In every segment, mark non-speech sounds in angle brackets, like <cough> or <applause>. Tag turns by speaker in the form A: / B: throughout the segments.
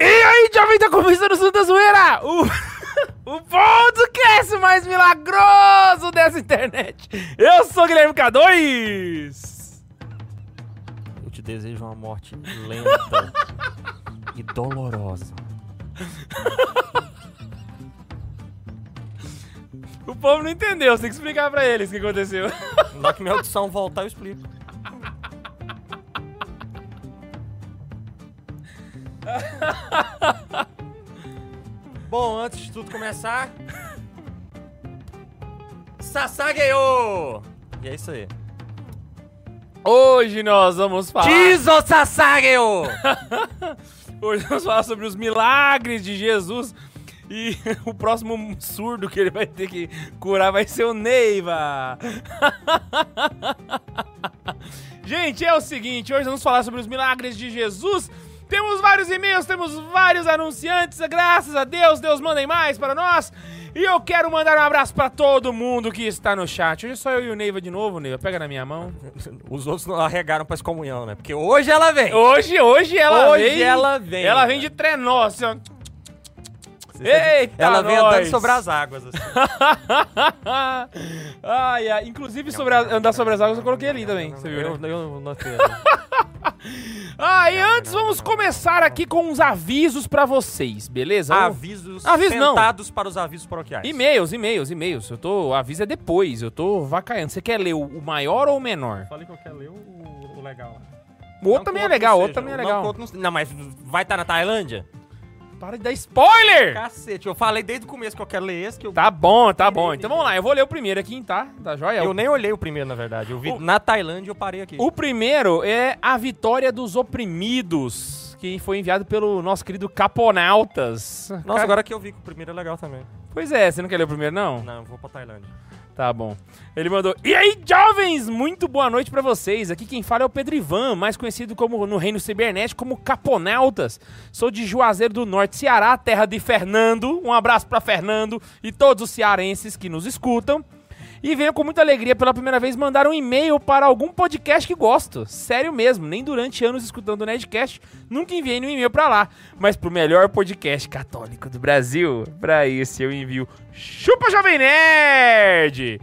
A: Aí, jovem, tá começando o Santa Zoeira! O, o podcast mais milagroso dessa internet! Eu sou o Guilherme K2!
B: Eu te desejo uma morte lenta <laughs> e dolorosa.
A: O povo não entendeu, você tem que explicar pra eles o que aconteceu.
B: Na hora que minha audição voltar, eu explico. <laughs> Bom, antes de tudo começar. Sassá ganhou! E é isso aí.
A: Hoje nós vamos falar.
B: Tiso Sassá ganhou!
A: Hoje nós vamos falar sobre os milagres de Jesus. E <laughs> o próximo surdo que ele vai ter que curar vai ser o Neiva. <laughs> Gente, é o seguinte, hoje vamos falar sobre os milagres de Jesus. Temos vários e-mails, temos vários anunciantes, graças a Deus, Deus mandem mais para nós. E eu quero mandar um abraço para todo mundo que está no chat. Hoje é só eu e o Neiva de novo, Neiva, pega na minha mão.
B: Os outros não arregaram pra excomunhão, né? Porque hoje ela vem!
A: Hoje, hoje ela
B: Hoje
A: vem.
B: ela vem,
A: Ela vem de
B: cara.
A: trenó, assim, ó. Eita,
B: ela vem andando
A: nós.
B: sobre as águas. assim.
A: <laughs> Ai, ai, Inclusive, sobre a- andar sobre as águas eu coloquei ali também. Você viu, né?
B: Eu, eu notei. né?
A: Ah, e antes vamos começar aqui com uns avisos pra vocês, beleza? Vamos-
B: Avisos
A: Aviso não.
B: sentados para os avisos paroquiais.
A: E-mails, e-mails, e-mails. Eu tô. Avisa depois, eu tô vacaiando. Você quer ler o- o maior ou o menor?
B: Falei que eu quero ler o, legal lá.
A: O outro também é legal, o outro também é
B: Não,
A: legal.
B: que outro não, não, mas vai estar na Tailândia?
A: Para de dar spoiler!
B: Cacete, eu falei desde o começo que eu quero ler esse, que eu,
A: Tá bom, tá bom. Então vamos lá, eu vou ler o primeiro aqui, tá? Tá joia?
B: é eu nem olhei o primeiro, na verdade. Eu vi
A: O-
B: na Tailândia e eu parei aqui.
A: O primeiro é a vitória dos oprimidos, que foi enviado pelo nosso querido Caponautas.
B: Nossa,
A: Ca-
B: agora que eu vi que o primeiro é legal também.
A: Pois é, você não quer ler o primeiro, não?
B: Não, eu vou pra Tailândia.
A: Tá bom. Ele mandou: E aí, jovens? Muito boa noite pra vocês. Aqui quem fala é o Pedro Ivan, mais conhecido como no reino cibernético como Caponautas. Sou de Juazeiro do Norte, Ceará, terra de Fernando. Um abraço pra Fernando e todos os cearenses que nos escutam. E venho com muita alegria pela primeira vez mandar um e-mail para algum podcast que gosto. Sério mesmo, nem durante anos escutando o Nerdcast, nunca enviei nenhum e-mail pra lá. Mas pro melhor podcast católico do Brasil, pra esse eu envio Chupa Jovem Nerd!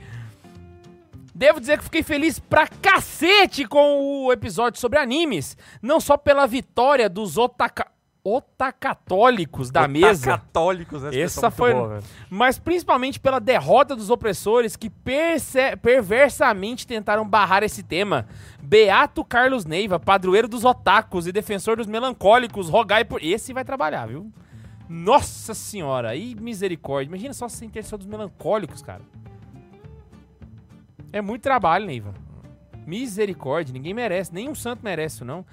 A: Devo dizer que fiquei feliz pra cacete com o episódio sobre animes. Não só pela vitória dos otaka... otacatólicos da mesa.
B: Católicos, né?
A: Essa foi- mas principalmente pela derrota dos opressores que perse- perversamente tentaram barrar esse tema. Beato Carlos Neiva, padroeiro dos otakus e defensor dos melancólicos, rogai por. Esse vai trabalhar, viu? Nossa senhora, e misericórdia. Imagina só se intercessor dos melancólicos, cara. É muito trabalho, Neiva. Misericórdia, ninguém merece, nenhum santo merece isso, não.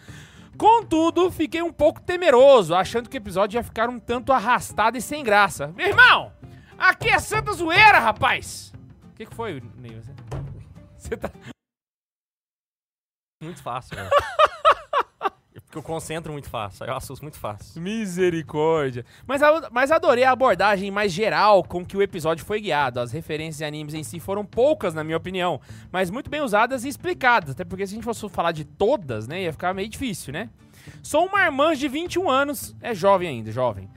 A: Contudo, fiquei um pouco temeroso, achando que o episódio ia ficar um tanto arrastado e sem graça. Meu irmão, aqui é santa zoeira, rapaz! O que, que foi, Ney? Você, <laughs> você tá...
B: Muito
A: <laughs>
B: fácil, velho. É Porque eu concentro muito fácil, aí eu assusto muito fácil.
A: Misericórdia. Mas, a- mas adorei a abordagem mais geral com que o episódio foi guiado. As referências e animes em si foram poucas, na minha opinião, mas muito bem usadas e explicadas. Até porque se a gente fosse falar de todas, né, ia ficar meio difícil, né? Sou uma irmã de 21 anos, é jovem ainda, jovem.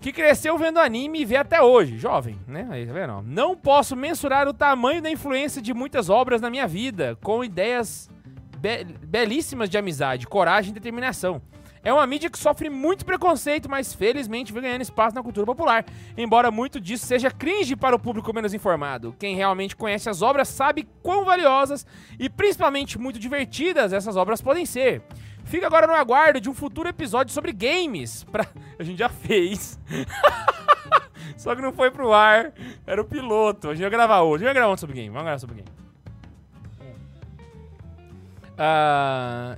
A: Que cresceu vendo anime e vê até hoje, jovem, né? Aí, tá vendo? ó? Não posso mensurar o tamanho da influência de muitas obras na minha vida, com ideias be- belíssimas de amizade, coragem e determinação. É uma mídia que sofre muito preconceito, mas felizmente vem ganhando espaço na cultura popular. Embora muito disso seja cringe para o público menos informado. Quem realmente conhece as obras sabe quão valiosas e principalmente muito divertidas essas obras podem ser. Fica agora no aguardo de um futuro episódio sobre games. <laughs> Pra... A gente já fez. Só que não foi pro ar. Era o piloto. A gente ia gravar hoje. A gente ia gravar outro sobre game. Vamos gravar sobre game. Ah,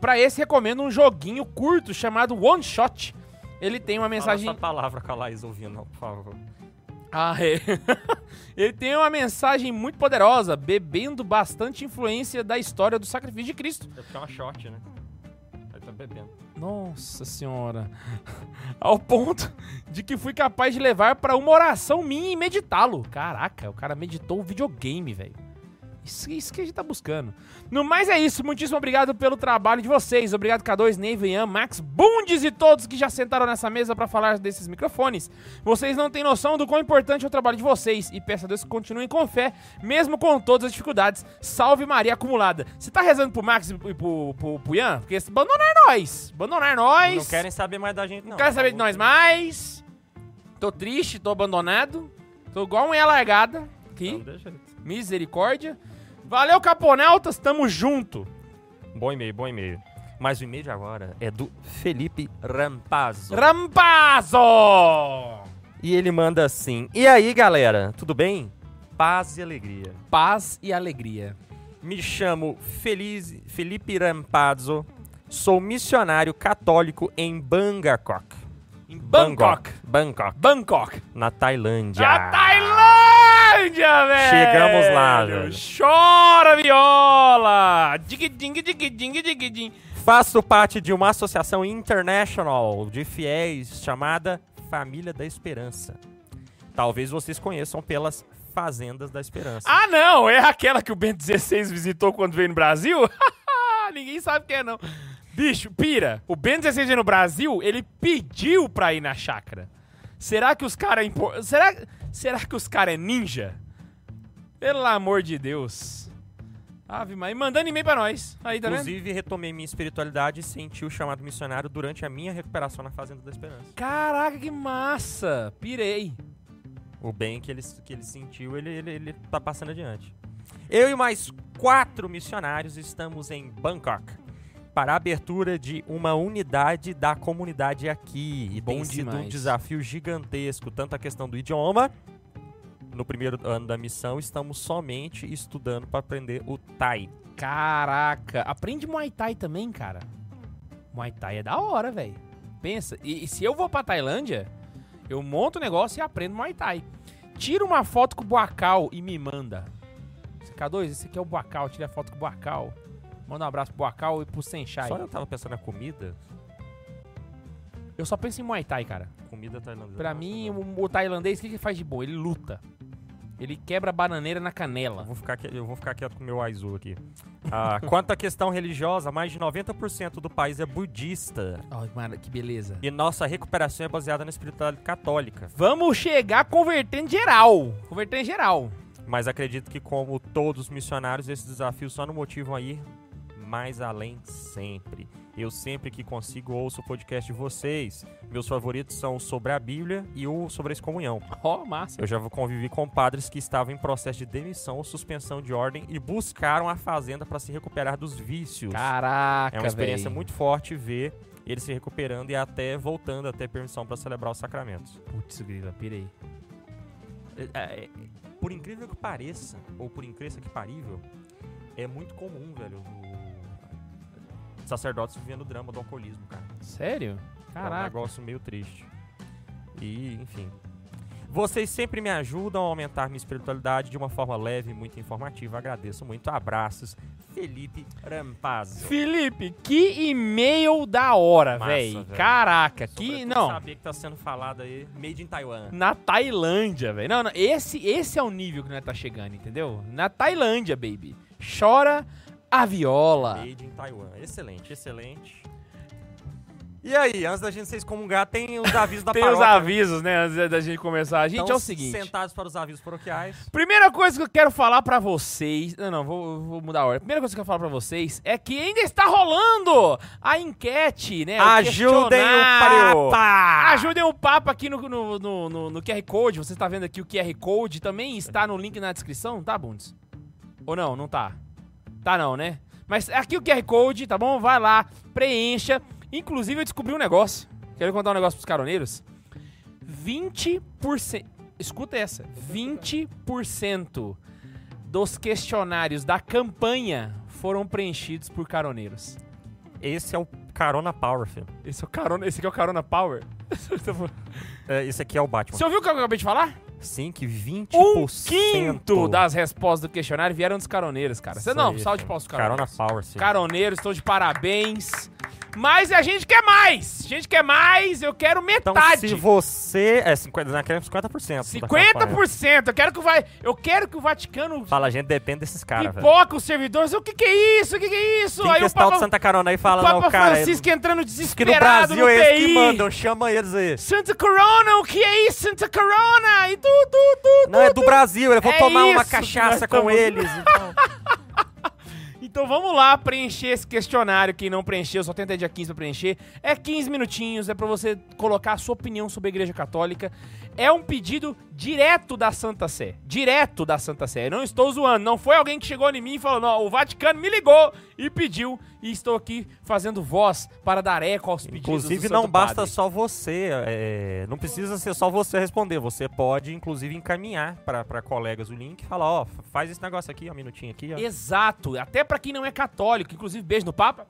A: Pra esse, recomendo um joguinho curto chamado One Shot. Ele tem uma mensagem.
B: Fala essa palavra com a Laís ouvindo, não, por favor.
A: Ah, é. <laughs> Ele tem uma mensagem muito poderosa, bebendo bastante influência da história do sacrifício de Cristo.
B: É porque é uma shot, né? Aí tá bebendo.
A: Nossa senhora. Ao ponto de que fui capaz de levar pra uma oração minha e meditá-lo. Caraca, o cara meditou o videogame, velho. Isso, isso que a gente tá buscando. No mais é isso. Muitíssimo obrigado pelo trabalho de vocês. Obrigado K2, Neiva, Ian, Max, Bundes e todos que já sentaram nessa mesa pra falar desses microfones. Vocês não têm noção do quão importante é o trabalho de vocês. E peço a Deus que continuem com fé, mesmo com todas as dificuldades. Salve Maria acumulada. Você tá rezando pro Max e pro, e pro, pro- pro Ian? Porque se abandonar nós. Abandonar nós.
B: Não querem saber mais da gente, não.
A: Não
B: Tá
A: tá quero saber de nós mais. Tô triste, tô abandonado. Tô igual uma largada
B: Não,
A: aqui.
B: deixa aí.
A: Misericórdia. Valeu, Caponautas, tamo junto.
B: Bom e-mail, bom e-mail. Mas o e-mail de agora é do Felipe Rampazzo.
A: Rampazo!
B: e ele manda assim: E aí, galera, tudo bem? Paz e alegria.
A: Paz e alegria.
B: Me chamo Feliz, Felipe Rampazzo, sou missionário católico em Bangkok.
A: Em Bangkok.
B: Bangkok,
A: Bangkok.
B: na Tailândia.
A: Da Tailândia, velho!
B: Chegamos lá, velho.
A: Chora, viola! Dig, ding, dig, ding, dig, ding.
B: Faço parte de uma associação international de fiéis chamada Família da Esperança. Talvez vocês conheçam pelas Fazendas da Esperança.
A: Ah, não! É aquela que o Bento 16 visitou quando veio no Brasil? <laughs> Ninguém sabe quem é, não. Bicho, pira. O Bento 16 veio no Brasil, ele pediu pra ir na chácara. Será que os caras... Impor... Será... Será que os caras é ninja? Pelo amor de Deus. Ave Maria. E mandando e-mail pra nós. Aí, tá vendo?
B: Inclusive, retomei minha espiritualidade e senti o chamado missionário durante a minha recuperação na Fazenda da Esperança.
A: Caraca, que massa. Pirei.
B: O bem que ele, que ele sentiu, ele, ele, ele tá passando adiante. Eu e mais quatro missionários estamos em Bangkok para a abertura de uma unidade da comunidade aqui. E
A: Bom
B: tem sido um
A: demais.
B: desafio gigantesco, tanto a questão do idioma. No primeiro ano da missão, estamos somente estudando para aprender o Thai.
A: Caraca. Aprende Muay Thai também, cara. Muay Thai é da hora, velho. Pensa. E, e se eu vou pra Tailândia, eu monto o negócio e aprendo Muay Thai. Tira uma foto com o Boacal e me manda. K2, esse aqui é o Boacal. Tira a foto com o Boacal. Manda um abraço pro Boacal e pro Senchai.
B: Só eu tava pensando na comida.
A: Eu só penso em Muay Thai, cara.
B: Comida tailandesa.
A: Pra
B: não,
A: mim,
B: não.
A: o, o tailandês, o que, que ele faz de bom? Ele luta. Ele quebra a bananeira na
B: Eu
A: canela.
B: vou ficar, que- eu vou ficar quieto com o meu Aizu aqui. Ah, <laughs> quanto à questão religiosa, mais de 90% do país é budista.
A: Ai, mano, que beleza.
B: E nossa recuperação é baseada na espiritualidade católica.
A: Vamos chegar convertendo geral. Convertendo geral.
B: Mas acredito que, como todos os missionários, esses desafios só não motivam a ir mais além sempre. Eu sempre que consigo ouço o podcast de vocês. Meus favoritos são o sobre a Bíblia e o sobre a excomunhão.
A: Ó, massa.
B: Eu já convivi com padres que estavam em processo de demissão ou suspensão de ordem e buscaram a fazenda para se recuperar dos vícios.
A: Caraca,
B: É uma experiência
A: véi.
B: muito forte ver ele se recuperando e até voltando a ter permissão para celebrar os sacramentos.
A: Putz, grila, pirei.
B: É, é, por incrível que pareça, ou por incrível que parível, é muito comum, velho, o- sacerdotes vivendo o drama do alcoolismo, cara.
A: Sério?
B: É um
A: Caraca.
B: negócio meio triste. E, enfim. Vocês sempre me ajudam a aumentar minha espiritualidade de uma forma leve e muito informativa. Agradeço muito. Abraços. Felipe Rampazzo.
A: Felipe, que e-mail da hora,
B: Massa,
A: velho.
B: véi.
A: Caraca, que.
B: Sobretudo
A: Não.
B: saber que tá sendo falado aí, made in Taiwan.
A: Na Tailândia, velho. Não, não, esse, esse é o nível que nós tá chegando, entendeu? Na Tailândia, baby. Chora a viola.
B: Made in Taiwan. Excelente, excelente. E aí, antes da gente ser excomungado,
A: <laughs>
B: tem os avisos da
A: Tem os
B: paróquia.
A: avisos, né, antes da gente começar. Gente,
B: Então,
A: é o seguinte.
B: Sentados para os avisos paroquiais.
A: Primeira coisa que eu quero falar pra vocês. Não, não, vou, vou mudar a ordem. Primeira coisa que eu quero falar pra vocês é que ainda está rolando a enquete, né? o
B: Ajudem o
A: questionário.
B: Papa!
A: Ajudem o Papa um aqui no, no, no, no- no QR Code. Você está vendo aqui o QR Code. Também está no link na descrição, tá, Bundes? Ou não, não tá? Tá não, né? Mas aqui o QR Code, tá bom? Vai lá, preencha. Inclusive, eu descobri um negócio. Quero contar um negócio pros caroneiros. 20%... Escuta essa. 20% dos questionários da campanha foram preenchidos por caroneiros.
B: Esse é o Carona Power, filho.
A: Esse, é o carona, esse aqui é o Carona Power? <laughs> tá
B: É, esse aqui é o Batman.
A: Você ouviu o que eu acabei de falar?
B: Sim, que 20%.
A: Um quinto das respostas do questionário vieram dos caroneiros, cara. Você
B: Isso
A: não,
B: aí,
A: salve de
B: filho.
A: palmas, caroneiros.
B: Carona Power, sim.
A: Caroneiros, estou de parabéns. Mas a gente quer mais! A gente quer mais, eu quero
B: Então,
A: metade!
B: se você. É, 50%, naquela 50%. da campanha.
A: 50%! Eu quero que vai. Eu quero que o Vaticano
B: Fala, a gente depende desses caras, velho.
A: pipoca os servidores. O que, que é isso? O que, que é isso?
B: Tem
A: Aí o
B: questão
A: Papa,
B: de Santa Carona aí e fala,
A: Papa
B: não, cara. é-
A: Francisco entrando
B: que no
A: desesperado
B: Brasil
A: no,
B: é eles que
A: TI.
B: mandam, chama eles aí.
A: Santa Corona, o que é isso? Santa Corona! E tu, tu, tu,
B: Não, é
A: tu,
B: do Brasil, eu vou
A: É
B: tomar uma
A: isso que nós
B: cachaça com
A: estamos-
B: eles. então.
A: Então vamos lá preencher esse questionário. Quem não preencheu, só tem até dia 15 pra preencher. É 15 minutinhos, é pra você colocar a sua opinião sobre a Igreja Católica. É um pedido direto da Santa Sé. Direto da Santa Sé. Eu não estou zoando. Não foi alguém que chegou em mim e falou: não, o Vaticano me ligou e pediu. E estou aqui fazendo voz para dar eco aos pedidos.
B: Inclusive,
A: do
B: não
A: Santo
B: basta
A: Padre.
B: só você. é, não precisa ser só você responder. Você pode, inclusive, encaminhar pra pra colegas o link e falar, ó, faz esse negócio aqui, ó, um minutinho aqui, ó.
A: Exato. Até pra quem não é católico. Inclusive, beijo no Papa.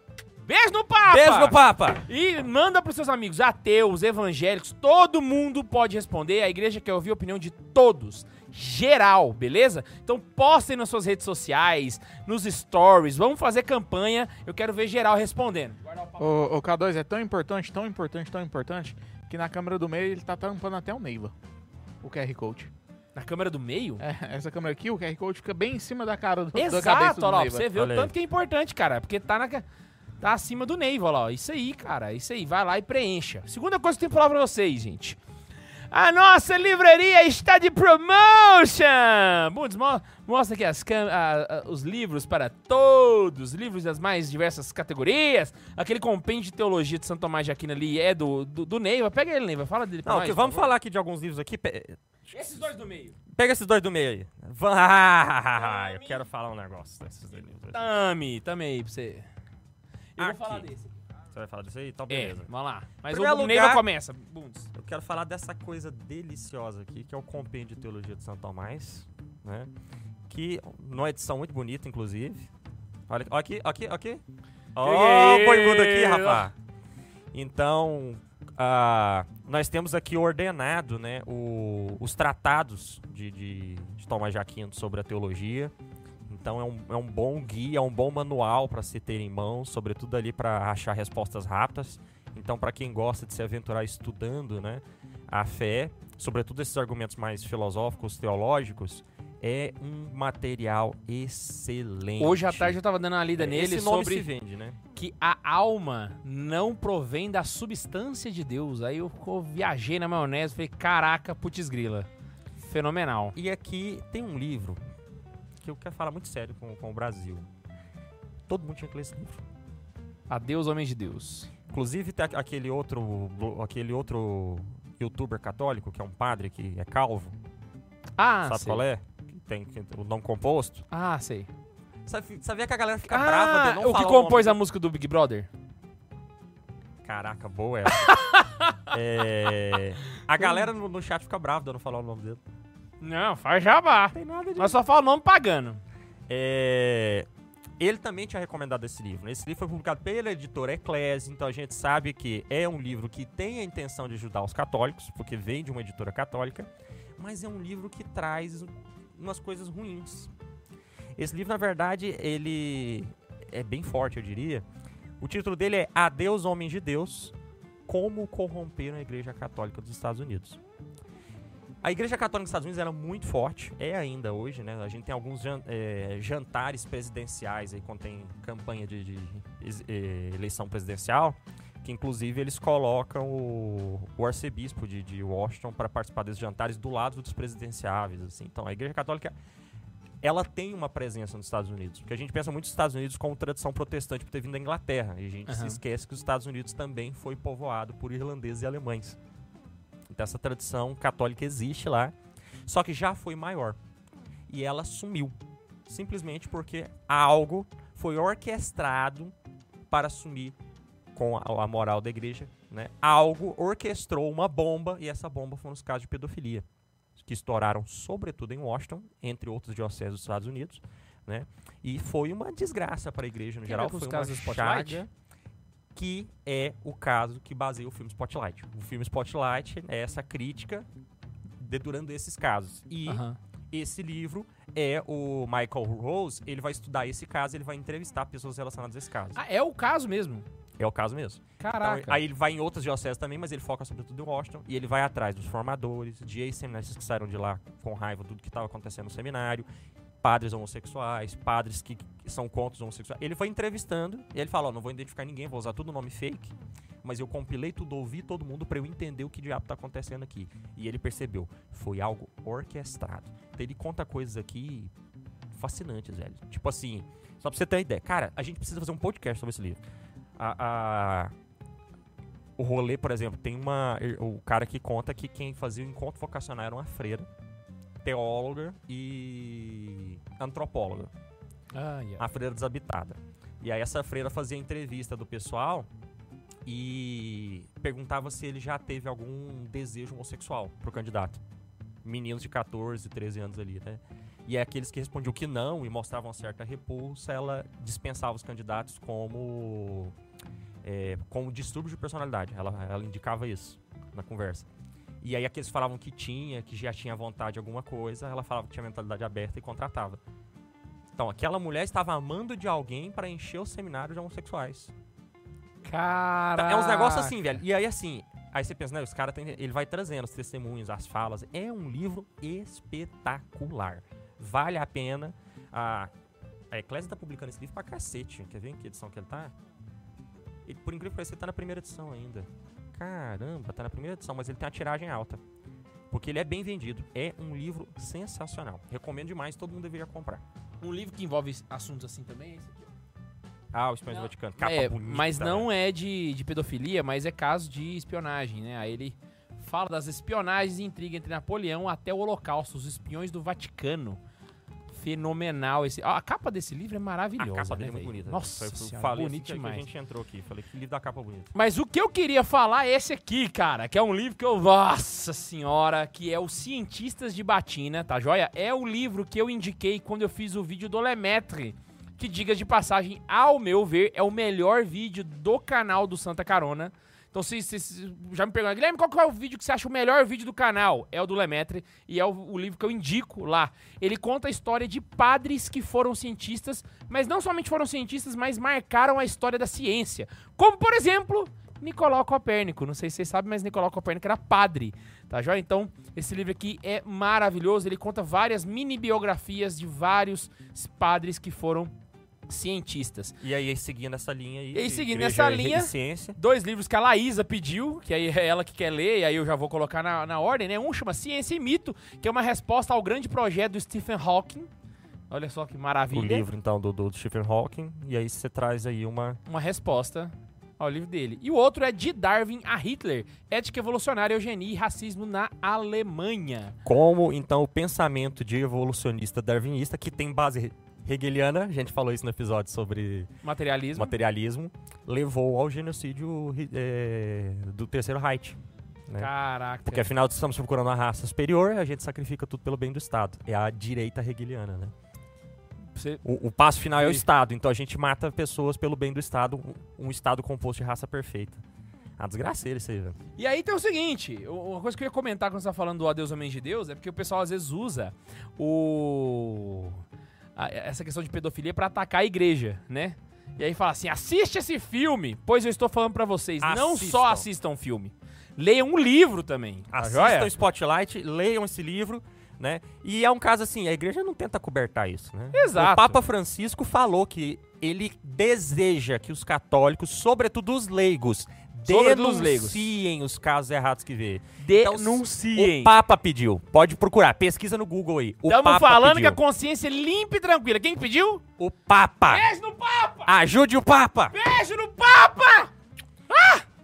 A: Beijo no Papa!
B: Beijo no Papa!
A: E manda pros seus amigos, ateus, evangélicos, todo mundo pode responder. A igreja quer ouvir a opinião de todos, geral, beleza? Então postem nas suas redes sociais, nos stories, vamos fazer campanha. Eu quero ver geral respondendo.
C: O, K2 é tão importante, tão importante, tão importante, que na câmera do meio ele tá tampando até o Neiva. O QR Code.
A: Na câmera do meio?
C: É, essa câmera aqui, o QR Code fica bem em cima da cara do, da cabeça
A: Exato,
C: do
A: olha lá, pra
C: Neiva.
A: você ver o
B: Olha aí.
A: tanto que é importante, cara, porque tá na ca- tá acima do Neiva, olha lá, ó. isso aí, cara, isso aí, vai lá e preencha. Segunda coisa que eu tenho pra falar pra vocês, gente. A nossa livraria está de promotion! Bundes, mo- mostra aqui as cam- a- a- os livros para todos, livros das mais diversas categorias. Aquele compêndio de teologia de Santo Tomás de Aquino ali é do, do, do Neiva. Pega ele, Neiva, fala dele pra
B: Não,
A: nós,
B: que
A: por
B: vamos
A: favor.
B: falar aqui de alguns livros aqui. Pe-
A: Esses dois do meio.
B: Pega esses dois do meio aí. Va- Ah, eu quero falar um negócio desses dois livros.
A: Tá. Tame, tame aí pra você. Eu
B: Aqui.
A: vou falar desse.
B: Você vai falar disso aí? Então,
A: É,
B: beleza.
A: vamos lá. Mas
B: Primeiro
A: o
B: lugar-
A: Neiva começa. Bundes.
B: Eu quero falar dessa coisa deliciosa aqui, que é o Compêndio de Teologia de Santo Tomás, né? Que numa edição muito bonita, inclusive. Olha olha aqui, olha aqui, olha aqui. Ó,
A: aí!
B: o boibudo aqui, rapaz. Então, ah, nós temos aqui ordenado, né, o- os tratados de, de, de Tomás de Aquino sobre a teologia. Então é um, é um bom guia, é um bom manual para se ter em mãos, sobretudo ali para achar respostas rápidas. Então, para quem gosta de se aventurar estudando né, a fé, sobretudo esses argumentos mais filosóficos, teológicos, é um material excelente. É,
A: Hoje à tarde eu tava dando uma lida
B: Esse
A: nele
B: nome se
A: sobre
B: vende, né?
A: que a alma não provém da substância de Deus. Aí eu co- viajei na maionese e falei, caraca, putz grila. Fenomenal.
B: E aqui tem um livro que eu quero falar muito sério com, com o Brasil. Todo mundo tinha que ler esse livro.
A: Adeus, homem de Deus.
B: Inclusive, tem a- aquele outro, blo- aquele outro youtuber católico, que é um padre que é calvo,
A: Ah,
B: sabe
A: sei.
B: qual é? Que Tem que- o nome composto.
A: Ah, sei.
B: Sabe, sabia que a galera fica brava
A: Ah,
B: de não
A: o que
B: falar
A: compôs a
B: nome
A: música do Big Brother?
B: dele? Caraca, boa essa. É, a galera no, no chat fica brava de eu não falar o nome dele.
A: Não, faz jabá.
B: Tem nada
A: Nós só falamos nome pagando.
B: É, ele também tinha recomendado esse livro. né? Esse livro foi publicado pela editora Eclésia, então a gente sabe que é um livro que tem a intenção de ajudar os católicos, porque vem de uma editora católica, mas é um livro que traz umas coisas ruins. Esse livro, na verdade, ele é bem forte, eu diria. O título dele é Adeus, Homens de Deus, Como Corromperam a Igreja Católica dos Estados Unidos. A Igreja Católica dos Estados Unidos era muito forte, é ainda hoje, né? A gente tem alguns jan- eh, jantares presidenciais aí quando tem campanha de, de ex- eh, eleição presidencial, que inclusive eles colocam o, o arcebispo de, de Washington para participar desses jantares do lado dos presidenciáveis, assim. Então a Igreja Católica ela tem uma presença nos Estados Unidos, porque a gente pensa muito nos Estados Unidos como tradição protestante por ter vindo da Inglaterra, e a gente se
A: Aham.
B: esquece que os Estados Unidos também foi povoado por irlandeses e alemães. Então essa tradição católica existe lá, só que já foi maior. E ela sumiu, simplesmente porque algo foi orquestrado para sumir com a, a moral da igreja, né? Algo orquestrou uma bomba e essa bomba foram os casos de pedofilia, que estouraram sobretudo em Washington, entre outros dioceses dos Estados Unidos, né? E foi uma desgraça para a igreja no
A: Lembra
B: geral,
A: dos
B: foi uma
A: casos do Spotlight?
B: chaga que é o caso que baseia o filme Spotlight. O filme Spotlight é essa crítica dedurando esses casos. E
A: Aham.
B: esse livro é o Michael Rose, ele vai estudar esse caso, ele vai entrevistar pessoas relacionadas a esse caso.
A: Ah, é o caso mesmo.
B: É o caso mesmo. Então,
A: Caraca.
B: aí ele vai em outras dioceses também, mas ele foca sobretudo em Washington e ele vai atrás dos formadores, de ex-seminaristas que saíram de lá com raiva do que estava acontecendo no seminário, padres homossexuais, padres que, que são contra os homossexuais. Ele foi entrevistando e ele fala: Ó, não vou identificar ninguém, vou usar tudo nome fake, mas eu compilei tudo, ouvi todo mundo pra eu entender o que diabo tá acontecendo aqui. E ele percebeu: foi algo orquestrado. Então ele conta coisas aqui fascinantes, velho. Tipo assim, só pra você ter uma ideia. Cara, a gente precisa fazer um podcast sobre esse livro. A- a, o rolê, por exemplo, tem uma. O cara que conta que quem fazia o encontro vocacional era uma freira, teóloga e antropóloga.
A: Ah, yeah.
B: A freira desabitada. E aí essa freira fazia entrevista do pessoal e perguntava se ele já teve algum desejo homossexual pro candidato. Meninos de 14, 13 anos ali, né? E aqueles que respondiam que não e mostravam certa repulsa, ela dispensava os candidatos como é, como distúrbio de personalidade. Ela, ela indicava isso na conversa. E aí aqueles que falavam que tinha, que já tinha vontade de alguma coisa, ela falava que tinha mentalidade aberta e contratava. Então, aquela mulher estava amando de alguém para encher o seminário de homossexuais. Tá,
A: Ah, Caraca.
B: É uns negócios assim, velho. E aí, assim, aí você pensa, né? Os caras tem. Ele vai trazendo os testemunhos, as falas. É um livro espetacular. Vale a pena. A, a Eclésia tá publicando esse livro pra cacete. Quer ver em que edição que ele tá? Ele, por incrível que pareça, ele tá na primeira edição ainda. Caramba, tá na primeira edição, mas ele tem uma tiragem alta. Porque ele é bem vendido. É um livro sensacional. Recomendo demais, todo mundo deveria comprar.
A: Um livro que envolve assuntos assim também é esse aqui. ó.
B: Ah, o Espanhol
A: Não,
B: do Vaticano. Capa
A: É,
B: bonita. né?
A: mas
B: velho.
A: não é de, de pedofilia, mas é caso de espionagem, né? Aí ele fala das espionagens e intriga entre Napoleão até o Holocausto, os espiões do Vaticano. Fenomenal esse. Ah, a capa desse livro é
B: A
A: maravilhosa.
B: capa
A: né,
B: dele é muito
A: velho?
B: bonita.
A: Nossa,
B: Foi- foi-
A: senhora,
B: falei
A: bonito
B: assim que
A: demais.
B: a gente entrou aqui. Falei que livro da
A: <laughs>
B: capa bonita.
A: Mas o que eu queria falar é esse aqui, cara, que é um livro que eu. Nossa senhora, que é o Cientistas de Batina, tá joia? É o livro que eu indiquei quando eu fiz o vídeo do Lemetre. Que, diga de passagem, ao meu ver, é o melhor vídeo do canal do Santa Carona. Então, se, se- se- já me perguntaram, Guilherme, qual que é o vídeo que você acha o melhor vídeo do canal? É o do Lemetre e é o, o livro que eu indico lá. Ele conta a história de padres que foram cientistas, mas não somente foram cientistas, mas marcaram a história da ciência. Como, por exemplo, Nicolau Copérnico. Não sei se vocês sabem, mas Nicolau Copérnico era padre, tá joia? Então, esse livro aqui é maravilhoso. Ele conta várias mini biografias de vários padres que foram cientistas.
B: E aí, seguindo essa linha aí.
A: E aí,
B: de
A: seguindo
B: igreja
A: essa
B: e
A: linha-
B: Ciência.
A: Dois livros que a Laísa pediu, que aí é ela que quer ler, e aí eu já vou colocar na, na ordem, né? Um chama Ciência e Mito, que é uma resposta ao grande projeto do Stephen Hawking. Olha só que
B: O
A: maravilha.
B: livro, então, do, do Stephen Hawking. E aí, você traz aí uma.
A: Uma resposta ao livro dele. E o outro é De Darwin a Hitler, Ética Evolucionária, Eugenia e Racismo na Alemanha.
B: Como, então, o pensamento de evolucionista darwinista, que tem base he- hegeliana, a gente falou isso no episódio sobre
A: Materialismo.
B: materialismo, levou ao genocídio ri- é, do terceiro Reich. né?
A: Caraca.
B: Porque afinal estamos procurando uma raça superior, a gente sacrifica tudo pelo bem do Estado. É a direita hegeliana, né?
A: Você-
B: O, o passo final é o
A: Sim.
B: Estado, então a gente mata pessoas pelo bem do Estado, um um Estado composto de raça perfeita. Ah, desgraceira isso aí, velho.
A: E aí tem o seguinte, u- uma coisa que eu ia comentar quando você tá falando do Adeus Homens de Deus é porque o pessoal às vezes usa o a- essa questão de pedofilia pra atacar a igreja, né? E aí fala assim: "Assiste esse filme". Pois eu estou falando pra vocês, não só assistam o filme. Leiam um livro também. tá
B: Assistam
A: joia?
B: Spotlight, leiam esse livro, né? E é um caso assim, a igreja não tenta cobertar isso, né?
A: Exato.
B: O Papa Francisco falou que ele deseja que os católicos, sobretudo os leigos,
A: Sobretudo os leigos.
B: denunciem os casos errados que vê.
A: Denunciem.
B: O Papa pediu. Pode procurar, pesquisa no Google aí. O
A: Estamos
B: Papa
A: falando que
B: pediu.
A: a consciência é limpa e tranquila. Quem que pediu?
B: O Papa.
A: Beijo no Papa!
B: Ajude o Papa!
A: Beijo no Papa!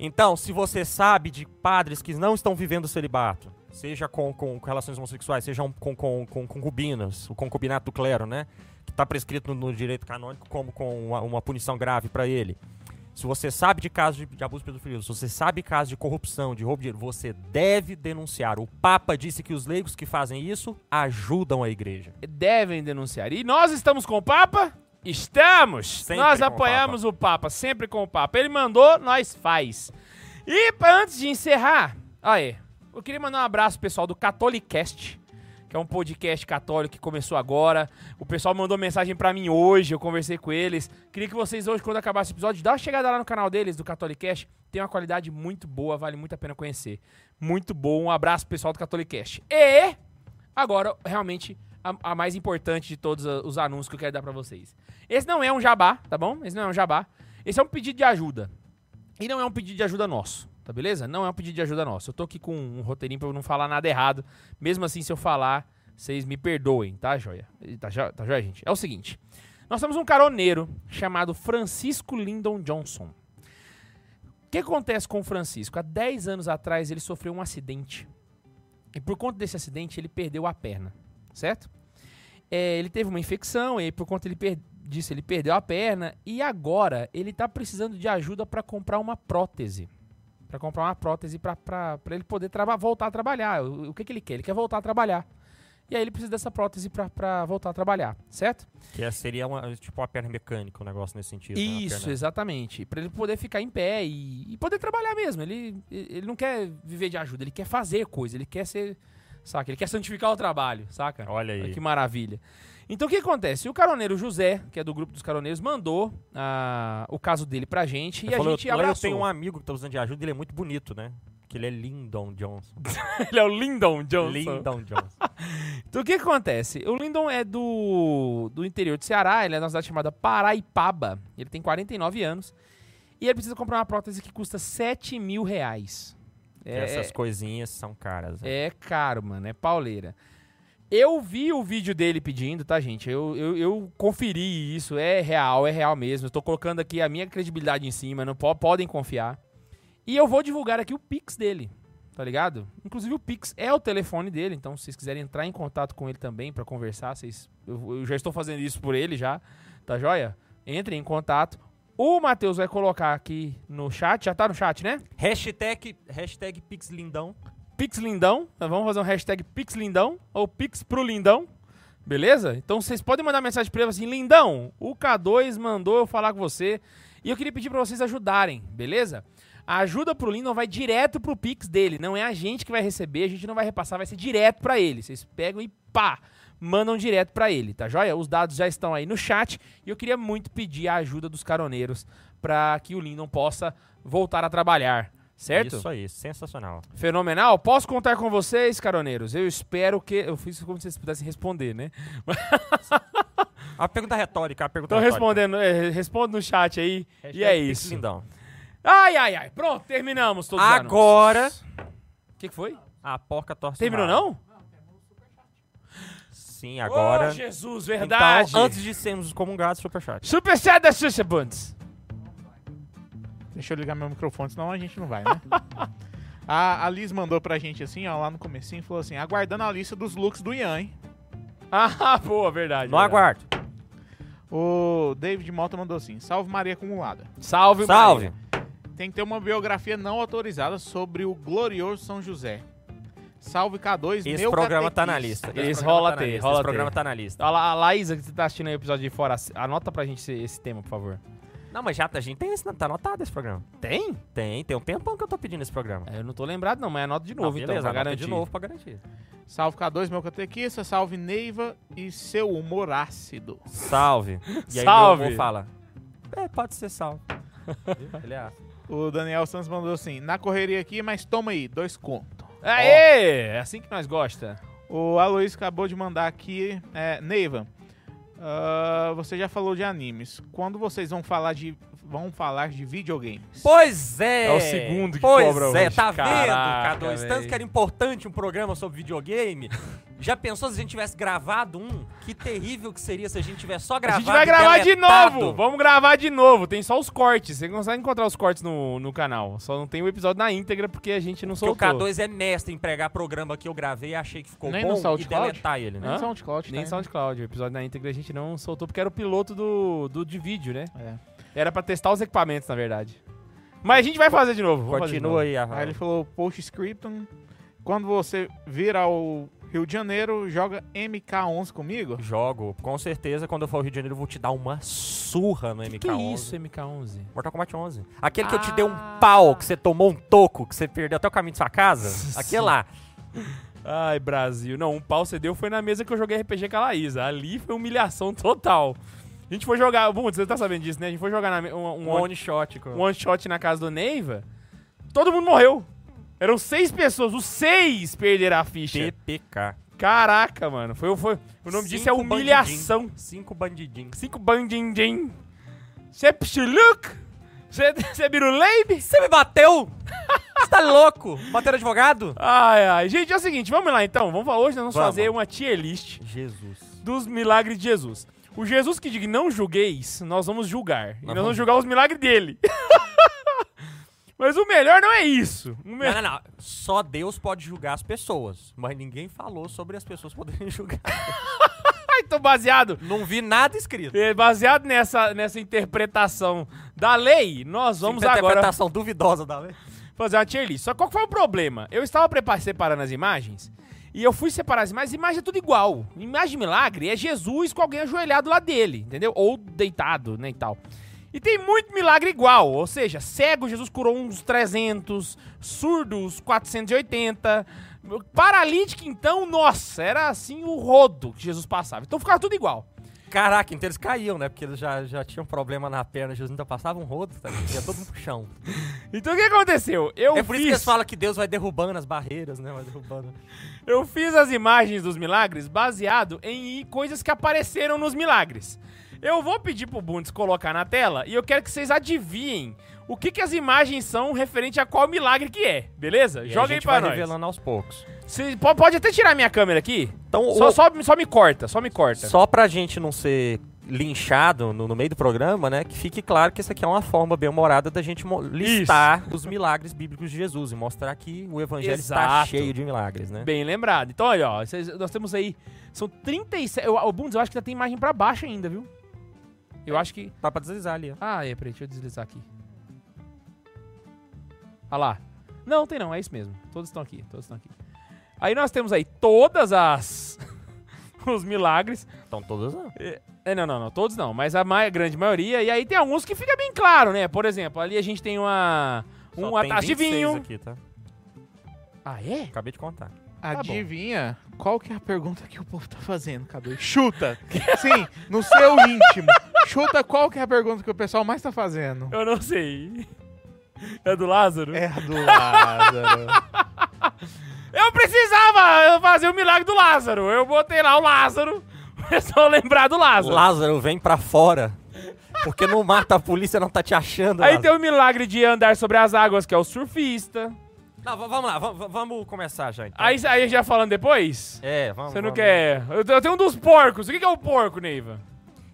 B: Então, se você sabe de padres que não estão vivendo o celibato, seja com, com, com relações homossexuais, seja um- com, com, com concubinas, o concubinato do clero, né? Que está prescrito no, no direito canônico como com uma, uma punição grave para ele. Se você sabe de casos de, de abuso pedofilia, se você sabe casos de corrupção, de roubo de dinheiro, você deve denunciar. O Papa disse que os leigos que fazem isso ajudam a igreja.
A: devem denunciar. E nós estamos com o Papa? Estamos!
B: Sempre
A: nós
B: com o
A: apoiamos o Papa. sempre com o Papa. Ele mandou, nós faz. E pra- antes de encerrar, aí, eu queria mandar um abraço pro pessoal do Catolicast, que é um podcast católico que começou agora. O pessoal mandou mensagem pra mim hoje, eu conversei com eles. Queria que vocês hoje, quando acabar esse episódio, dá uma chegada lá no canal deles, do Catolicast. Tem uma qualidade muito boa, vale muito a pena conhecer. Muito bom, um abraço pessoal do Catolicast. E agora, realmente, a, a mais importante de todos a- os anúncios que eu quero dar pra vocês. Esse não é um jabá, tá bom? Esse não é um jabá. Esse é um pedido de ajuda. E não é um pedido de ajuda nosso, tá beleza? Não é um pedido de ajuda nosso. Eu tô aqui com um roteirinho pra eu não falar nada errado. Mesmo assim, se eu falar, vocês me perdoem, tá, joia? E Tá, jo- tá joia, gente? É o seguinte. Nós temos um caroneiro chamado Francisco Lyndon Johnson. O que acontece com o Francisco? Há 10 anos atrás, ele sofreu um acidente. E por conta desse acidente, ele perdeu a perna, certo? É, ele teve uma infecção e aí por conta ele per- disso ele perdeu a perna e agora ele tá precisando de ajuda para comprar uma prótese. Para comprar uma prótese para ele poder traba- voltar a trabalhar. O, o que, que ele quer? Ele quer voltar a trabalhar. E aí ele precisa dessa prótese para voltar a trabalhar, certo?
B: Que essa seria uma, tipo uma perna mecânica, um negócio nesse sentido. né? Uma
A: Isso,
B: perna-
A: exatamente. Pra ele poder ficar em pé e, e poder trabalhar mesmo. Ele, ele não quer viver de ajuda, ele quer fazer coisa, ele quer ser. Saca? Ele quer santificar o trabalho, saca?
B: Olha
A: Olha
B: aí.
A: que maravilha. Então o que acontece? O caroneiro José, que é do grupo dos caroneiros, mandou ah, o caso dele pra gente
B: Ele
A: e a
B: falou,
A: gente
B: "Eu- lá
A: abraçou.
B: Eu tenho um amigo que tá usando de ajuda, ele é muito bonito, né? Que ele é Lyndon Johnson.
A: Ele é o Lindon Johnson.
B: Lyndon
A: <laughs>
B: Johnson.
A: Então o que que acontece? O Lindon é do, do interior do Ceará, ele é de uma cidade chamada Paraipaba. Ele tem 49 anos e ele precisa comprar uma prótese que custa 7 mil reais.
B: Que é Essas coisinhas são caras. né?
A: É caro, mano. É pauleira. Eu vi o vídeo dele pedindo, tá, gente? Eu, eu, eu conferi isso. É real, é real mesmo. Eu tô colocando aqui a minha credibilidade em cima. Não po- podem confiar. E eu vou divulgar aqui o Pix dele, tá ligado? Inclusive o Pix é o telefone dele. Então, se vocês quiserem entrar em contato com ele também pra conversar, vocês, eu, eu já estou fazendo isso por ele já, tá joia? Entrem em contato. O Matheus vai colocar aqui no chat. Já tá no chat, né?
B: Hashtag, hashtag PixLindão.
A: Pix Lindão. Nós vamos fazer um hashtag Pix Lindão ou Pix pro Lindão. Beleza? Então vocês podem mandar mensagem pra ele assim, Lindão, o K2 mandou eu falar com você. E eu queria pedir pra vocês ajudarem, beleza? A ajuda pro Lindon vai direto pro Pix dele. Não é a gente que vai receber, a gente não vai repassar, vai ser direto pra ele. Vocês pegam e pá, mandam direto pra ele, tá joia? Os dados já estão aí no chat e eu queria muito pedir a ajuda dos caroneiros pra que o Lindon possa voltar a trabalhar, certo?
B: Isso aí, sensacional.
A: Fenomenal. Posso contar com vocês, caroneiros? Eu espero que. Eu fiz como se vocês pudessem responder, né? <laughs>
B: A pergunta retórica, a pergunta
A: Estão
B: retórica.
A: respondendo. é, responde no chat aí.
B: Hashtag
A: e é
B: Pix
A: isso.
B: Lindão.
A: Ai, ai, ai. Pronto, terminamos todos os
B: Agora-
A: anúncios. O que, que foi?
B: A porca torce
A: Terminou,
B: o rabo.
A: não?
B: Sim, agora.
A: Oh, Jesus, verdade.
B: Então, antes de sermos excomungados, superchat.
A: Superchat da Xuxa Bundes. <laughs>
C: Então, Deixa eu ligar meu microfone, senão a gente não vai, né? <laughs> A, a Liz mandou pra gente assim, ó, lá no comecinho, falou assim, aguardando a lista dos looks do Ian, hein?
A: Ah, boa, verdade.
B: Não
A: verdade.
B: aguardo.
C: O David Mota mandou assim, salve Maria Acumulada.
A: Salve,
B: Salve.
A: Maria.
C: Tem que ter uma biografia não autorizada sobre o glorioso São José. Salve K2,
B: Esse
C: meu
B: programa tá na
C: catequista.
B: lista.
A: Esse
B: programa
A: rola
B: tá na
A: ter,
B: lista,
A: rola
B: Esse programa
A: ter.
B: tá na lista.
A: A, La- a Laísa, que você tá assistindo aí o episódio de fora, ac- anota pra gente esse, esse tema, por favor.
B: Não, mas já tá, a gente tem esse, tá anotado esse programa.
A: Tem?
B: Tem, tem um tempão que eu tô pedindo esse programa.
A: É, Eu não tô lembrado, não, mas anota de novo,
B: Não,
A: então,
B: Ah, beleza,
A: pra
B: anota
A: garantir.
B: de novo pra garantir.
C: Salve K2, meu catequista. Salve Neiva e seu humor ácido.
B: Salve. E aí
A: Salve.
B: meu avô fala. É, pode
A: <laughs>
B: ser salve. Ele é ácido.
C: O Daniel Santos mandou assim, na correria aqui, mas toma aí, dois conto.
A: Aê! É assim que nós gosta.
C: O Aloysio acabou de mandar aqui, é, Neiva, ah, você já falou de animes. Quando vocês vão falar de, vão falar de videogames?
B: Pois é!
A: É o segundo que
B: pois
A: cobra
B: é,
A: hoje.
B: tá
A: Caraca,
B: vendo, K2? Tanto
A: véi.
B: que era importante um programa sobre videogame. Já pensou se a gente tivesse gravado um? Que terrível que seria se a gente tivesse só
A: A
B: gravado
A: gente vai
B: e
A: gravar de
B: deletado.
A: novo! Vamos gravar de novo, tem só os cortes. Você consegue encontrar os cortes no, no canal. Só não tem o episódio na íntegra porque a gente não
B: Porque o
A: soltou.
B: K2 é mestre em pregar programa que eu gravei, achei que ficou
C: Nem no
B: bom e
C: SoundCloud?
B: deletar ele, né?
A: Hã?
C: SoundCloud,
A: Nem
C: tá,
A: SoundCloud, o episódio na íntegra a gente não soltou porque era o piloto do, do de vídeo, né?
C: né? É.
A: Era pra testar os equipamentos, na verdade. Mas a gente vai fazer de novo. vamos fazer de
B: Continua
A: novo.
B: aí a
C: Aí ele falou, postscriptum, quando você vir ao Rio de Janeiro, joga MK11 comigo?
B: Jogo. Com certeza, quando eu for ao Rio de Janeiro, eu vou te dar uma surra no
A: Que
B: MK11.
A: que é isso, MK11?
B: Mortal Kombat 11. Aquele que eu te dei
A: Ah.
B: <laughs> um pau, que você tomou um toco, que você perdeu até o caminho de sua casa. Aquele lá.
A: Ai, Brasil. Não, um pau você deu foi na mesa que eu joguei RPG com a Laísa. Ali foi humilhação total. A gente foi jogar. Bom, você tá sabendo disso, né? A gente foi jogar na me- um, um
B: Um
A: one-
B: one shot, cara.
A: um one shot na casa do Neiva. Todo mundo morreu. Eram seis pessoas, os seis perderam a ficha.
B: PPK.
A: Caraca, mano. Foi, foi, o nome disso é
B: Cinco
A: humilhação.
B: bandidinhos. Cinco bandidinhos.
A: Cinco bandindim. Cê pchuluk? Cê cê biruleibe?
B: Você me bateu? <laughs> Você tá louco? Bateram advogado?
A: Ai, ai. Gente, é o seguinte, vamos lá então. Vamos falar hoje, nós vamos,
B: Vamos.
A: fazer uma tier list
B: Jesus.
A: dos milagres de Jesus. O Jesus que diz não julgueis, nós vamos julgar. E
B: Nós
A: nós
B: vamos.
A: vamos julgar os milagres dele. <laughs> Mas o melhor não é isso. O me-
B: Não, não, não. Só Deus pode julgar as pessoas. Mas ninguém falou sobre as pessoas poderem <laughs> julgar.
A: Ai, tô baseado
B: Não vi nada escrito.
A: É, Baseado nessa, nessa interpretação da lei, nós vamos agora
B: Interpretação duvidosa da lei.
A: fazer uma tier list. Só que qual que foi o problema? Eu estava prepa- separando as imagens e eu fui separar as imagens, imagem é tudo igual. Imagem de milagre é Jesus com alguém ajoelhado lá dele, entendeu? Ou deitado, né, e tal. E tem muito milagre igual, ou seja, cego Jesus curou uns 300, surdos 480, paralítico então, nossa, era assim o rodo que Jesus passava. Então ficava tudo igual.
B: Caraca, então eles caíam, né? Porque eles já, já tinham problema na perna. Jesus ainda passava um rodo, tá? ligado? Ia todo mundo pro chão.
A: Então o que aconteceu? Eu
B: é por isso que
A: fiz-
B: eles falam que Deus vai derrubando as barreiras, né? Vai derrubando.
A: Eu fiz as imagens dos milagres baseado em coisas que apareceram nos milagres. Eu vou pedir pro Bundes colocar na tela e eu quero que vocês adivinhem o que, que as imagens são referente a qual milagre que é, beleza?
B: E
A: Joga
B: a
A: aí
B: gente
A: pra
B: vai
A: nós.
B: revelando aos poucos.
A: Cê po- pode até tirar minha câmera aqui.
B: Então,
A: Só,
B: o-
A: só, só me corta, só me corta.
B: Só pra gente não ser linchado no, no meio do programa, né? Que fique claro que isso aqui é uma forma bem humorada da gente mo- listar os milagres bíblicos de Jesus e mostrar que o evangelho está
A: Exato.
B: cheio de milagres, né?
A: Bem lembrado. Então, olha, ó, cês- nós temos aí. São 37. eu- O Bundes, eu acho que ainda tem imagem pra baixo ainda, viu? Eu acho que.
B: Dá pra deslizar ali, ó.
A: Ah, é, peraí, deixa eu deslizar aqui. Ah lá. Não, tem não, é isso mesmo. Todos estão aqui, todos estão aqui. Aí nós temos aí todas as... <laughs> os milagres.
B: Então todas não.
A: É, não, não, não, todos não, mas a mai- grande maioria. E aí tem alguns que fica bem claro, né? Por exemplo, ali a gente tem uma... Um
B: Só tem
A: atrás de
B: 26
A: vinho.
B: aqui, tá?
A: Ah, é?
B: Acabei de
A: <laughs>
B: contar.
C: Tá Adivinha qual que é a pergunta que o povo tá fazendo, Cadu? Chuta! <laughs> Sim, no seu íntimo. Chuta qual que é a pergunta que o pessoal mais tá fazendo.
A: Eu não sei. É do Lázaro?
C: É a do
A: Ah,
C: Lázaro.
A: Eu precisava fazer o milagre do Lázaro. Eu botei lá o Lázaro. <laughs> É só lembrar do Lázaro.
B: Lázaro, vem pra fora. Porque no mata a polícia não tá te achando.
A: Aí
B: Lázaro.
A: tem o milagre de andar sobre as águas, que é o surfista.
B: Não, v- vamos lá, v- v- vamos começar já então.
A: um- Aí, aí já falando depois?
B: É, vamos.
A: Você não
B: vamos.
A: quer. Eu, eu tenho um dos porcos. O que que é o porco, Neiva?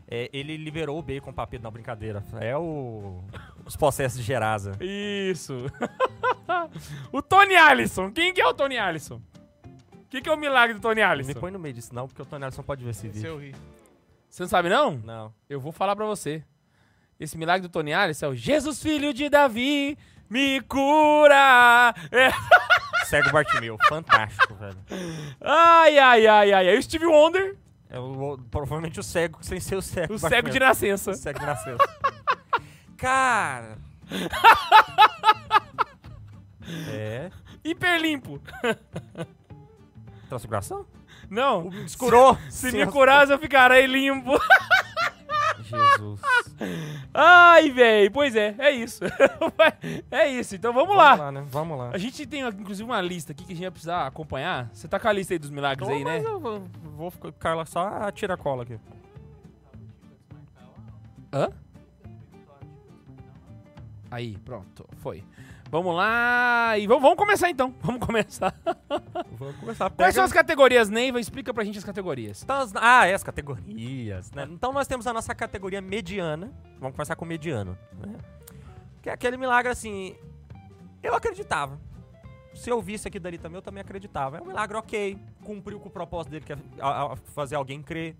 B: É, ele liberou o bacon papito na brincadeira. É o. Os processos de Gerasa.
A: Isso. <laughs> o Tony Allison. Quem que é o Tony Allison? O que, que é o milagre do Tony
B: Me
A: Allison?
B: põe no meio disso, não, porque o Tony Alisson pode ver esse vídeo.
C: Seu ri.
A: Você não sabe, não?
B: Não.
A: Eu vou falar pra você. Esse milagre do Tony Allison é o Jesus, filho de Davi, me cura. É.
B: Cego Bartimeu, fantástico, velho.
A: Ai, ai, ai, ai. Aí o Steve Wonder,
B: É o- o- provavelmente o cego sem ser o cego.
A: o cego de
B: Bartimeu.
A: nascença.
B: O cego de nascença.
A: <laughs>
B: Cara. é.
A: Hiperlimpo.
B: Transfiguração?
A: Não.
B: Escurou.
A: Se me curar, eu ficarei limpo.
B: Jesus.
A: <laughs> Ai, véi, pois é, é isso. <laughs> é isso, então vamos,
B: Vamos
A: lá.
B: lá, né? Vamos lá.
A: A gente tem, inclusive, uma lista aqui que a gente vai precisar acompanhar. Você tá com a lista aí dos milagres aí, né?
B: Mas eu vou- vou ficar lá só a tira-cola aqui.
A: Hã? Aí, pronto, foi. Vamos lá e vamos, vamos começar então. <laughs> Vamos começar.
B: Vamos começar.
A: Quais são
B: Pega-
A: as categorias, Neiva? Explica pra gente as categorias.
B: Então, as- ah, é as categorias, né? Então nós temos a nossa categoria mediana. Vamos começar com mediano, né? Que é aquele milagre assim. Eu acreditava. Se eu visse aqui dali também, eu também acreditava. É um milagre ok. Cumpriu com o propósito dele, que é a- a- fazer alguém crer.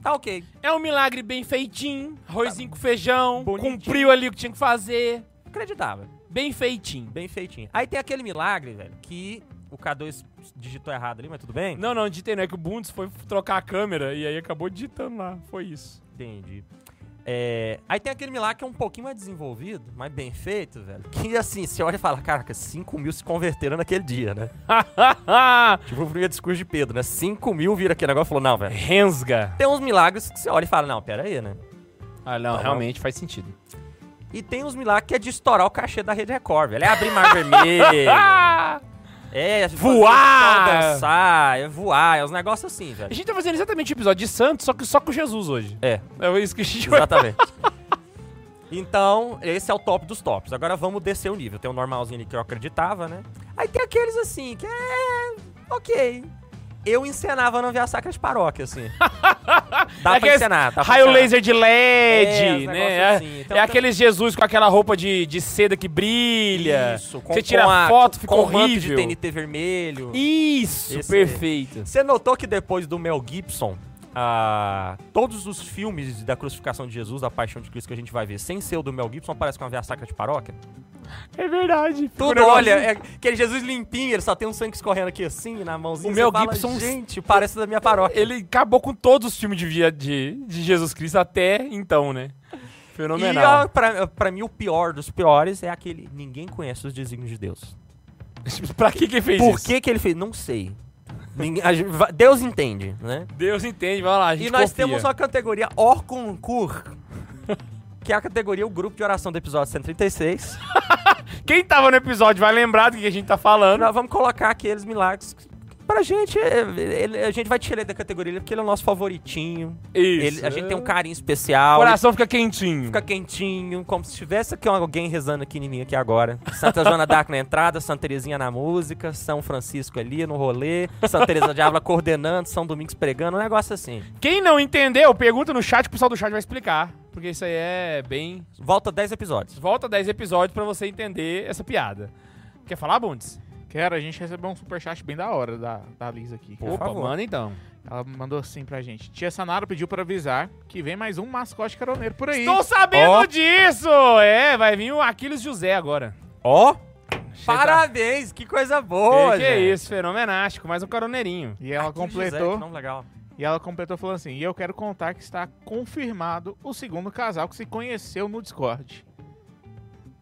B: Tá ok.
A: É um milagre bem feitinho, arrozinho com feijão,
B: Bonitinho.
A: cumpriu ali o que tinha que fazer,
B: Acreditava.
A: bem feitinho.
B: Bem feitinho. Aí tem aquele milagre, velho, que o K2 digitou errado ali, mas tudo bem.
A: Não,
B: <laughs>
A: não, digitei não, é que o Bundes foi trocar a câmera e aí acabou digitando lá, foi isso.
B: Entendi. É, aí tem aquele milagre que é um pouquinho mais desenvolvido, mais bem feito, velho. Que assim, você olha e fala, caraca, 5 mil se converteram naquele dia, né? Tipo o primeiro discurso de Pedro, né? 5 mil vira aquele negócio e falou, não, velho.
A: Rensga.
B: Tem uns milagres que você olha e fala, não, pera aí, né?
A: Ah, não,
B: Tá bom.
A: realmente faz sentido.
B: E tem uns milagres que é de estourar o cachê da Rede Record, velho. É abrir mar vermelho.
A: Ah!
B: é
A: Voar!
B: fazer o pessoal Dançar, é voar, é uns negócios assim,
A: A
B: velho.
A: gente tá fazendo exatamente o episódio de Santos, só que só com Jesus hoje.
B: É,
A: É isso que a gente <laughs> vai...
B: <laughs> exatamente. Então, esse é o top dos tops. Agora vamos descer o nível. Tem o normalzinho ali que eu acreditava, né? Aí tem aqueles assim, que é. Ok. Eu encenava no Via Sacra de
A: <laughs>
B: Paróquia, assim. Dá pra
A: É Aqueles
B: encenar, tá?
A: Raio laser de
B: É,
A: LED,
B: uns
A: né?
B: negócios
A: É,
B: assim. Então
A: é
B: tem-
A: aqueles Jesus com aquela roupa de, de seda que brilha.
B: Então, Isso,
A: Você tira foto, fica
B: com o manto de
A: horrível.
B: TNT vermelho.
A: Isso,
B: Esse- é.
A: perfeito.
B: Você notou que depois do Mel Gibson, ah, todos os filmes da crucificação de Jesus, da paixão de Cristo que a gente vai ver, sem ser o do Mel Gibson, aparece com uma veia sacra de paróquia?
A: É verdade.
B: Tudo, olha, é aquele Jesus limpinho, ele só tem um sangue escorrendo aqui assim, na mãozinha.
A: O
B: você
A: Mel
B: fala,
A: Gibson-
B: Gente, parece da
A: <laughs>
B: minha paróquia.
A: Ele acabou com todos os filmes de, via- de, de Jesus Cristo até então, né?
B: E
A: Fenomenal.
B: ó, pra, pra mim, o pior dos piores é aquele ninguém conhece os desígnios de Deus.
A: <laughs> pra que que fez
B: Por
A: isso?
B: que, que ele fez? Não sei. Ninguém- a gente va- Deus entende, né?
A: Deus entende, vai lá, a gente
B: E nós
A: confia.
B: temos uma categoria Or Concur, <laughs> que é a categoria O Grupo de Oração do episódio 136.
A: Quem tava no episódio vai lembrar do que a gente tá falando.
B: Nós vamos colocar aqueles milagres. que, Pra gente, é, ele- a gente vai tirar ele da categoria porque ele é o nosso favoritinho.
A: Isso.
B: Ele- a gente tem um carinho especial.
A: O coração fica quentinho.
B: ele Fica quentinho, como se tivesse aqui alguém rezando aqui em mim aqui agora. Santa Joana d'Arco na entrada, Santa Terezinha na música, São Francisco ali no rolê, Santa Teresa de Ávila coordenando, São Domingos pregando, um negócio assim.
A: Quem não entendeu, pergunta no chat, o pessoal do chat vai explicar. Porque isso aí é bem.
B: Volta 10 episódios.
A: Volta 10 episódios pra você entender essa piada. Quer falar, Bundes?
C: Quero, a gente recebeu um superchat bem da hora da, da Liz aqui.
B: Por favor.
A: manda então.
C: Ela mandou assim pra gente. Tia Sanaro pediu pra avisar que vem mais um mascote caroneiro por aí.
A: Estou sabendo
B: É Ó.
A: disso! É, vai vir o Aquiles José agora.
B: Ó!
A: Parabéns!
B: Parabéns, que coisa
A: Que,
B: boa,
A: que é
B: gente.
A: isso, fenomenástico, mais um caroneirinho.
C: E ela
B: Aqui, José,
C: completou.
B: que nome legal.
C: E ela completou falando assim: E eu quero contar que está confirmado o segundo casal que se conheceu no Discord.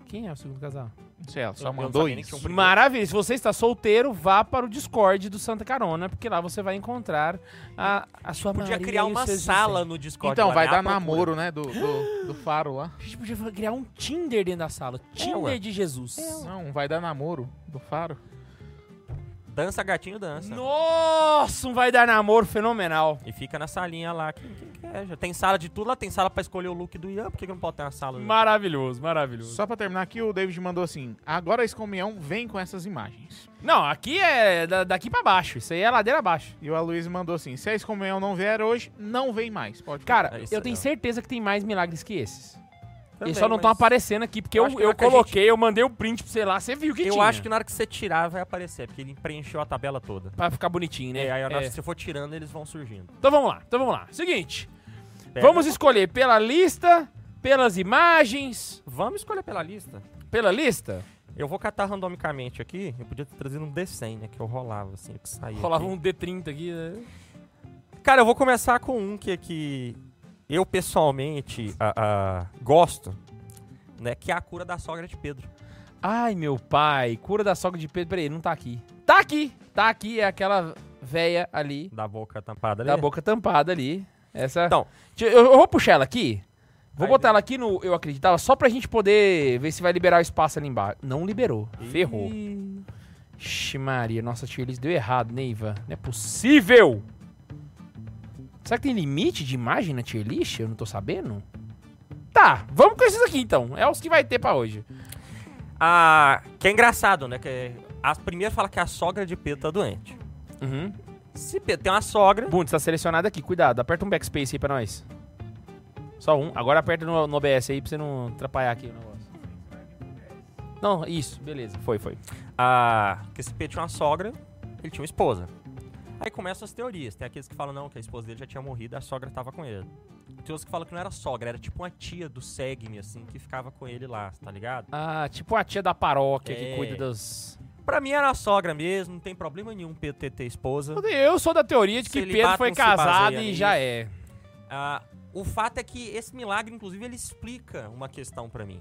A: Quem é o segundo casal?
C: Não sei, ela
B: Eu
C: só
B: não
C: mandou
B: sabia nem que
C: isso.
B: tinha um primeiro.
A: Maravilha, se você está solteiro, vá para o Discord do Santa Carona, porque lá você vai encontrar a, a sua
B: Podia
A: Maria
B: criar
A: e os
B: uma
A: seus
B: sala
A: José.
B: no Discord.
C: Então,
B: lá,
C: vai
B: né?
C: dar
B: Ah, procura.
C: namoro, né? Do, do, do faro lá.
A: A gente podia criar um Tinder dentro da sala. Tinder
B: ué.
A: de Jesus.
C: Não, vai dar namoro do faro.
B: Dança, gatinho, dança.
A: Nossa, um vai dar namoro fenomenal.
B: E fica na salinha lá. Que, que, que é, já tem sala de tudo lá, tem sala pra escolher o look do Ian. Por que, que não pode ter uma sala?
A: Maravilhoso, maravilhoso.
C: Só pra terminar aqui, o David mandou assim: Agora a excomunhão vem com essas imagens.
A: Não, aqui é da- daqui pra baixo. Isso aí é ladeira abaixo.
C: E o Aloysio mandou assim: Se a excomunhão não vier hoje, não vem mais. Pode
A: Cara,
B: É isso
A: eu
B: aí,
A: tenho
B: ó.
A: certeza que tem mais milagres que esses.
B: Também,
A: Eles só não estão
B: mas
A: aparecendo aqui, porque
B: eu
A: eu, eu,
B: acho que na hora que a
A: coloquei, eu mandei o print pra você lá, você viu que
B: Eu
A: tinha.
B: acho que na hora que você tirar, vai aparecer, porque ele preencheu a tabela toda.
A: Pra ficar bonitinho, né?
B: É, aí,
A: É.
B: é. se for tirando, eles vão surgindo.
A: Então vamos lá, então vamos lá. Seguinte,
B: Pega- um
A: vamos escolher pela lista, pelas imagens...
B: Vamos escolher pela lista.
A: Pela lista?
B: Eu vou catar randomicamente aqui. Eu podia ter trazido um D100, né? Que eu rolava, assim, que saía.
A: Rolava
B: aqui.
A: um D30 aqui, né?
B: Cara, eu vou começar com um que, que eu pessoalmente a- a, gosto, né? Que é a cura da sogra de Pedro.
A: Ai, meu pai, cura da sogra de Pedro. Peraí, não tá aqui. Tá aqui! Tá aqui, é aquela véia ali,
B: Da boca tampada ali.
A: da boca tampada ali. Essa.
B: Então.
A: Deixa- eu, eu vou puxar ela aqui. Vou
B: Vai,
A: botar ela aqui no Eu Acreditava, só pra gente poder ver se vai liberar o espaço ali embaixo. Não liberou. Ferrou.
B: Ih,
A: Ixi, Maria, nossa tia Elis deu errado, Neiva. Não é possível! Será que tem limite de imagem na tier list? Eu não tô sabendo. Tá, vamos com esses aqui então. É os que vai ter pra hoje.
B: A, que é engraçado, né? Que é- as primeiras fala que a sogra de Pedro tá doente.
A: Uhum.
B: Se Pedro tem uma sogra,
A: Bundes, tá selecionado aqui, cuidado. Aperta um backspace aí pra nós. Só um. Agora aperta no, no OBS aí pra você não atrapalhar aqui o negócio. Não, isso, beleza. Foi, foi.
B: a, que se Pedro tinha uma sogra, ele tinha uma esposa. Aí começam as teorias. Tem aqueles que falam, não, que a esposa dele já tinha morrido, a sogra tava com ele. Tem outros que falam que não era sogra, era tipo uma tia do Segme, assim, que ficava com ele lá, tá ligado?
A: Ah, tipo a tia da paróquia que
B: É.
A: cuida dos.
B: Pra mim era a sogra mesmo, não tem problema nenhum Pedro ter, ter esposa.
A: Eu sou da teoria de que Pedro
B: Celibato
A: foi
B: não se baseia
A: casado e
B: nisso.
A: já é.
B: Ah, O fato é que esse milagre, inclusive, ele explica uma questão pra mim.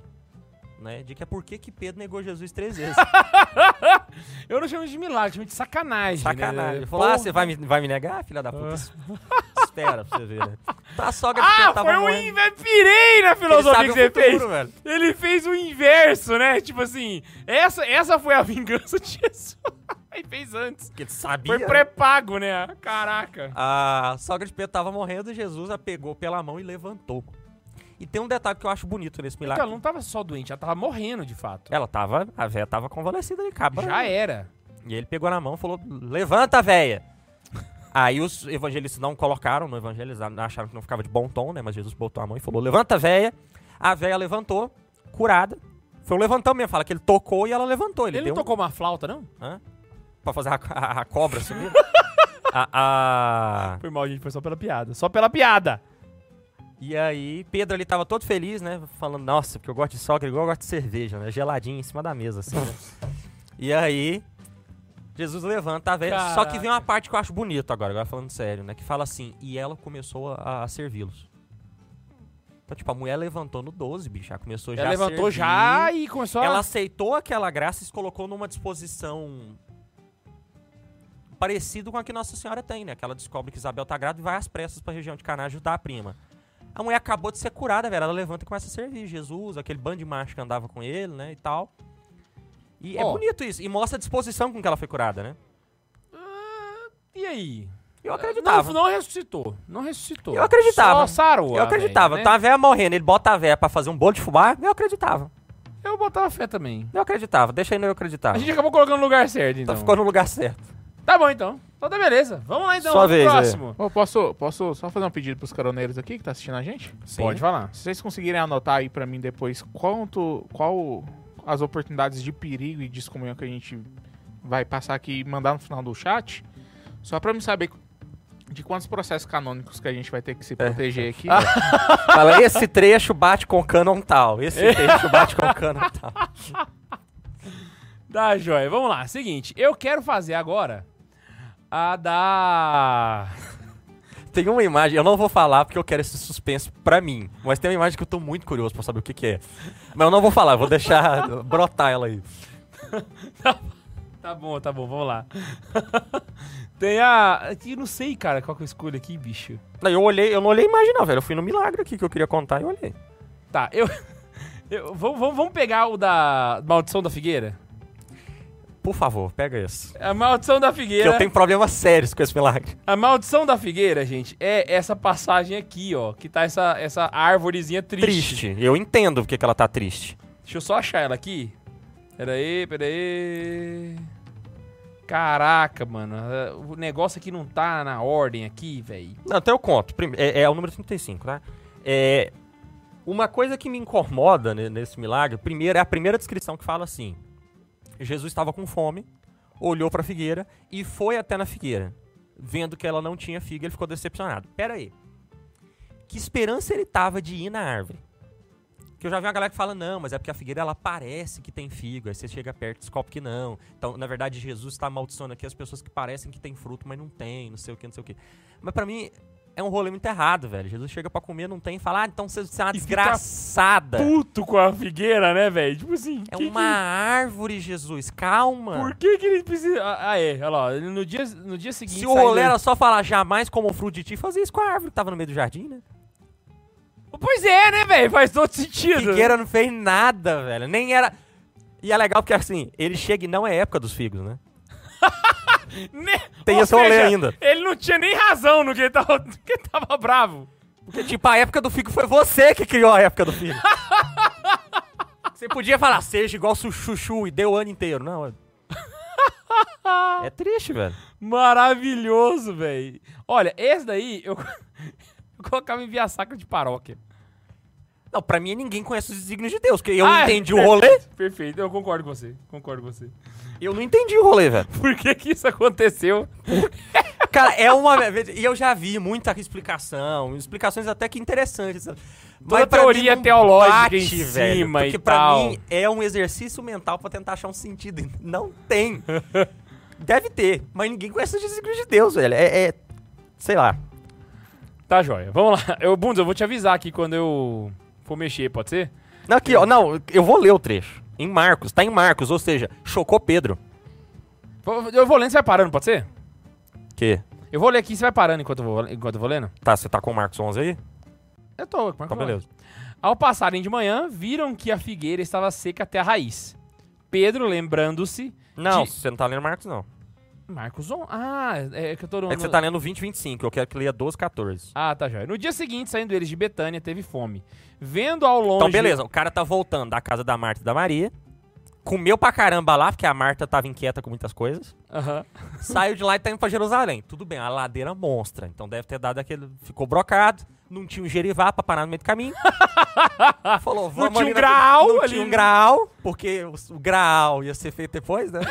B: Né, de que é por que que Pedro negou Jesus três
A: <laughs>
B: vezes.
A: Eu não chamo de milagre, chamo de sacanagem.
B: Sacanagem.
A: Né?
B: Ele falou, ah,
A: Porra.
B: você vai me, vai me negar, filha da puta? Espera pra você
A: <laughs>
B: ver. Né? Tá a sogra de Pedro
A: Ah,
B: tava
A: foi um
B: morrendo.
A: inverso. Pirei na
B: Ele
A: filosofia
B: sabe
A: que
B: o
A: você fez.
B: futuro, velho.
A: Ele fez o inverso, né? Tipo assim, essa, essa foi a <laughs> vingança de Jesus. <laughs> Aí fez antes.
B: Porque ele sabia.
A: Foi pré-pago, né? Caraca.
B: Ah, A sogra de Pedro tava morrendo, Jesus a pegou pela mão e levantou. E tem um detalhe que eu acho bonito nesse
A: Então,
B: milagre.
A: ela não tava só doente, ela tava morrendo de fato.
B: Ela tava, a véia tava convalescida de cabo.
A: Já era.
B: E ele pegou na mão e falou: Levanta, véia! Aí os evangelistas não colocaram, não evangelizaram, acharam que não ficava de bom tom, né? Mas Jesus botou a mão e falou: Levanta, véia! A véia levantou, curada. Foi um levantão mesmo, fala que ele tocou e ela levantou. Ele,
A: Ele,
B: deu
A: não tocou uma flauta, não?
B: Um, Hã? Pra fazer a, a- a cobra <laughs> subir. a, a-
A: Foi mal, gente, foi só pela piada. Só pela piada.
B: E aí, Pedro ali tava todo feliz, né? Falando, nossa, porque eu gosto de sogra igual eu gosto de cerveja, né? Geladinha em cima da mesa, assim. né?
A: <laughs>
B: e aí, Jesus levanta a velha. Só que vem uma parte que eu acho bonita agora, agora falando sério, né? Que fala assim, e ela começou a, a servi-los. Então, tipo, a mulher levantou no 12, bicho. Ela começou já
A: ela
B: a
A: levantou
B: servir.
A: já e começou
B: Ela
A: a...
B: aceitou aquela graça e se colocou numa disposição parecido com a que Nossa Senhora tem, né? Que ela descobre que Isabel tá grávida e vai às pressas pra região de Caná ajudar a prima. A mulher acabou de ser curada, velho. Ela levanta e começa a servir Jesus, aquele bando de macho que andava com ele, né, e tal. E é
A: Ó.
B: bonito isso. E mostra a disposição com que ela foi curada, né?
A: E aí?
B: Eu
A: Não,
B: acreditava.
A: não ressuscitou. Não ressuscitou.
B: Eu acreditava.
A: Só sarou. né?
B: eu
A: a
B: acreditava.
A: velha,
B: Tá a véia morrendo, ele bota a véia pra fazer um bolo de fubá. Eu acreditava.
A: Eu botava fé também.
B: Eu acreditava. Deixa aí no eu acreditava.
A: A gente acabou colocando no lugar certo, então.
B: Então ficou no lugar certo.
A: Tá bom, então. Então tá beleza. Vamos lá, então.
B: Sua
A: Vamos pro
B: vez, é. aí.
A: próximo.
C: Ô, posso, posso só fazer um pedido pros caroneiros aqui que tá assistindo a gente?
A: Pode falar.
C: Se vocês conseguirem anotar aí pra mim depois quanto, qual as oportunidades de perigo e descomunhão que a gente vai passar aqui e mandar no final do chat, só pra me saber de quantos processos canônicos que a gente vai ter que se proteger aqui.
B: Fala, esse trecho bate com canon tal. Esse trecho bate com canon tal.
A: Tá, joia. Vamos lá. Seguinte, eu quero fazer agora a da.
B: Tem uma imagem, eu não vou falar porque eu quero esse suspense pra mim. Mas tem uma imagem que eu tô muito curioso pra saber o que, que é. Mas eu não vou falar, eu vou deixar <laughs> brotar ela aí.
A: Tá bom, tá bom, vamos lá. <laughs> Tem a. Eu não sei, cara, qual que eu escolho aqui, bicho.
B: Não, eu olhei, eu não olhei a imagem, não, velho. Eu fui no milagre aqui que eu queria contar e eu olhei.
A: Tá, eu. <laughs> eu vamos, vamos, vamos pegar o da Maldição da Figueira?
B: Por favor, pega esse.
A: A Maldição da
B: Que
A: Figueira.
B: eu tenho problemas sérios com esse milagre.
A: A Maldição da Figueira, gente, é essa passagem aqui, ó. Que tá essa, essa árvorezinha triste.
B: Triste. Eu entendo porque que ela tá triste.
A: Deixa eu só achar ela aqui. Pera aí, pera aí. Caraca, mano. eh, O negócio aqui não tá na ordem aqui, velho.
B: Não, então eu conto. Prime- É, é o número 35, tá? É, uma coisa que me incomoda ne- nesse milagre, primeiro, é a primeira descrição que fala assim: Jesus estava com fome, olhou para a figueira e foi até na figueira. Vendo que ela não tinha figa, ele ficou decepcionado. Pera aí. Que esperança ele tava de ir na árvore? Que eu já vi uma galera que fala, não, mas é porque a figueira ela parece que tem figo. Aí você chega perto e descobre que não. Então, na verdade, Jesus está amaldiçoando aqui as pessoas que parecem que tem fruto, mas não tem, não sei o que, não sei o que. Mas pra mim é um rolê muito errado, velho. Jesus chega pra comer, não tem, e fala, ah, então você você é uma
A: E fica
B: desgraçada.
A: Puto com a figueira, né, velho? Tipo assim.
B: É uma árvore, Jesus, calma.
A: Por que, que ele precisa. Ah, ah, é, olha lá. ó, No dia, no dia seguinte.
B: Se o
A: saindo-
B: rolê era só falar jamais como fruto de ti, fazia isso com a árvore que tava no meio do jardim, né?
A: Pois é, né, velho? Faz todo sentido.
B: Figueira não fez nada, velho. Nem era. E é legal porque assim, ele chega e não é época dos figos, né?
A: Né?
B: Tem
A: Ou
B: esse rolê
A: seja,
B: ainda.
A: Ele não tinha nem razão no que ele tava, no que ele tava bravo.
B: Porque, tipo, a época do figo foi você que criou a época
A: <laughs>
B: do figo. você podia falar, seja igual su- chuchu e deu o ano
A: <laughs>
B: inteiro. Não, é. é triste, velho.
A: Maravilhoso, velho. Olha, esse daí eu, <laughs> eu colocava em via sacra de paróquia.
B: Não, pra mim ninguém conhece os desígnios de Deus, porque eu
A: Ah, é.
B: entendi o rolê.
A: Perfeito, eu concordo com você. Concordo com você. <laughs>
B: Eu não entendi o rolê, velho.
A: Por que que isso aconteceu?
B: Cara, é uma. E eu já vi muita explicação, explicações até que interessantes.
A: Toda
B: pra mim
A: teoria
B: não
A: teológica em cima
B: Porque
A: e
B: pra
A: tal.
B: mim é um exercício mental pra tentar achar um sentido. e Não tem. Deve ter, mas ninguém conhece os desígnios de Deus, velho. É. é- sei lá.
A: Tá joia. Vamos lá. Eu, Bundes, eu vou te avisar aqui quando eu for mexer, pode ser?
B: Não, aqui, ó, não, eu vou ler o trecho. Em Marcos, tá em Marcos, ou seja, chocou Pedro.
A: Vou- Eu vou lendo, você vai parando, pode ser?
B: Que?
A: Eu vou ler aqui e você vai parando enquanto eu vou, enquanto eu vou lendo?
B: Tá, você tá com o Marcos 11 aí?
A: Eu tô, como é que
B: Então
A: eu vou?
B: beleza.
A: Ao passarem de manhã, viram que a figueira estava seca até a raiz. Pedro, lembrando-se.
B: Não,
A: De-
B: você não tá lendo Marcos não.
A: Marcos on. Ah, é que eu tô no.
B: É que você
A: no-
B: tá lendo 20 25, eu quero que leia 12 14.
A: Ah, tá joia. No dia seguinte, saindo eles de Betânia, teve fome. Vendo ao longe.
B: Então beleza, o cara tá voltando da casa da Marta e da Maria. Comeu pra caramba lá, porque a Marta tava inquieta com muitas
A: <laughs>
B: coisas.
A: Aham.
B: Saiu de lá e tá indo pra Jerusalém. Tudo bem, a ladeira monstra. Então deve ter dado aquele. Ficou brocado, não tinha um gerivá pra parar no meio
A: <laughs>
B: do caminho. Falou, vamos
A: tinha
B: ali
A: um
B: na-
A: graal
B: Não
A: ali,
B: tinha um
A: né?
B: graal, porque o, o graal ia ser feito
A: <laughs>
B: depois, né?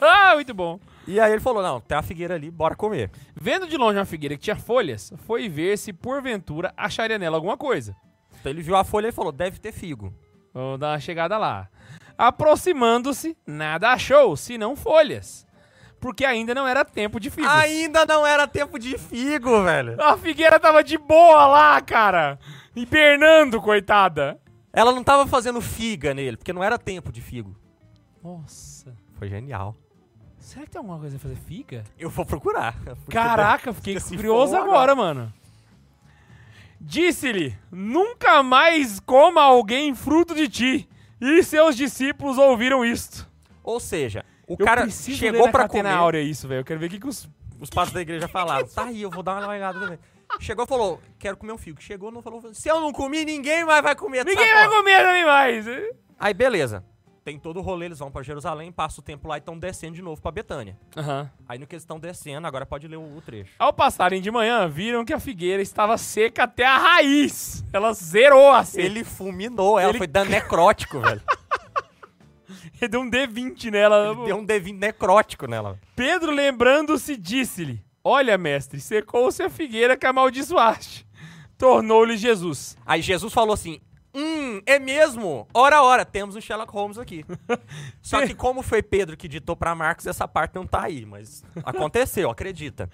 A: ah, muito bom.
B: e aí ele falou: não, tem uma figueira ali, bora comer.
A: Vendo de longe uma figueira que tinha folhas, foi ver se porventura acharia nela alguma coisa.
B: Então ele viu a folha e falou: deve ter figo.
A: Vamos dar uma chegada lá. Aproximando-se, nada achou, senão folhas. Porque ainda não era tempo de figos.
B: Ainda não era tempo de figo, velho.
A: A figueira tava de boa lá, cara. Hibernando, coitada.
B: Ela não tava fazendo figa nele, porque não era tempo de figo.
A: Nossa.
B: Foi genial.
A: Será que tem alguma coisa a fazer figa?
B: Eu vou procurar. <laughs> porque
A: Caraca, fiquei
B: Esqueci
A: curioso
B: de falar
A: agora, mano. Disse-lhe: Nunca mais coma alguém fruto de ti. E seus discípulos ouviram isto.
B: Ou seja, o
A: Eu
B: cara
A: preciso
B: chegou
A: ler
B: pra
A: na Catena
B: comer.
A: Áurea isso, velho. Eu quero ver o que, que os.
B: Os padres da igreja falaram. Tá aí, eu vou dar uma largada também. Chegou e falou, quero comer um figo. Chegou não falou, se eu não comi, ninguém mais vai comer. essa
A: Ninguém
B: porra.
A: vai comer também mais.
B: Aí, beleza. Tem todo o rolê, eles vão pra Jerusalém, passa o tempo lá e estão descendo de novo pra Betânia.
A: Aham.
B: Aí no que eles estão descendo, agora pode ler o, o trecho.
A: Ao passarem de manhã, viram que a figueira estava seca até a raiz. Ela zerou a seca.
B: Ele fulminou, ela
A: Ele-
B: foi dando
A: <laughs>
B: necrótico, velho.
A: Ele deu um D20 nela.
B: Ele deu um devinho necrótico nela.
A: Pedro, lembrando-se, disse-lhe: Olha, mestre, secou-se a figueira que amaldiçoaste. Tornou-lhe Jesus.
B: Aí Jesus falou assim: Hum, é mesmo? Ora, ora, temos um Sherlock
A: <laughs>
B: Holmes aqui. Só que, como foi Pedro que ditou pra Marcos, essa parte não tá aí, mas aconteceu, acredita.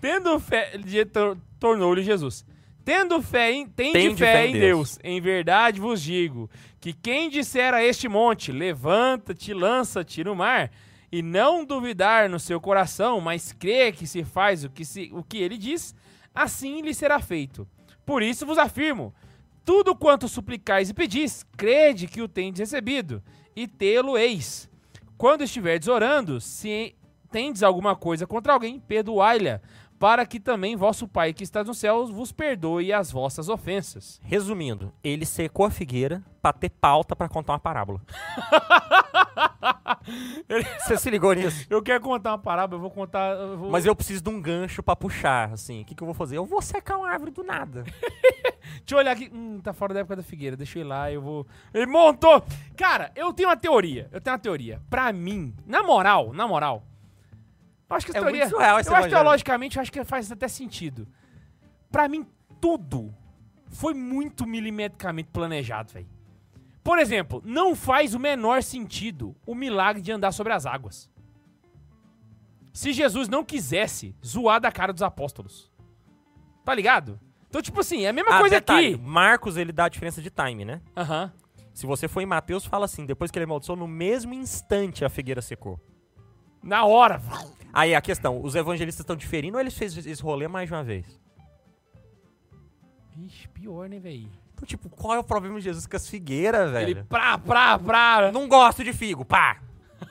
A: Tendo fé. de- tor- Tornou-lhe Jesus. Tendo fé em. Tende,
B: Tende
A: fé, em Deus. Em verdade vos digo: que quem disser a este monte, levanta-te, lança-te no mar, e não duvidar no seu coração, mas crer que se faz o que, se, o que ele diz, assim lhe será feito. Por isso vos afirmo: tudo quanto suplicais e pedis, crede que o tendes recebido, e tê-lo eis. Quando estiverdes orando, se tendes alguma coisa contra alguém, perdoai-lhe, para que também vosso Pai que está nos céus vos perdoe as vossas ofensas.
B: Resumindo, ele secou a figueira pra ter pauta pra contar
A: <laughs>
B: uma parábola. Você se ligou nisso?
A: Eu quero contar uma parábola, eu vou contar. eu vou-
B: Mas eu preciso de um gancho pra puxar, assim. O que, que eu vou fazer? Eu vou secar uma árvore do nada.
A: Deixa eu olhar aqui. Hum, tá fora da época da figueira. Deixa eu ir lá, eu vou. Ele montou! Cara, eu tenho uma teoria. Eu tenho uma teoria. Pra mim, na moral, na moral. Eu acho que essa
B: É muito
A: teoria.
B: surreal esse
A: eu acho
B: evangelho.
A: teologicamente, eu acho que faz até sentido. Pra mim, tudo foi muito milimetricamente planejado, velho. Por exemplo, não faz o menor sentido o milagre de andar sobre as águas. Se Jesus não quisesse zoar da cara dos apóstolos. Tá ligado? Então, tipo assim, é a mesma
B: Ah,
A: coisa
B: detalhe,
A: aqui.
B: Marcos, ele dá a diferença de time, né?
A: Aham.
B: Se você for em Mateus, fala assim: depois que ele amaldiçoou, no mesmo instante a figueira secou.
A: Na hora.
B: Aí a questão: os evangelistas estão diferindo ou eles fez esse rolê mais de uma vez?
A: Ixi, pior, né, velho?
B: Então, tipo, qual é o problema de Jesus com as figueiras, velho?
A: <laughs> Ele pra, pra, pra.
B: Não gosto de figo, pá!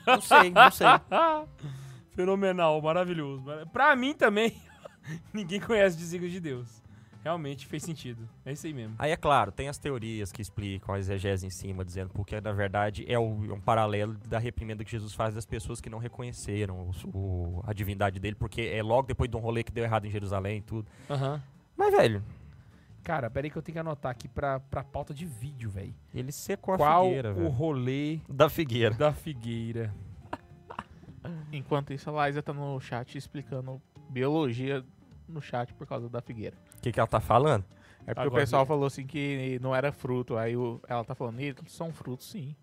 B: Não sei, não sei.
A: <laughs> Fenomenal, maravilhoso. Mara- Pra mim também, <laughs> ninguém conhece o desígnio de Deus. Realmente fez sentido. É isso aí mesmo.
B: Aí é claro, tem as teorias que explicam a exegese em cima, dizendo porque na verdade é o- é um paralelo da reprimenda que Jesus faz das pessoas que não reconheceram o- o- a divindade dele, porque é logo depois de um rolê que deu errado em Jerusalém e tudo.
A: Aham.
B: Mas, velho,
A: Cara, peraí que eu tenho que anotar aqui pra, pra pauta de vídeo, velho.
B: ele secou a
A: Qual
B: figueira,
A: o
B: velho.
A: rolê
B: Da figueira.
A: da figueira?
C: Enquanto isso, a Liza tá no chat explicando biologia no chat por causa da figueira.
B: O que, que ela tá falando?
C: É porque
A: Agora,
C: o pessoal
A: beleza.
C: falou assim que não era fruto. Aí o- ela tá falando, "Ih, são frutos sim.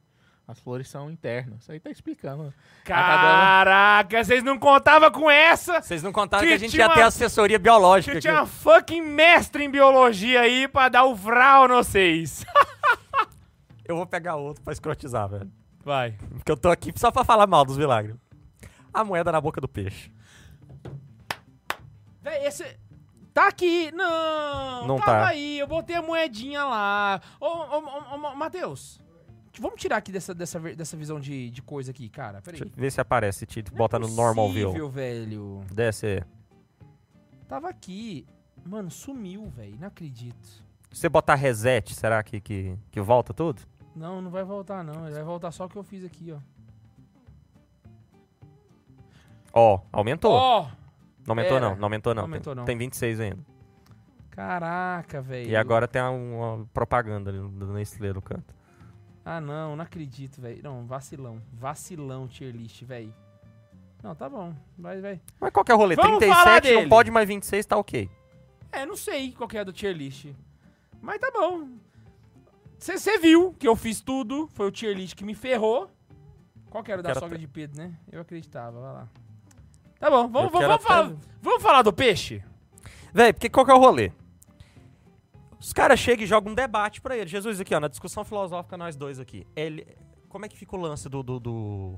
C: As flores são internas. Isso aí tá explicando.
A: Ah, tá Caraca, vocês não contavam com essa?
B: Vocês não contaram que,
A: Que
B: a gente
A: tinha
B: ia ter
A: uma-
B: assessoria biológica
A: Que
B: aqui.
A: tinha uma fucking mestre em biologia aí pra dar o vral no vocês.
B: Eu vou pegar outro pra escrotizar, velho.
A: Vai.
B: Porque eu tô aqui só pra falar mal dos milagres. A moeda na boca do peixe.
A: Véi, esse. Tá aqui. Não.
B: Não
A: tava
B: tá.
A: aí. Eu botei a moedinha lá. Ô, ô, ô, ô, Ma- Matheus. t- Vamos tirar aqui dessa, dessa, ver- dessa visão de, de coisa aqui, cara. Peraí.
B: Deixa eu ver se aparece, te
A: Não é
B: bota no normal
A: possível,
B: view.
A: velho.
B: Desce.
A: Tava aqui. Mano, sumiu, velho. Não acredito.
B: Se você botar reset, será que, que, que volta tudo?
A: Não, não vai voltar, não. Ele vai voltar só o que eu fiz aqui, ó.
B: Ó, aumentou.
A: Ó!
B: não aumentou
A: pera.
B: não, não aumentou não.
A: Não aumentou,
B: tem,
A: não.
B: tem 26 ainda.
A: Caraca, velho.
B: E agora tem uma propaganda ali no Nestlé no canto.
A: Ah, não, não acredito, velho. Não, vacilão. Vacilão tier list, velho. Não, tá bom. Vai, vai.
B: Mas qual que é o rolê?
A: Vamos falar
B: 37
A: dele.
B: não pode, mas 26 tá ok.
A: É, não sei qual que é a do tier list. Mas tá bom. Você viu que eu fiz tudo. Foi o tier list que me ferrou. Qual que era o da
B: Quero
A: sogra
B: até-
A: de Pedro, né? Eu acreditava, vai lá. Tá bom, vamos, vamos,
B: Eu quero
A: vamos falar,
B: até-
A: vamos falar do peixe?
B: Véi, porque qual que é o rolê? Os caras chegam e jogam um debate pra ele. Jesus, aqui, ó, na discussão filosófica, nós dois aqui. Ele, como é que fica o lance do, do, do,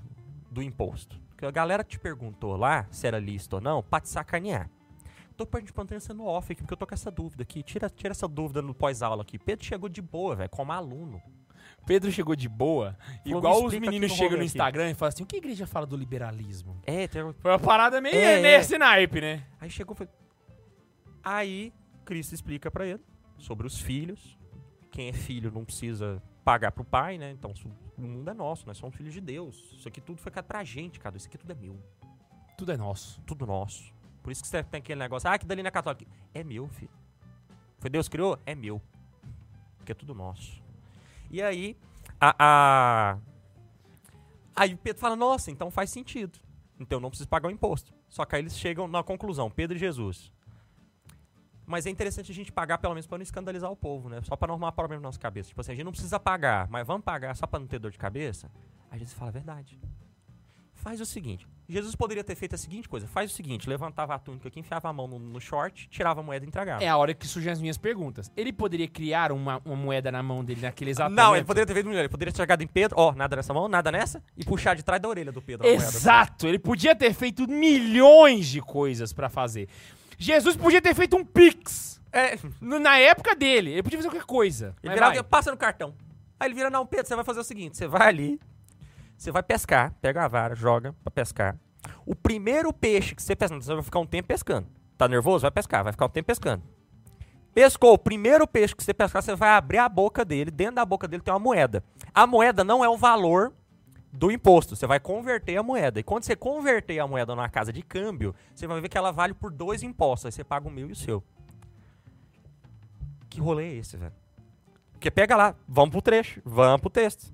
B: do imposto? Porque a galera te perguntou lá se era lícito ou não, pra te sacanear. Tô perguntando isso no off aqui, porque eu tô com essa dúvida aqui. Tira, tira essa dúvida no pós-aula aqui. Pedro chegou de boa, velho, como aluno.
A: Pedro chegou de boa,
B: Falou,
A: igual
B: "Me
A: os
B: explica
A: meninos
B: aqui no
A: chegam no
B: rolê aqui."
A: Instagram e falam assim: o que a igreja fala do liberalismo?
B: É, tem-
A: Foi uma parada meio
B: É, é.
A: nesse naipe, né?
B: Aí chegou e foi... Aí Cristo explica pra ele sobre os filhos. Quem é filho não precisa pagar pro pai, né? Então isso- o mundo é nosso, nós somos filhos de Deus. Isso aqui tudo foi criado pra gente, cara. Isso aqui tudo é meu,
A: Tudo é nosso.
B: tudo nosso. Por isso que você tem aquele negócio, ah, que dali na católica. É meu, filho. Foi Deus que criou? É meu. Porque é tudo nosso. E aí, a, a- Aí o Pedro fala, nossa, então faz sentido. Então eu não preciso pagar o imposto. Só que aí eles chegam na conclusão, Pedro e Jesus. Mas é interessante a gente pagar, pelo menos, pra não escandalizar o povo, né? Só pra não arrumar problema na nossa cabeça. Tipo assim, a gente não precisa pagar, mas vamos pagar só pra não ter dor de cabeça? Aí Jesus fala a verdade. Faz o seguinte. Jesus poderia ter feito a seguinte coisa. Faz o seguinte, levantava a túnica aqui, enfiava a mão no, no short, tirava a moeda e entregava.
A: É a hora que surgem as minhas perguntas. Ele poderia criar uma, uma moeda na mão dele naquele exato
B: Não,
A: momento?
B: ele poderia ter feito melhor. Ele poderia ter chegado em Pedro, ó, nada nessa mão, nada nessa, e puxar de trás da orelha do Pedro. a moeda.
A: Exato, ele podia ter feito milhões de coisas pra fazer. Jesus podia ter feito um pix
B: É,
A: no- na época dele. Ele podia fazer qualquer coisa.
B: ele
A: Mas
B: virava,
A: vai.
B: passa no cartão. Aí ele vira, não, Pedro, você vai fazer o seguinte, você vai ali, você vai pescar, pega a vara, joga pra pescar. O primeiro peixe que você pescar, você vai ficar um tempo pescando. Tá nervoso? Vai pescar, vai ficar um tempo pescando. Pescou o primeiro peixe que você pescar, você vai abrir a boca dele, dentro da boca dele tem uma moeda. A moeda não é o valor do imposto, você vai converter a moeda. E quando você converter a moeda numa casa de câmbio, você vai ver que ela vale por dois impostos, aí você paga o meu e o seu. Que rolê é esse, velho? Porque pega lá, vamos pro trecho, vamos pro texto.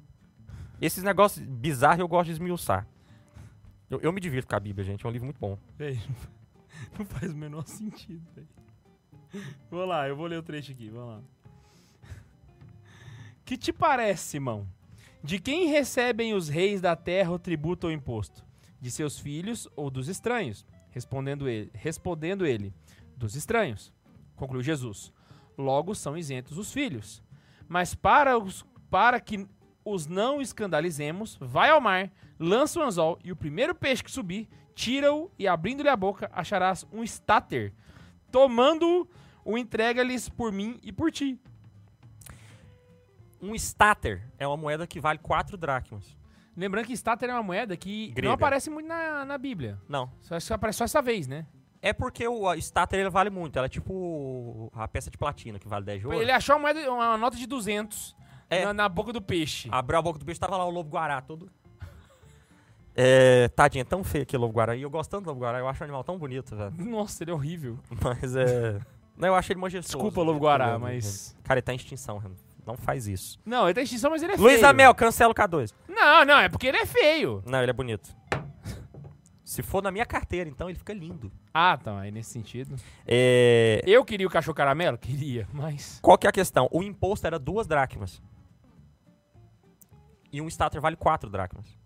B: Esses negócios bizarros eu gosto de esmiuçar. Eu, eu me divirto com a Bíblia, gente, é um livro muito bom.
A: Véi, não faz o menor sentido, velho. Vou lá, eu vou ler o trecho aqui, vamos lá. Que te parece, Simão? De quem recebem os reis da terra o tributo ou imposto? De seus filhos ou dos estranhos? Respondendo ele, respondendo ele dos estranhos. Concluiu Jesus. Logo são isentos os filhos. Mas para, os, para que os não escandalizemos, vai ao mar, lança o anzol e o primeiro peixe que subir, tira-o e abrindo-lhe a boca acharás um estáter. Tomando-o, o entrega-lhes por mim e por ti.
B: Um estáter é uma moeda que vale 4 dracmas.
A: Lembrando que estáter é uma moeda que
B: Grega.
A: não aparece muito na, na Bíblia.
B: Não,
A: Só, só aparece só essa vez, né?
B: é porque o a estáter ele vale muito, ela é tipo a peça de platina que vale 10 de ouro.
A: Ele achou uma, moeda, uma nota de 200
B: É. Ah.
A: na, na boca do peixe.
B: Abriu a boca do bicho, tava lá o lobo guará todo. É, tadinho, é tão feio aquele lobo guará. E eu gosto tanto do lobo guará, eu acho o animal tão bonito, velho.
A: <laughs>
B: <laughs>
A: Nossa, ele é horrível.
B: Mas é. Não, eu acho ele majestoso. é
A: Desculpa, Lobo Guará, mas.
B: Cara, ele tá em extinção, Renan. Não faz isso.
A: Não, ele tá em extinção, mas ele é
B: Luiz
A: feio.
B: Amel, cancela o K2.
A: Não, não, é porque ele é feio.
B: Não, ele é bonito. Se for na minha carteira, então ele fica lindo.
A: Ah, então, aí nesse sentido.
B: É,
A: Eu queria o cachorro caramelo? Queria, mas.
B: Qual que é a questão? O imposto era duas dracmas. E um starter vale 4 dracmas.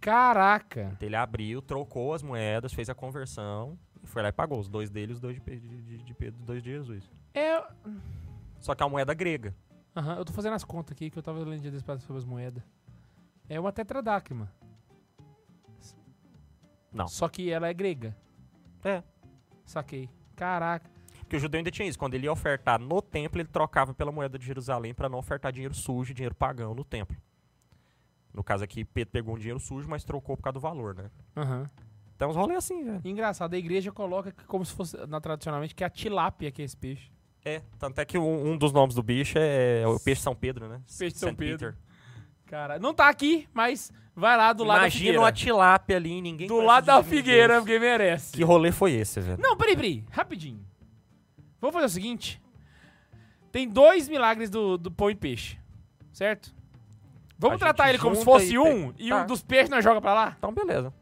A: Caraca.
B: Então ele abriu, trocou as moedas, fez a conversão e foi lá e pagou os dois dele e os dois de, Pe- de, de, de Pedro, dois de Jesus.
A: É.
B: Só que é uma moeda grega.
A: Aham, eu tô fazendo as contas aqui que eu tava lendo dia desse pra- sobre as moedas. É uma tetradracma.
B: Não.
A: Só que ela é grega.
B: É.
A: Saquei. Caraca.
B: Porque o judeu ainda tinha isso. Quando ele ia ofertar no templo, ele trocava pela moeda de Jerusalém pra não ofertar dinheiro sujo, dinheiro pagão no templo. No caso aqui, Pedro pegou um dinheiro sujo, mas trocou por causa do valor, né?
A: Aham.
B: Então os rolês assim, velho.
A: Engraçado, a igreja coloca que como se fosse, na, tradicionalmente, que é a tilápia que é esse peixe.
B: É, tanto é que um, um dos nomes do bicho é o peixe São Pedro, né?
A: Peixe São
B: Saint
A: Pedro. Cara, não tá aqui, mas vai lá do lado
B: Imagina
A: da
B: uma
A: figueira.
B: tilápia ali, ninguém
A: do
B: conhece
A: lado da
B: esse bicho.
A: figueira, porque merece.
B: Que rolê foi esse, velho?
A: Não, peraí, peraí. Rapidinho. Vamos fazer o seguinte. Tem dois milagres do, do pão e peixe, certo? Vamos
B: A
A: tratar
B: gente
A: ele como se
B: junta
A: fosse
B: e
A: um
B: pe-
A: e
B: tá.
A: um dos peixes nós joga pra lá?
B: Então, beleza.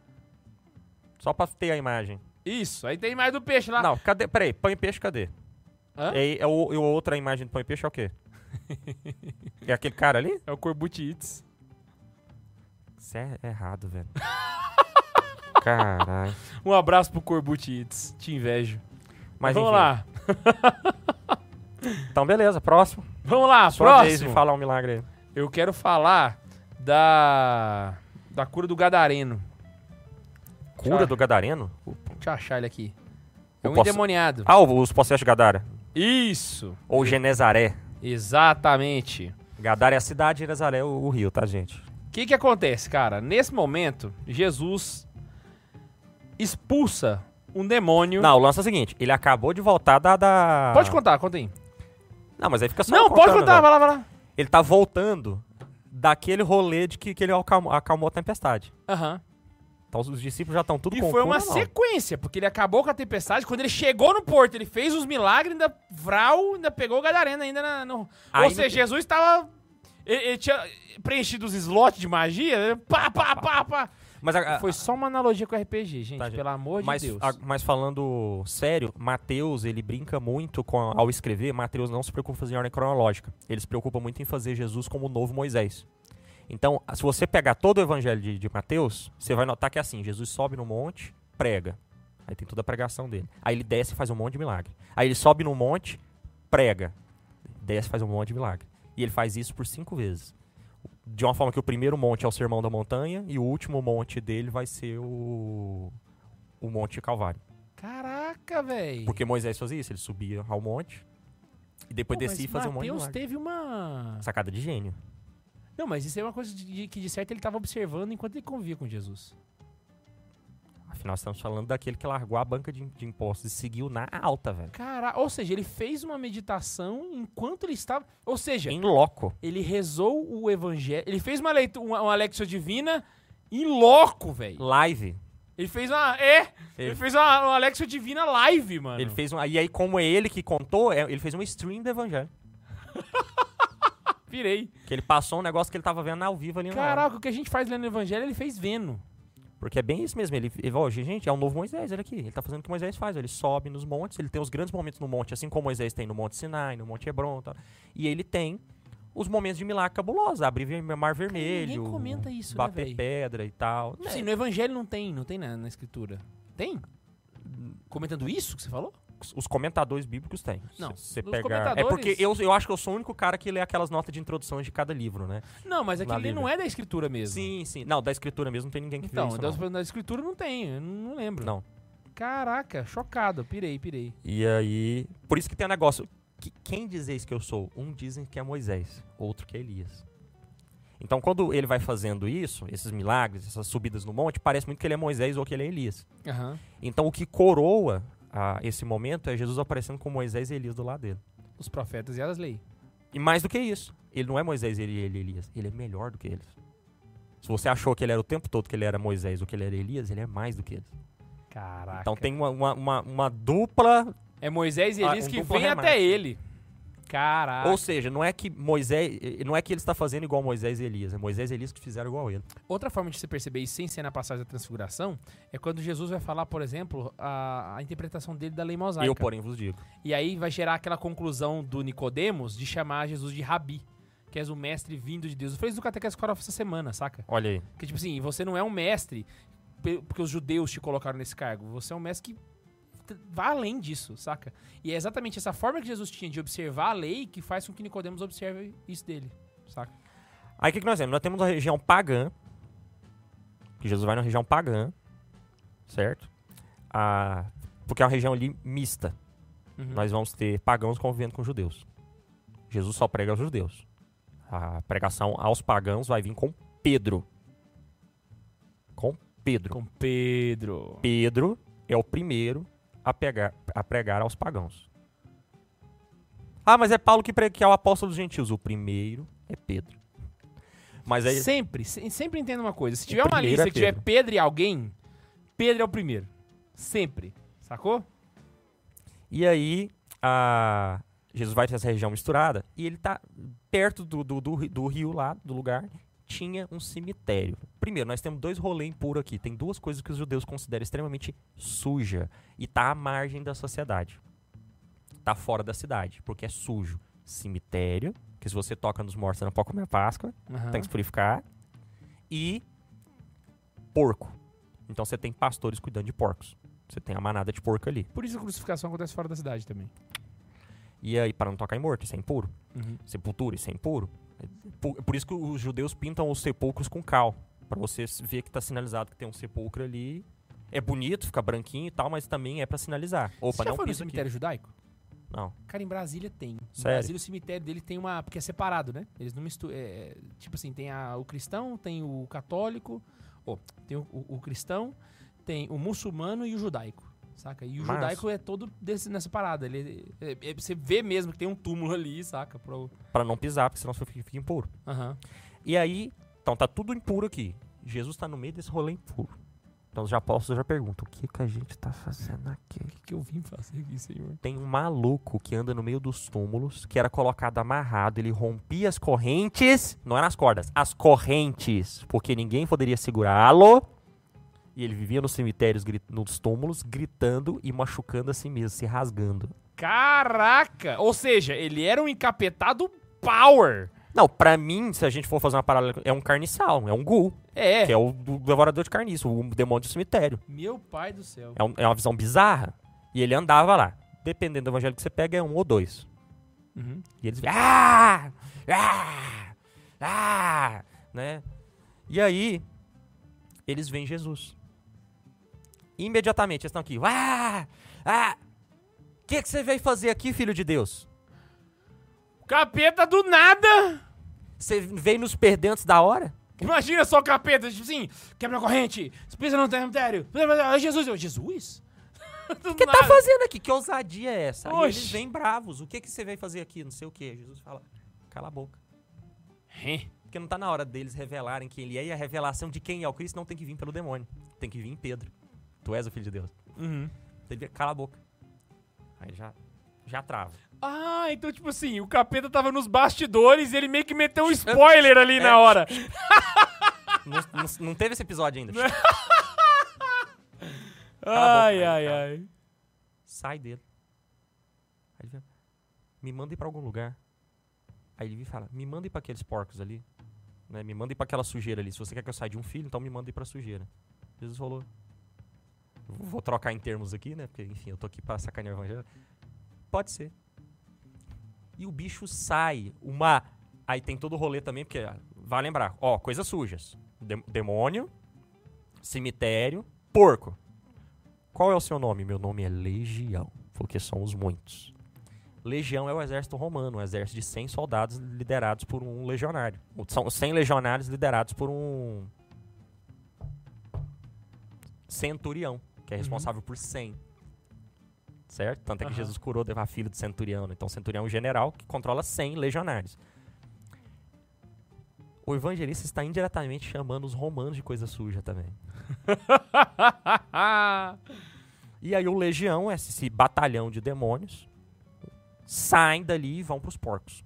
B: Só pra ter a imagem.
A: Isso. Aí tem mais do peixe lá.
B: Não, cadê? Peraí, pão e peixe, cadê?
A: Hã?
B: É, é o, e o outra imagem do pão e peixe é
A: <laughs>
B: o quê? é aquele cara ali?
A: É o Corbutites.
B: Isso é errado, velho.
A: <laughs>
B: Caralho.
A: Um abraço pro Corbutites. Te invejo.
B: Mas
A: Vamos
B: enfim.
A: lá.
B: Então, beleza, próximo.
A: Vamos lá,
B: Sua vez
A: próximo.
B: de falar um milagre aí.
A: Eu quero falar da da cura do gadareno.
B: Cura
A: Tchau.
B: do Gadareno?
A: Deixa eu achar ele aqui. É
B: Eu
A: um
B: posso-
A: endemoniado.
B: Ah, o- os processos de Gadara.
A: Isso.
B: Ou Genezaré.
A: Exatamente.
B: Gadara é a cidade e Genezaré é o, o rio, tá, gente?
A: O que, que acontece, cara? Nesse momento, Jesus expulsa um demônio.
B: Não, o lance é o seguinte: ele acabou de voltar da. da-
A: Pode contar, conta aí.
B: Não, mas aí fica só.
A: Não, pode
B: contando,
A: contar,
B: velho.
A: vai lá, vai lá.
B: Ele tá voltando daquele rolê de que, que ele acalmou, acalmou a tempestade.
A: Aham.
B: Então os discípulos já estão tudo
A: E
B: com
A: foi
B: cu
A: uma
B: na mão.
A: sequência, porque ele acabou com a tempestade. Quando ele chegou no porto, ele fez os milagres, ainda vral, ainda pegou o gadareno ainda na- no...
B: Aí
A: Ou
B: no-
A: seja, Jesus tava... Ele, ele tinha preenchido os slots de magia, né? pá, pá, pá, pá.
B: Mas, a- a-
A: Foi só uma analogia com o RPG, gente,
B: Ah. Tá, gente.
A: pelo amor
B: mas,
A: de Deus.
B: a- mas falando sério, Mateus, ele brinca muito com a- ao escrever. Mateus não se preocupa em fazer em ordem cronológica. Ele se preocupa muito em fazer Jesus como o novo Moisés. Então, se você pegar todo o evangelho de, de Mateus, você vai notar que é assim: Jesus sobe no monte, prega. Aí tem toda a pregação dele. Aí ele desce e faz um monte de milagre. Aí ele sobe no monte, prega. Desce e faz um monte de milagre. E ele faz isso por cinco vezes. De uma forma que o primeiro monte é o Sermão da Montanha e o último monte dele vai ser o, o Monte Calvário.
A: Caraca, velho.
B: Porque Moisés fazia isso, ele subia ao monte e depois descia e fazia um monte de
A: Deus
B: milagre.
A: teve uma...
B: Sacada de gênio.
A: Não, mas isso é uma coisa de- de- que de certo ele tava observando enquanto ele convia com Jesus.
B: Afinal, estamos falando daquele que largou a banca de, de impostos e seguiu na alta, velho.
A: Cara, ou seja, ele fez uma meditação enquanto ele estava. Ou seja,
B: Em loco.
A: ele rezou o evangelho. Ele fez uma leitura, uma, uma lexio divina em loco, velho.
B: Live.
A: Ele fez uma. É! Ele,
B: Ele-
A: fez uma, uma lexio divina live, mano.
B: Ele fez um, e aí, como é ele que contou, é- ele fez um stream do evangelho.
A: Virei.
B: Que ele passou um negócio que ele tava vendo ao vivo ali na hora.
A: Caraca, o que a gente faz lendo o evangelho, ele fez vendo.
B: Porque é bem isso mesmo. Ele, ele ó, gente, é um novo Moisés, olha aqui. Ele tá fazendo o que Moisés faz. ó. Ele sobe nos montes, ele tem os grandes momentos no monte, assim como Moisés tem no Monte Sinai, no Monte Hebron. Tal. E ele tem os momentos de milagre cabulosos. Abrir ver- mar vermelho.
A: ninguém comenta isso, né, Tipo
B: Bater
A: véi?
B: pedra e tal.
A: Sim,
B: É,
A: assim, no evangelho não tem, não tem na, na escritura. Tem? Comentando isso que você falou?
B: os- os comentadores bíblicos têm.
A: Não,
B: Se você
A: os
B: pegar. É
A: comentadores-
B: porque eu, eu acho que eu sou o único cara que lê aquelas notas de introduções de cada livro, né?
A: Não, mas aquilo
B: Na
A: ali
B: Bíblia.
A: não é da escritura mesmo.
B: Sim, sim. Não, da escritura mesmo não tem ninguém que
A: Então,
B: vê isso.
A: da,
B: não.
A: da escritura não tem, eu não não lembro.
B: Não.
A: Caraca, chocado, pirei, pirei.
B: E aí. Por isso que tem um negócio. Que, quem dizeis que eu sou? Um dizem que é Moisés, outro que é Elias. Então, quando ele vai fazendo isso, esses milagres, essas subidas no monte, parece muito que ele é Moisés ou que ele é Elias.
A: Aham.
B: Então, o que coroa ah, esse momento é Jesus aparecendo com Moisés e Elias do lado dele.
A: Os profetas e as leis.
B: E mais do que isso, ele não é Moisés e ele, ele é Elias. Ele é melhor do que eles. Se você achou que ele era o tempo todo que ele era Moisés ou que ele era Elias, ele é mais do que eles.
A: Caraca.
B: Então, tem uma, uma, uma- uma dupla
A: É Moisés e
B: Ah,
A: Elias
B: um
A: que
B: duplo
A: vêm
B: remate.
A: até ele. Caraca.
B: Ou seja, não é que Moisés, eh, não é que ele está fazendo igual Moisés e Elias, é Moisés e Elias que fizeram igual a ele.
A: Outra forma de se perceber isso sem ser na passagem da transfiguração é quando Jesus vai falar, por exemplo, a, a interpretação dele da lei mosaica.
B: Eu, porém, vos digo.
A: E aí vai gerar aquela conclusão do Nicodemos de chamar Jesus de rabi. que és o mestre vindo de Deus. Eu falei isso do Catequese Coral essa semana, saca?
B: Olha aí.
A: Que tipo assim, você não é um mestre pe- porque os judeus te colocaram nesse cargo. Você é um mestre que t- vá além disso, saca? E é exatamente essa forma que Jesus tinha de observar a lei que faz com que Nicodemos observe isso dele, saca?
B: Aí o que, que nós temos? Nós temos uma região pagã. Que Jesus vai na região pagã. Certo? Ah, porque é uma região ali mista.
A: Uhum.
B: Nós vamos ter pagãos convivendo com judeus. Jesus só prega aos judeus. A pregação aos pagãos vai vir com Pedro. Com Pedro.
A: Com Pedro.
B: Pedro é o primeiro a, pegar, a pregar aos pagãos. Ah, mas é Paulo que, prega, que é o apóstolo dos gentios. O primeiro é Pedro. Mas aí.
A: Sempre, se- sempre entenda uma coisa. Se tiver uma
B: primeiro
A: lista
B: é
A: que tiver
B: Pedro.
A: Pedro e alguém, Pedro é o primeiro. Sempre. Sacou?
B: E aí, a- Jesus vai para essa região misturada e ele tá perto do, do, do, ri- do rio lá, do lugar, tinha um cemitério. Primeiro, nós temos dois rolês impuros aqui. Tem duas coisas que os judeus consideram extremamente suja e tá à margem da sociedade. Tá fora da cidade, porque é sujo. Cemitério, que se você toca nos mortos, você não pode comer a Páscoa,
A: Aham.
B: tem que se purificar. E porco. Então você tem pastores cuidando de porcos. Você tem a manada de porco ali.
A: Por isso a crucificação acontece fora da cidade também.
B: E aí, para não tocar em morto, isso é impuro. Sepultura, isso é impuro. é Por, por isso que os judeus pintam os sepulcros com cal. Pra você s- ver que tá sinalizado que tem um sepulcro ali. É bonito, fica branquinho e tal, mas também é pra sinalizar. Opa,
A: Você já
B: não
A: foi no
B: pisa aqui.
A: cemitério judaico?
B: Não.
A: Cara, em Brasília tem. Em
B: Sério?
A: Brasília o cemitério dele tem uma... Porque é separado, né? Eles não misturam... tipo assim, tem a- o cristão, tem o católico... ô, tem o, o- o cristão, tem o muçulmano e o judaico. Saca? E o
B: Massa.
A: judaico é todo desse, nessa parada. Ele, é- é- você vê mesmo que tem um túmulo ali, saca? Pro,
B: Pra não pisar, porque senão você fica, fica impuro.
A: Aham.
B: E aí, então tá tudo impuro aqui. Jesus tá no meio desse rolê impuro. Então os apóstolos já perguntam: o que, que a gente tá fazendo aqui?
A: O que, que eu vim fazer aqui, senhor?
B: Tem um maluco que anda no meio dos túmulos, que era colocado amarrado, ele rompia as correntes, não eram as cordas, as correntes, porque ninguém poderia segurá-lo. E ele vivia nos cemitérios, gri- nos túmulos, gritando e machucando a si mesmo, se rasgando.
A: Caraca! Ou seja, ele era um encapetado power.
B: Não, pra mim, se a gente for fazer uma paralela, é um carniçal, é um ghoul,
A: É.
B: que é o do- devorador de carniço, o demônio do cemitério.
A: Meu pai do céu.
B: É, um- é uma visão bizarra. E ele andava lá. Dependendo do evangelho que você pega, é um ou dois. É
A: Uhum.
B: E eles. Ah! Ah! Ah! Né? E aí, eles veem Jesus. Imediatamente, eles estão aqui. Ah! Ah! O que, que você veio fazer aqui, filho de Deus?
A: O capeta do nada!
B: Você veio nos perder antes da hora?
A: Imagina só o capeta, tipo assim, quebra a corrente, pisa no cemitério, ah, Jesus, eu, Jesus? <laughs> Do
B: O que tá
A: nada.
B: fazendo aqui? Que ousadia é essa? Aí eles
A: Oxe.
B: vêm bravos. O que, que você veio fazer aqui? Não sei o quê. Jesus fala, cala a boca.
A: Hein?
B: Porque não tá na hora deles revelarem quem ele é. E a revelação de quem é o Cristo não tem que vir pelo demônio. Tem que vir em Pedro. Tu és o filho de Deus.
A: Uhum.
B: Ele vira, cala a boca. Aí já, já trava.
A: Ah, então tipo assim, o capeta tava nos bastidores e ele meio que meteu
B: <laughs>
A: um spoiler ali
B: É.
A: na hora.
B: Tá não, não- não teve esse episódio ainda. boca,
A: Ai,
B: cara,
A: ai,
B: cala.
A: ai.
B: Sai dele. Aí ele vira, me manda ir pra algum lugar. Aí ele vira e fala, me manda ir pra aqueles porcos ali. Né? Me manda ir pra aquela sujeira ali. Se você quer que eu saia de um filho, então me manda ir pra sujeira. Jesus falou. eu Vou vou trocar em termos aqui, né? Porque, enfim, eu tô aqui pra sacanear o evangelho. Pode ser. E o bicho sai. Uma. Aí tem todo o rolê também, porque ah, vai lembrar. Ó, coisas sujas. Dem- demônio, cemitério, porco. Qual é o seu nome? Meu nome é Legião, porque somos muitos. Legião é o exército romano, um exército de 100 soldados liderados por um legionário. Ou São 100 legionários liderados por um centurião, que é
A: Uhum.
B: responsável por 100. Certo? Tanto é que
A: Aham.
B: Jesus curou a filha do centurião. né? Então, o centurião é um general que controla 100 legionários. O evangelista está indiretamente chamando os romanos de coisa suja também. tá. E aí o legião, esse esse batalhão de demônios, saem dali e vão pros porcos.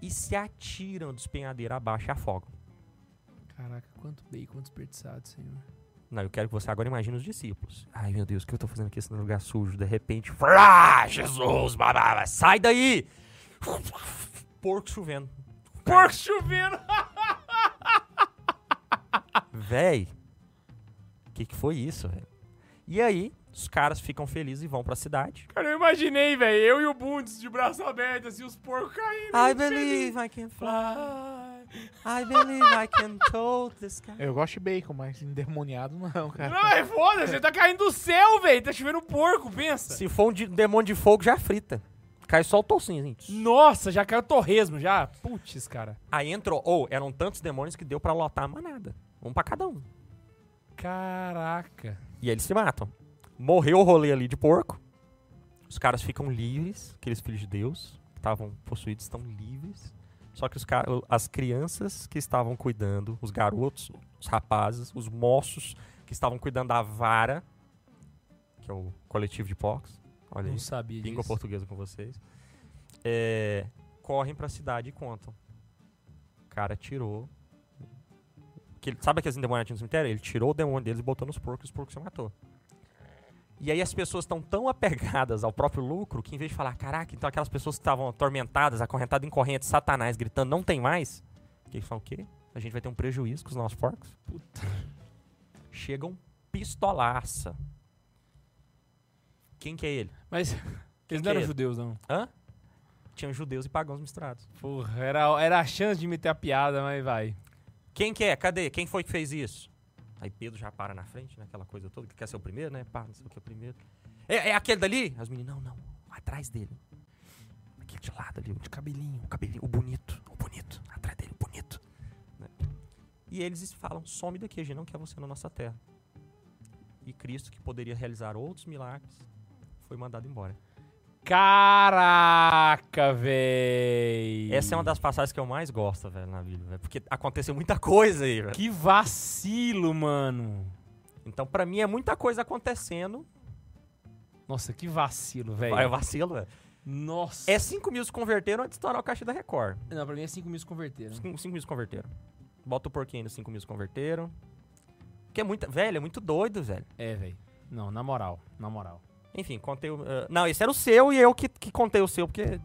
B: E se atiram do despenhadeiro abaixo e afogam.
A: Caraca, quanto bacon desperdiçado, senhor.
B: Não, eu quero que você agora imagine os discípulos. Ai, meu Deus, o que eu tô fazendo aqui nesse lugar "Ah, sujo? De repente, frá, Jesus, babá, sai daí! <laughs> porco chovendo.
A: Porco chovendo!
B: Véi, o que, que foi isso, velho? E aí, os caras ficam felizes e vão pra cidade.
A: Cara, eu imaginei, velho. Eu e o Bundes de braço aberto, assim, os porcos caindo.
B: I
A: e feliz.
B: believe I can fly. I believe I can told the sky.
C: Eu gosto de bacon, mas endemoniado não, cara.
A: Não, é foda, você tá caindo do céu, velho. Tá chovendo porco, pensa.
B: Se for um de- demônio de fogo, já frita. Cai só o tocinho, gente.
A: Nossa, já caiu torresmo, já. Putz, cara.
B: Aí entrou. Ou eram tantos demônios que deu pra lotar a manada. Um pra cada um.
A: Caraca.
B: E aí eles se matam. Morreu o rolê ali de porco. Os caras ficam livres, aqueles filhos de Deus que estavam possuídos estão livres. Só que os ca- as crianças que estavam cuidando, os garotos, os rapazes, os moços que estavam cuidando da vara, que é o coletivo de porcos. Olha
A: Não
B: isso,
A: sabia
B: língua
A: disso.
B: portuguesa com vocês. É, correm pra cidade e contam. O cara tirou. Que ele- sabe aqueles endemoniadinhos no cemitério? Ele tirou o demônio deles e botou nos porcos e os porcos se matou. E aí as pessoas estão tão <laughs> apegadas ao próprio lucro que em vez de falar, caraca, então aquelas pessoas que estavam atormentadas, acorrentadas em correntes, satanás, gritando, não tem mais. Que eles falam, o quê? A gente vai ter um prejuízo com os nossos porcos? Puta. Chegam pistolaça. Quem que é ele?
A: Mas eles não
B: que é
A: eram
B: ele?
A: judeus, não.
B: Hã? Tinha judeus e pagãos misturados.
A: Porra, era, era a chance de meter a piada, mas vai.
B: Quem que é? Cadê? Quem foi que fez isso? Aí Pedro já para na frente, né? Aquela coisa toda, que quer ser o primeiro, né? Pá, não sei o que é o primeiro. É, é aquele dali? As meninas, não, não. Atrás dele. Aquele de lado ali, o de cabelinho, o cabelinho, o bonito, o bonito. Atrás dele, o bonito. né? E eles falam, some daqui, a gente não quer você na nossa terra. E Cristo, que poderia realizar outros milagres, foi mandado embora.
A: Caraca, véi.
B: Essa é uma das passagens que eu mais gosto, velho, na Bíblia. velho, Porque aconteceu muita coisa aí, velho.
A: Que vacilo, mano.
B: Então, pra mim, é muita coisa acontecendo.
A: Nossa, que vacilo,
B: Vai, eu
A: velho.
B: vacilo, velho.
A: Nossa.
B: É 5 mil se converteram antes de estourar o caixa da Record.
A: Não, pra mim é 5 mil se converteram.
B: 5 mil se converteram. Bota o porquinho aí nos 5 mil se converteram. Porque é muita. Velho, é muito doido, velho.
A: É, velho. Não, na moral, na moral.
B: Enfim, contei o. ah, não, esse era o seu e eu que, que contei o seu, porque.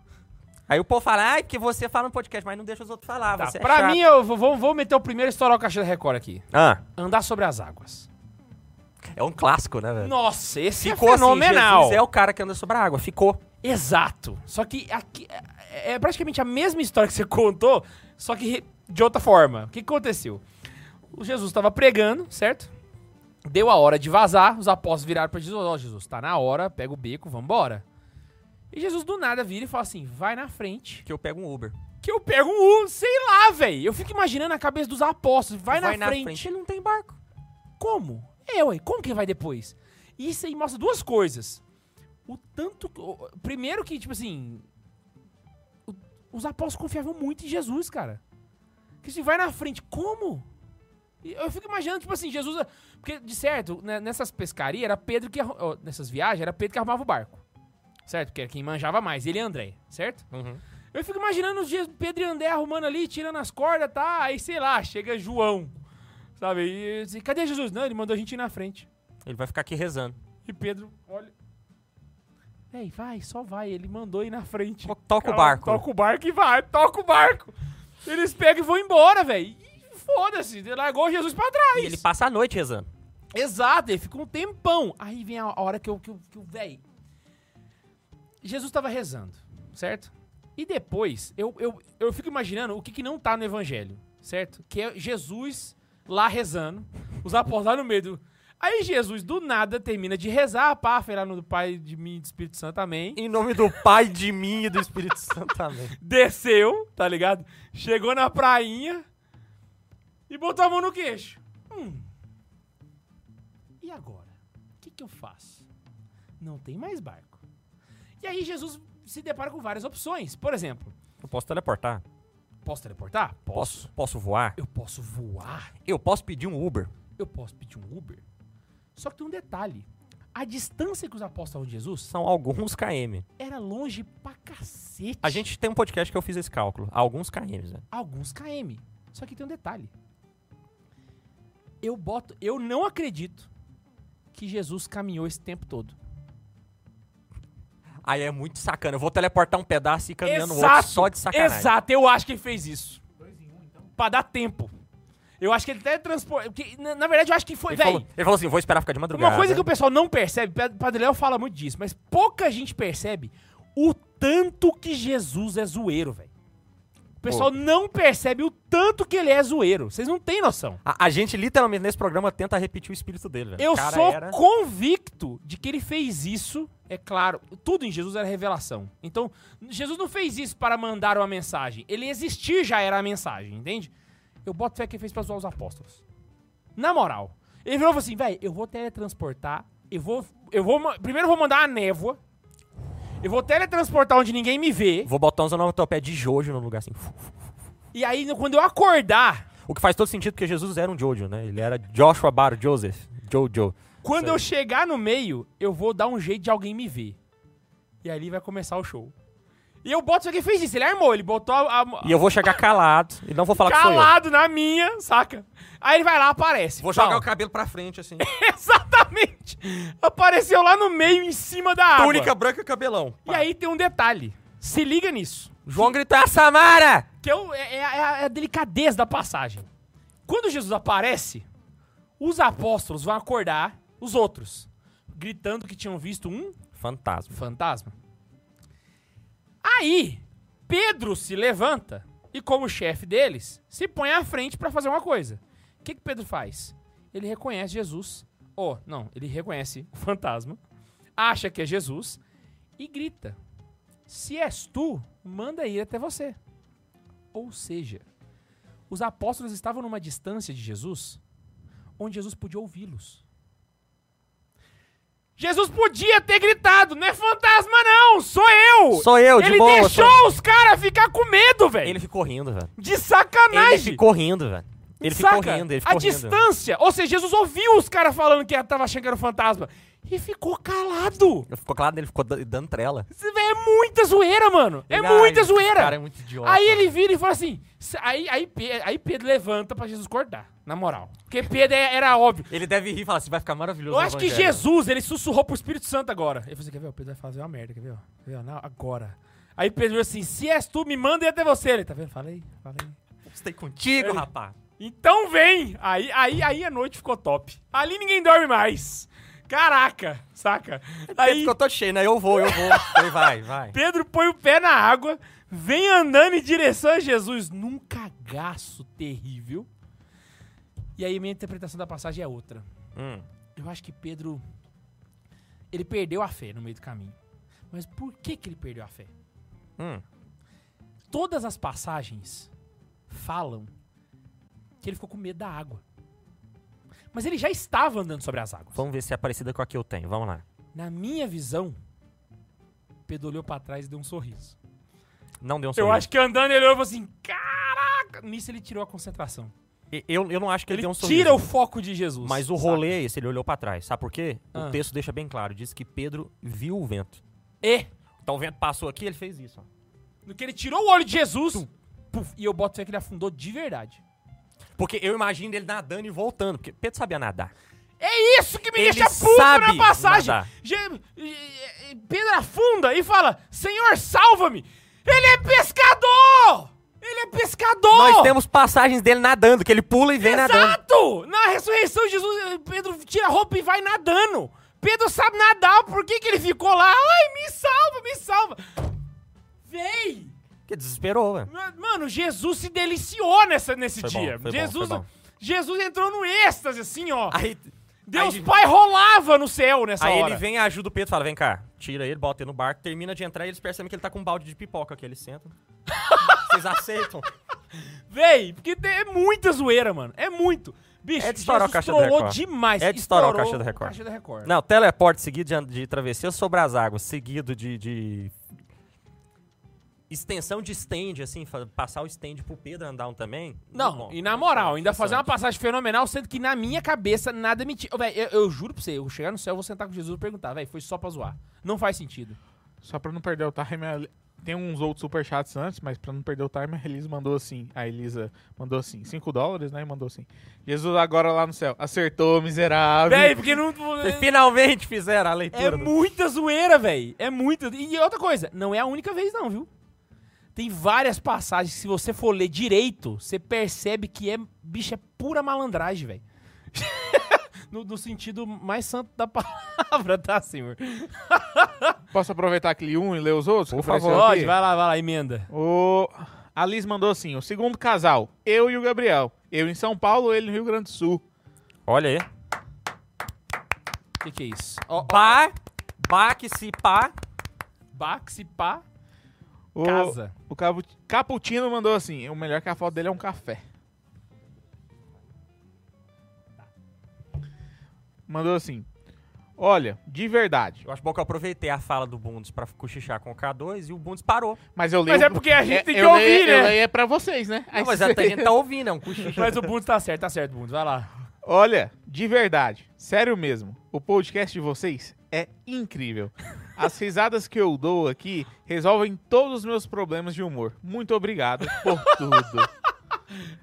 B: Aí o povo fala, ai, porque você fala no podcast, mas não deixa os outros falar.
A: Tá,
B: você é
A: pra
B: chato."
A: mim, eu vou- vou, vou meter o primeiro e estourar o caixa da Record aqui.
B: Ah,
A: Andar sobre as águas.
B: é um clássico, né, velho?
A: Nossa, esse
B: Ficou
A: é
B: assim,
A: fenomenal.
B: Jesus é o cara que anda sobre a água. Ficou.
A: Exato. Só que aqui é é praticamente a mesma história que você <laughs> contou, só que re- de outra forma. O que que aconteceu? O Jesus estava pregando, certo? Deu a hora de vazar, os apóstolos viraram para Jesus, ó Jesus, tá na hora, pega o beco, vambora. E Jesus do nada vira e fala assim, vai na frente,
B: Que eu pego um Uber.
A: que eu pego um, sei lá, velho. Eu fico imaginando a cabeça dos apóstolos, vai, na, frente.
B: Ele não tem barco.
A: Como? É, ué, como que vai depois? Isso aí mostra duas coisas. O tanto. que- o- Primeiro que, tipo assim. o- Os apóstolos confiavam muito em Jesus, cara. Que se vai na frente, como? E Eu fico imaginando, tipo assim, Jesus. Porque, de certo, né, nessas pescarias, era Pedro que. arru- ó, Nessas viagens, era Pedro que arrumava o barco. Certo? Porque era quem manjava mais, ele e André, certo? Eu fico imaginando os dias Pedro e André arrumando ali, tirando as cordas, tá? Aí, sei lá, chega João. Sabe? E, assim, cadê Jesus? Não, ele mandou a gente ir na frente.
B: Ele vai ficar aqui rezando.
A: E Pedro, olha. Ei, vai, só vai. Ele mandou ir na frente.
B: To- Toca o
A: Cara,
B: barco.
A: Toca o barco e vai, toca o barco. Eles pegam e vão embora, velho. E Foda-se, ele largou Jesus pra trás.
B: E ele passa a noite rezando.
A: Exato, ele fica um tempão. Aí vem a hora que eu, que eu, que eu véi. Jesus tava rezando, certo? E depois, eu, eu, eu fico imaginando o que, que não tá no evangelho, certo? Que é Jesus lá rezando, os apóstolos lá no meio. do- Aí Jesus, do nada, termina de rezar, pá, foi lá no Pai de mim e do Espírito Santo, amém.
B: Em nome do Pai, de mim e do Espírito <laughs> Santo. Amém.
A: Desceu, tá ligado? Chegou na prainha e botou a mão no queixo. Hum. E agora? O que, que eu faço? Não tem mais barco. E aí Jesus se depara com várias opções. Por exemplo,
B: Eu posso teleportar?
A: posso teleportar?
B: Posso. Posso voar?
A: Eu posso voar?
B: Eu posso pedir um Uber?
A: Eu posso pedir um Uber? Só que tem um detalhe. A distância que os apóstolos estavam de Jesus
B: São alguns KM.
A: era longe pra cacete.
B: A gente tem um podcast que eu fiz esse cálculo. Alguns KMs, né?
A: alguns km. Só que tem um detalhe. Eu boto, eu não acredito que Jesus caminhou esse tempo todo.
B: Aí é muito sacana. Eu vou teleportar um pedaço e ir caminhando o outro
A: Exato,
B: só de sacanagem.
A: Exato, eu acho que ele fez isso. Pra dar tempo. Eu acho que ele até transportou. Na, na verdade, eu acho que foi.
B: Ele,
A: Véi,
B: falou, ele falou assim, vou esperar ficar de madrugada.
A: uma coisa que o pessoal não percebe, Pad- Padre Léo fala muito disso, mas pouca gente percebe o tanto que Jesus é zoeiro, velho. O pessoal não percebe o tanto que ele é zoeiro. Vocês não têm noção.
B: a, a gente literalmente nesse programa tenta repetir o espírito dele. velho.
A: Eu
B: O cara
A: sou
B: era-
A: convicto de que ele fez isso, é claro. Tudo em Jesus era revelação. Então, Jesus não fez isso para mandar uma mensagem. Ele existir já era a mensagem, entende? Eu boto fé que ele fez pra zoar os apóstolos. Na moral. Ele virou e falou assim, velho, eu vou teletransportar, eu vou... Eu vou ma- primeiro eu vou mandar a névoa, eu vou teletransportar onde ninguém me vê,
B: Vou botar uns onomatopé de Jojo no lugar assim. Fu, fu.
A: e aí quando eu acordar,
B: O que faz todo sentido porque Jesus era um Jojo, né? Ele era Joshua Bar Joseph. Jojo.
A: Quando
B: Sei.
A: eu chegar no meio, eu vou dar um jeito de alguém me ver. E ali vai começar o show. E eu boto isso aqui, fez isso, ele armou, ele botou a, a-
B: E eu vou chegar calado e não vou falar que sou eu.
A: calado na minha, saca? Aí ele vai lá, aparece. Pau. <laughs>
B: cabelo pra frente, assim.
A: Exatamente! Apareceu lá no meio, em cima da água.
B: Túnica branca, cabelão.
A: E aí tem um detalhe. Se liga nisso.
B: João gritou, "É a Samara!
A: Que é, o- é- é a- é a delicadeza da passagem. Quando Jesus aparece, os apóstolos vão acordar os outros, gritando que tinham visto um
B: Fantasma.
A: fantasma. Aí, Pedro se levanta e, como chefe deles, se põe à frente pra fazer uma coisa. O que, que Pedro faz? Ele reconhece Jesus. Ou, não, ele reconhece o fantasma, acha que é Jesus e grita: Se és tu, manda ir até você. Ou seja, os apóstolos estavam numa distância de Jesus onde Jesus podia ouvi-los. Jesus podia ter gritado, não é fantasma não, sou eu!
B: Sou eu, de
A: Ele
B: boa.
A: deixou
B: sou-
A: os caras ficar com medo, velho!
B: Ele ficou rindo, velho.
A: De
B: Ele
A: sacanagem!
B: ficou rindo, velho. Ele ficou
A: Saca?
B: rindo, ele ficou
A: A
B: rindo.
A: distância, ou seja, Jesus ouviu os caras falando que tava achando que era um fantasma e ficou calado!
B: Ele ficou calado, ele ficou da- dando trela.
A: Isso, véi, É muita zoeira, mano! É
B: Ele,
A: muita
B: "Ai, esse
A: zoeira!
B: cara é muito idiota.
A: Aí ele vira e fala assim. "Se- Aí, aí, Pe- aí Pedro levanta pra Jesus cortar, na moral. Porque Pedro é- era óbvio.
B: Ele deve rir e falar assim, vai ficar maravilhoso.
A: Eu
B: no
A: acho que
B: evangelho."
A: Jesus, ele sussurrou pro Espírito Santo agora. Ele falou assim: quer ver? O Pedro vai fazer uma merda, quer ver? ó? Quer ver, ó? Não, agora. Aí Pedro falou assim: se és tu, me manda ir até você. Ele tá vendo? Falei, falei.
B: Estou contigo,
A: Ele-
B: rapaz.
A: Então vem! Aí, aí, aí a noite ficou top. Ali ninguém dorme mais. Caraca, saca?
B: Aí
A: Aí
B: ficou todo cheio, né? Eu vou, eu
A: <laughs>
B: vou. Ele vai, vai.
A: Pedro põe o pé na água, vem andando em direção a Jesus, num cagaço terrível. E aí minha interpretação da passagem é outra.
B: Hum.
A: Eu acho que Pedro. Ele perdeu a fé no meio do caminho. Mas por que, que ele perdeu a fé?
B: Hum.
A: Todas as passagens falam que ele ficou com medo da água. Mas ele já estava andando sobre as águas.
B: Vamos ver se é parecida com a que eu tenho. Vamos lá.
A: Na minha visão, Pedro olhou pra trás e deu um sorriso.
B: Não deu um
A: Eu
B: sorriso.
A: acho que andando ele olhou e falou assim: caraca! Nisso ele tirou a concentração.
B: E- Eu, eu não acho que ele,
A: Ele,
B: deu um sorriso.
A: tira o foco de Jesus.
B: Mas o
A: saca?
B: rolê é esse, ele olhou pra trás. Sabe por quê?
A: Ah.
B: O texto deixa bem claro. Diz que Pedro viu o vento.
A: É.
B: Então o vento passou aqui, ele fez isso. ó.
A: No que ele tirou o olho de Jesus, puf, e eu boto fé que ele afundou de verdade.
B: Porque eu imagino ele nadando e voltando. Porque Pedro sabia nadar.
A: É isso que me
B: Ele
A: deixa puto na
B: sabe
A: passagem.
B: nadar.
A: Je- e- e- Pedro afunda e fala: Senhor, salva-me! Ele é pescador! Ele é pescador!
B: Nós temos passagens dele nadando, que ele pula e vem nadando.
A: Exato! Na ressurreição, Jesus, eh, Pedro tira a roupa e vai nadando. Pedro sabe nadar, por que, que ele ficou lá? Ai, me salva, me salva! Véi!
B: Que desesperou, velho.
A: Mano, Jesus se deliciou nessa, nesse
B: Foi bom,
A: dia.
B: foi bom,
A: Jesus,
B: foi bom.
A: Jesus entrou no êxtase, assim, ó.
B: Aí,
A: Deus
B: aí-
A: Pai rolava no céu nessa
B: aí
A: hora.
B: ele vem e ajuda o Pedro fala: vem cá, tira ele, bota ele no barco, termina de entrar e eles percebem que ele tá com um balde de pipoca aqui. Eles sentam. <laughs> Vocês aceitam?
A: Véi, porque tem- é muita zoeira, mano. É muito. Bicho,
B: É de estourar
A: Jesus
B: a caixa do
A: trollou
B: Record.
A: demais.
B: É de estourar a
A: Estourou
B: caixa do Record.
A: caixa do Record.
B: Não, teleporte seguido de, an- de travessia sobre as águas, seguido de. de- Extensão de stand, assim, fa- passar o stand pro Pedro andar um também.
A: Não,
B: Muito bom.
A: e na moral, ainda fazer uma
B: Interessante.
A: passagem fenomenal, sendo que na minha cabeça nada me tira. Ô, véi, Eu, eu juro pra você, eu vou chegar no céu, eu vou sentar com Jesus e perguntar, velho, foi só pra zoar. Não faz sentido.
C: Só pra não perder o time, a- Tem uns outros superchats antes, mas pra não perder o time, a Elisa mandou assim. A Elisa mandou assim, 5 dólares, né? E mandou assim. Jesus agora lá no céu. Acertou, miserável.
A: <laughs> Véi, porque <laughs> não.
B: Vocês finalmente fizeram a
A: É
B: leitura. do-
A: muita zoeira, velho. É muita. E outra coisa, não é a única vez, não, viu? Tem várias passagens que, se você for ler direito, você percebe que é. Bicho, é pura malandragem, velho. <laughs> no, no sentido mais santo da <laughs> palavra, tá, senhor?
C: Posso aproveitar aquele um e ler os outros?
B: Por
C: que apareceu
B: favor,
A: Pode,
C: aqui?
A: vai lá, vai lá, emenda.
C: O... A Liz mandou assim, o segundo casal, eu e o Gabriel. Eu em São Paulo, ele no Rio Grande do Sul.
B: Olha aí.
A: O que, que é isso? Ó, ó,
B: Pá, pá que se pá.
A: Baxi, pá,
C: O,
A: casa.
C: o Capu- Caputino mandou assim, o melhor que a foto dele é um café. Mandou assim, olha, de verdade,
B: Eu acho bom que eu aproveitei a fala do Bundes pra cochichar com o K2 e o Bundes parou.
C: mas eu leio...
A: Mas é porque a gente tem que
C: eu leio-
A: ouvir, né?
C: Eu leio é pra vocês, né? Aí
B: Não, mas
C: vocês-
B: até a gente tá ouvindo, é um
A: <laughs>
B: cochicho.
A: Mas o Bundes tá certo, tá certo, Bundes. Vai lá.
C: Olha, de verdade, sério mesmo, o podcast de vocês é incrível. As risadas que eu dou aqui resolvem todos os meus problemas de humor. Muito obrigado por tudo.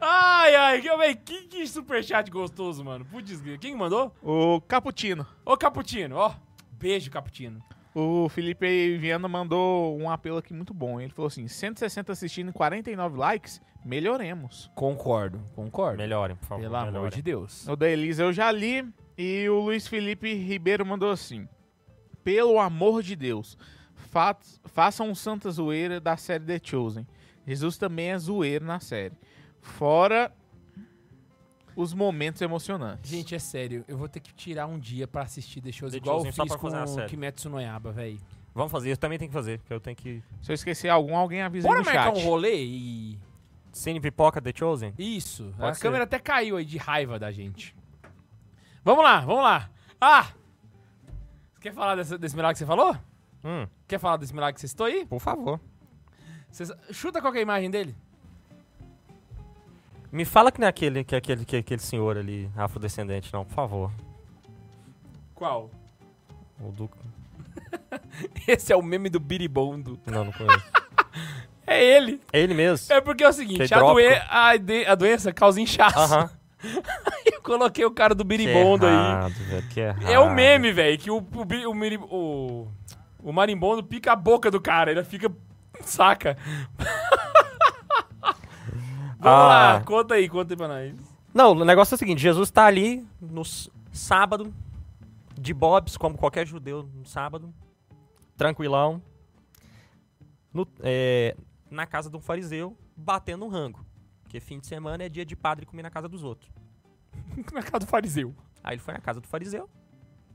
A: Ai, ai, que, véi, que, que superchat gostoso, mano. Putz, grilo. quem mandou?
C: O Caputino,
A: Ô, Caputino, ó. Beijo, Caputino.
C: o Felipe Viana mandou um apelo aqui muito bom. Ele falou assim: 160 assistindo e 49 likes, melhoremos.
A: Concordo, concordo.
B: Melhorem, por favor.
A: Pelo amor
B: melhorem.
A: de Deus.
C: O da Elisa eu já li e o Luiz Felipe Ribeiro mandou assim: Pelo amor de Deus, fa- façam um Santa Zoeira da série The Chosen. Jesus também é zoeiro na série. Fora os momentos emocionantes.
A: Gente, é sério, eu vou ter que tirar um dia pra assistir The Shows
B: The
A: igual eu
B: Chosen só
A: fiz
B: pra fazer uma
A: com o
B: série.
A: Kimetsu no Yaba, velho.
B: Vamos fazer, eu também tenho que fazer, porque eu tenho que...
C: se eu esquecer algum, alguém avisa aí
A: Bora
C: no
A: marcar
C: chat.
A: um rolê e...
B: Cine Pipoca The Chosen?
A: Isso, a
B: Pode ser.
A: câmera até caiu aí de raiva da gente. Vamos lá, vamos lá. Ah! Você quer falar dessa- desse milagre que você falou?
B: Hum,
A: Quer falar desse milagre que você citou aí?
B: por favor.
A: Você sa- chuta qual que é a imagem dele?
B: Me fala que não é aquele, que é aquele, que é aquele senhor ali, afrodescendente, não, por favor.
A: Qual?
B: O do...
A: <laughs> Esse é o meme do Biribondo.
B: Não, não <laughs> conheço.
A: É ele.
B: É ele mesmo.
A: É porque é o seguinte,
B: Que
A: a,
B: hidrópico.
A: doen- a de- a doença causa inchaço.
B: Aham.
A: <laughs> Eu coloquei o cara do Biribondo aí.
B: Velho, que errado.
A: É o meme, velho, que o, o, bi- o, miri- o- o marimbondo pica a boca do cara, ele fica. saca? <laughs> Vamos
B: Ah.
A: lá, conta aí, conta aí pra nós. <laughs>
B: Não, o negócio é o seguinte, Jesus tá ali no s- sábado, de bobs, como qualquer judeu no sábado, tranquilão, no- é, na casa de um fariseu, batendo um rango. Porque fim de semana é dia de padre comer na casa dos outros.
A: Na casa do fariseu.
B: Aí ele foi na casa do fariseu,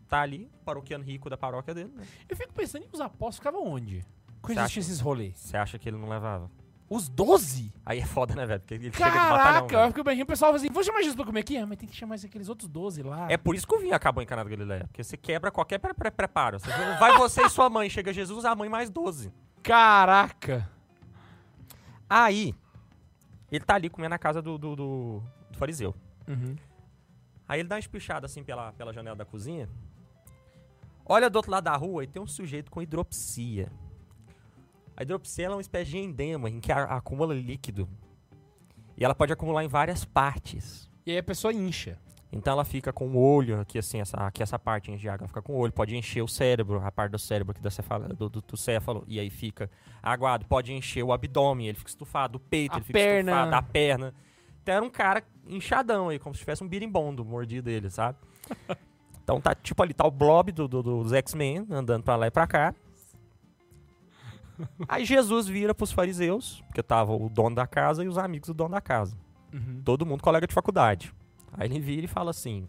B: tá ali, paroquiano rico da paróquia dele. né?
A: Eu fico pensando em os apóstolos ficavam onde?
B: Você
A: Quando existiam esses rolês?
B: Você acha que ele não levava?
A: Os 12?
B: Aí é foda, né, velho? Porque ele chega de batalhão.
A: Caraca, eu
B: velho.
A: fico imaginando o pessoal fala assim: vou chamar Jesus pra comer aqui? Ah, mas tem que chamar aqueles outros 12 lá.
B: É por isso que o vinho acabou em Cana da Galileia. Porque você quebra qualquer pre- pre- preparo. Você- Vai você e sua mãe, chega Jesus, a mãe mais 12.
A: Caraca!
B: Aí, ele tá ali comendo na casa do, do, do- do fariseu.
A: Uhum.
B: Aí ele dá uma espichada assim pela, pela janela da cozinha. Olha do outro lado da rua e tem um sujeito com hidropsia. A hidropsia ela é uma espécie de endema em que a- acumula líquido. E ela pode acumular em várias partes.
A: E aí a pessoa incha.
B: Então ela fica com o olho, aqui assim, essa, aqui essa parte de água fica com o olho, pode encher o cérebro, a parte do cérebro aqui da cefala, do, do, do céfalo, e aí fica aguado, pode encher o abdômen, ele fica estufado, o peito,
A: A
B: ele fica
A: perna.
B: estufado, a perna. Então era um cara inchadão aí, como se tivesse um birimbondo mordido
A: <laughs>
B: ele, sabe? Então tá tipo ali, tá o blob do, do- dos X-Men andando pra lá e pra cá. Aí Jesus vira pros fariseus, porque tava o dono da casa e os amigos do dono da casa
A: Uhum.
B: todo mundo colega de faculdade. Aí ele vira e fala assim: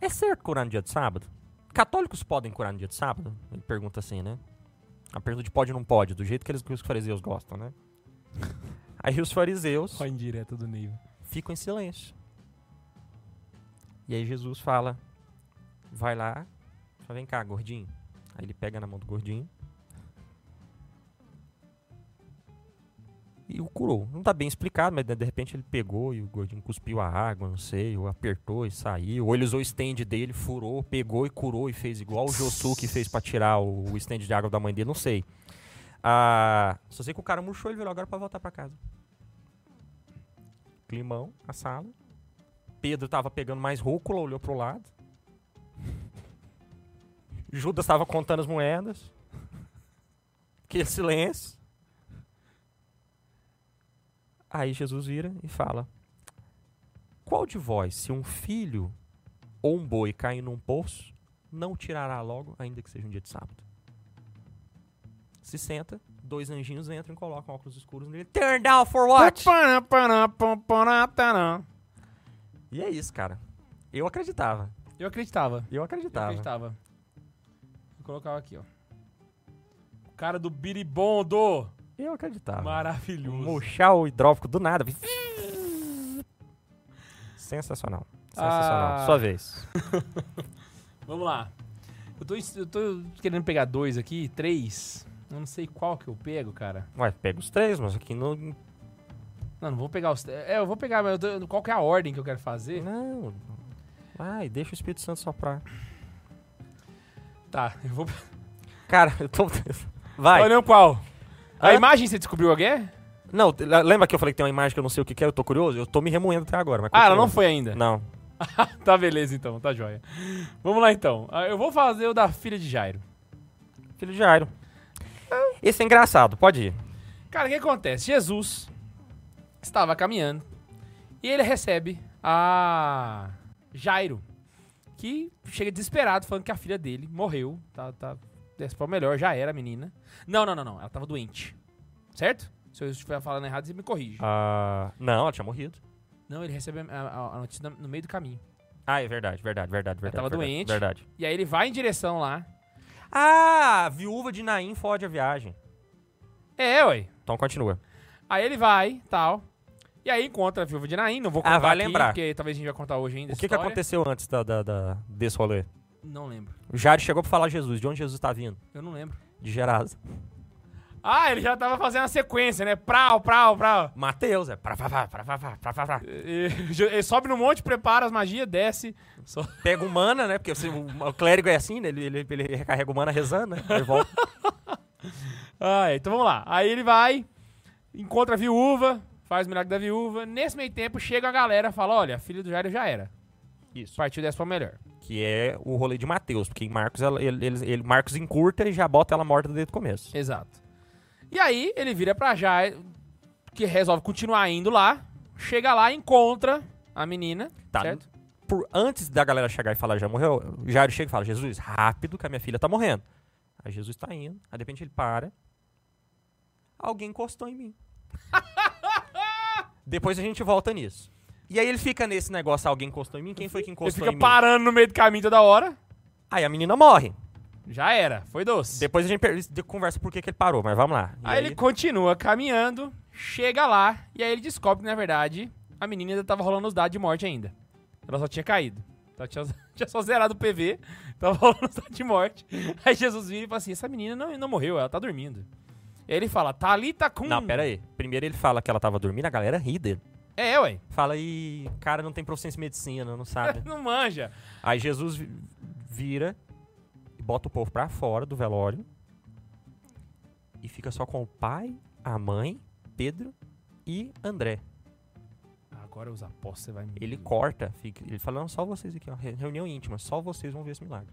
B: É certo curar no dia de sábado? Católicos podem curar no dia de sábado? Ele pergunta assim, né? A pergunta de pode ou não pode, do jeito que, eles, que os fariseus gostam, né? Aí os fariseus
A: Só indireta do Neiva.
B: ficam em silêncio. E aí Jesus fala: Vai lá, fala, vem cá, gordinho. Aí ele pega na mão do gordinho. E e o curou. Não tá bem explicado, mas de de repente ele pegou e o gordinho cuspiu a água, não sei, ou apertou e saiu. Ou ele usou o stand dele, furou, pegou e curou e fez igual o Josuke fez pra tirar o, o stand de água da mãe dele, não sei. Ah, só sei que o cara murchou, ele virou agora pra voltar pra casa. Climão, a sala. Pedro tava pegando mais rúcula, olhou pro lado. <laughs> Judas tava contando as moedas. <laughs> Aquele silêncio. Aí Jesus vira e fala: Qual de vós, se um filho ou um boi cair num poço, não o tirará logo, ainda que seja um dia de sábado? Se senta, dois anjinhos entram e colocam óculos escuros nele. Turn down for what? E é isso, cara. Eu acreditava.
A: Eu acreditava.
B: Eu
A: Eu
B: acreditava.
A: acreditava. Vou colocar aqui, ó. O cara do Biribondo.
B: Eu acreditava.
A: Maravilhoso.
B: Murchar o hidrófico do nada. Sensacional. Sensacional.
A: Ah.
B: Sua vez.
A: Vamos lá. Eu tô, eu tô querendo pegar dois aqui, três. Eu não sei qual que eu pego, cara.
B: Ué, pega os três, mas aqui não.
A: Não, não vou pegar os. É, eu vou pegar, mas eu tô- qual que é a ordem que eu quero fazer?
B: Não. Ai, deixa o Espírito Santo soprar.
A: Tá, eu vou.
B: Cara, eu tô. <laughs> Vai.
A: Olha qual. A
B: Hã?
A: imagem você descobriu alguém? é?
B: Não, te- la- lembra que eu falei que tem uma imagem que eu não sei o que que é, eu tô curioso? Eu tô me remoendo até agora, mas.
A: Ah, ela
B: continua.
A: não foi ainda.
B: Não.
A: Tá beleza então, tá joia. Vamos lá então. Ah, Eu vou fazer o da filha de Jairo.
B: Filho de Jairo. Esse é engraçado, pode ir.
A: Cara, o que acontece? Jesus estava caminhando e ele recebe a Jairo, que chega desesperado falando que a filha dele morreu, tá, tá, desse pra melhor, já era a menina. Não, não, não, não, ela tava doente, certo? Se eu estiver falando errado, você me corrige.
B: Ah, não, ela tinha morrido.
A: Não, ele recebe a, a- a notícia no meio do caminho.
B: Ah, é verdade, verdade, verdade, verdade.
A: tava
B: verdade,
A: doente.
B: Verdade.
A: E aí ele vai em direção lá.
B: Ah, a viúva de Naim fode a viagem.
A: É, ué.
B: Então continua.
A: Aí ele vai, tal. E aí encontra a viúva de Nain, não vou
B: Ah,
A: contar
B: vai
A: aqui,
B: lembrar.
A: porque talvez a gente vai contar hoje ainda
B: O
A: essa
B: que, que
A: história.
B: aconteceu antes da, da, da- desse rolê?
A: Não lembro,
B: O Jairo chegou pra falar de Jesus. De onde Jesus tá vindo?
A: eu não lembro.
B: De Gerasa.
A: Ah, ele já tava fazendo a sequência, né? Prau, prau, prau.
B: Mateus, é. Pra, pra, pra, pra, pra, pra, pra, pra.
A: E- e- <laughs> Ele sobe no monte, prepara as magias, desce. Só-
B: Pega o mana, né? Porque você- o clérigo é assim, né? Ele, ele, ele recarrega o mana rezando, né? Aí volta.
A: Ah, então vamos lá. Aí ele vai, encontra a viúva, faz o milagre da viúva. Nesse meio tempo, chega a galera e fala, olha, a filha do Jairo já era.
B: Isso.
A: Partiu dessa pra melhor.
B: Que é o rolê de Mateus, porque em Marcos ela- ele, ele- ele- Marcos encurta e já bota ela morta desde o começo.
A: Exato. E aí, ele vira pra Jairo, que resolve continuar indo lá. Chega lá, encontra a menina,
B: Tá.
A: certo?
B: Por, antes da galera chegar e falar já morreu, o Jairo chega e fala: Jesus, rápido que a minha filha tá morrendo. Aí Jesus tá indo, aí de repente ele para. Alguém encostou
A: <laughs>
B: em mim. Depois a gente volta nisso. E aí ele fica nesse negócio: alguém encostou em mim? Quem foi que
A: Ele
B: encostou
A: fica
B: em
A: parando no meio do caminho toda hora.
B: mim? Aí a menina morre.
A: Já era, foi doce.
B: Depois a gente per- de- conversa por que, que ele parou, mas vamos lá. E
A: Aí ele continua caminhando, chega lá, e aí ele descobre que, na verdade, a menina ainda tava rolando os dados de morte ainda. Ela só tinha caído. Ela tinha, tinha só <laughs> zerado o PV, tava <laughs> rolando os dados de morte. Aí Jesus vira e fala assim, essa menina não, não morreu, ela tá dormindo. E aí ele fala, Thalita Kun.
B: Não, pera aí. Primeiro ele fala que ela tava dormindo, a galera ri dele.
A: É, ué.
B: Fala aí, cara não tem proficiência em medicina, não sabe.
A: <laughs> Não manja.
B: aí Jesus vi- vira e bota o povo pra fora do velório. E fica só com o pai, a mãe, Pedro e André.
A: Agora os apóstolos você vai... me-
B: Ele corta, fica- ele fala, não, só vocês aqui, ó, re- reunião íntima, só vocês vão ver esse milagre.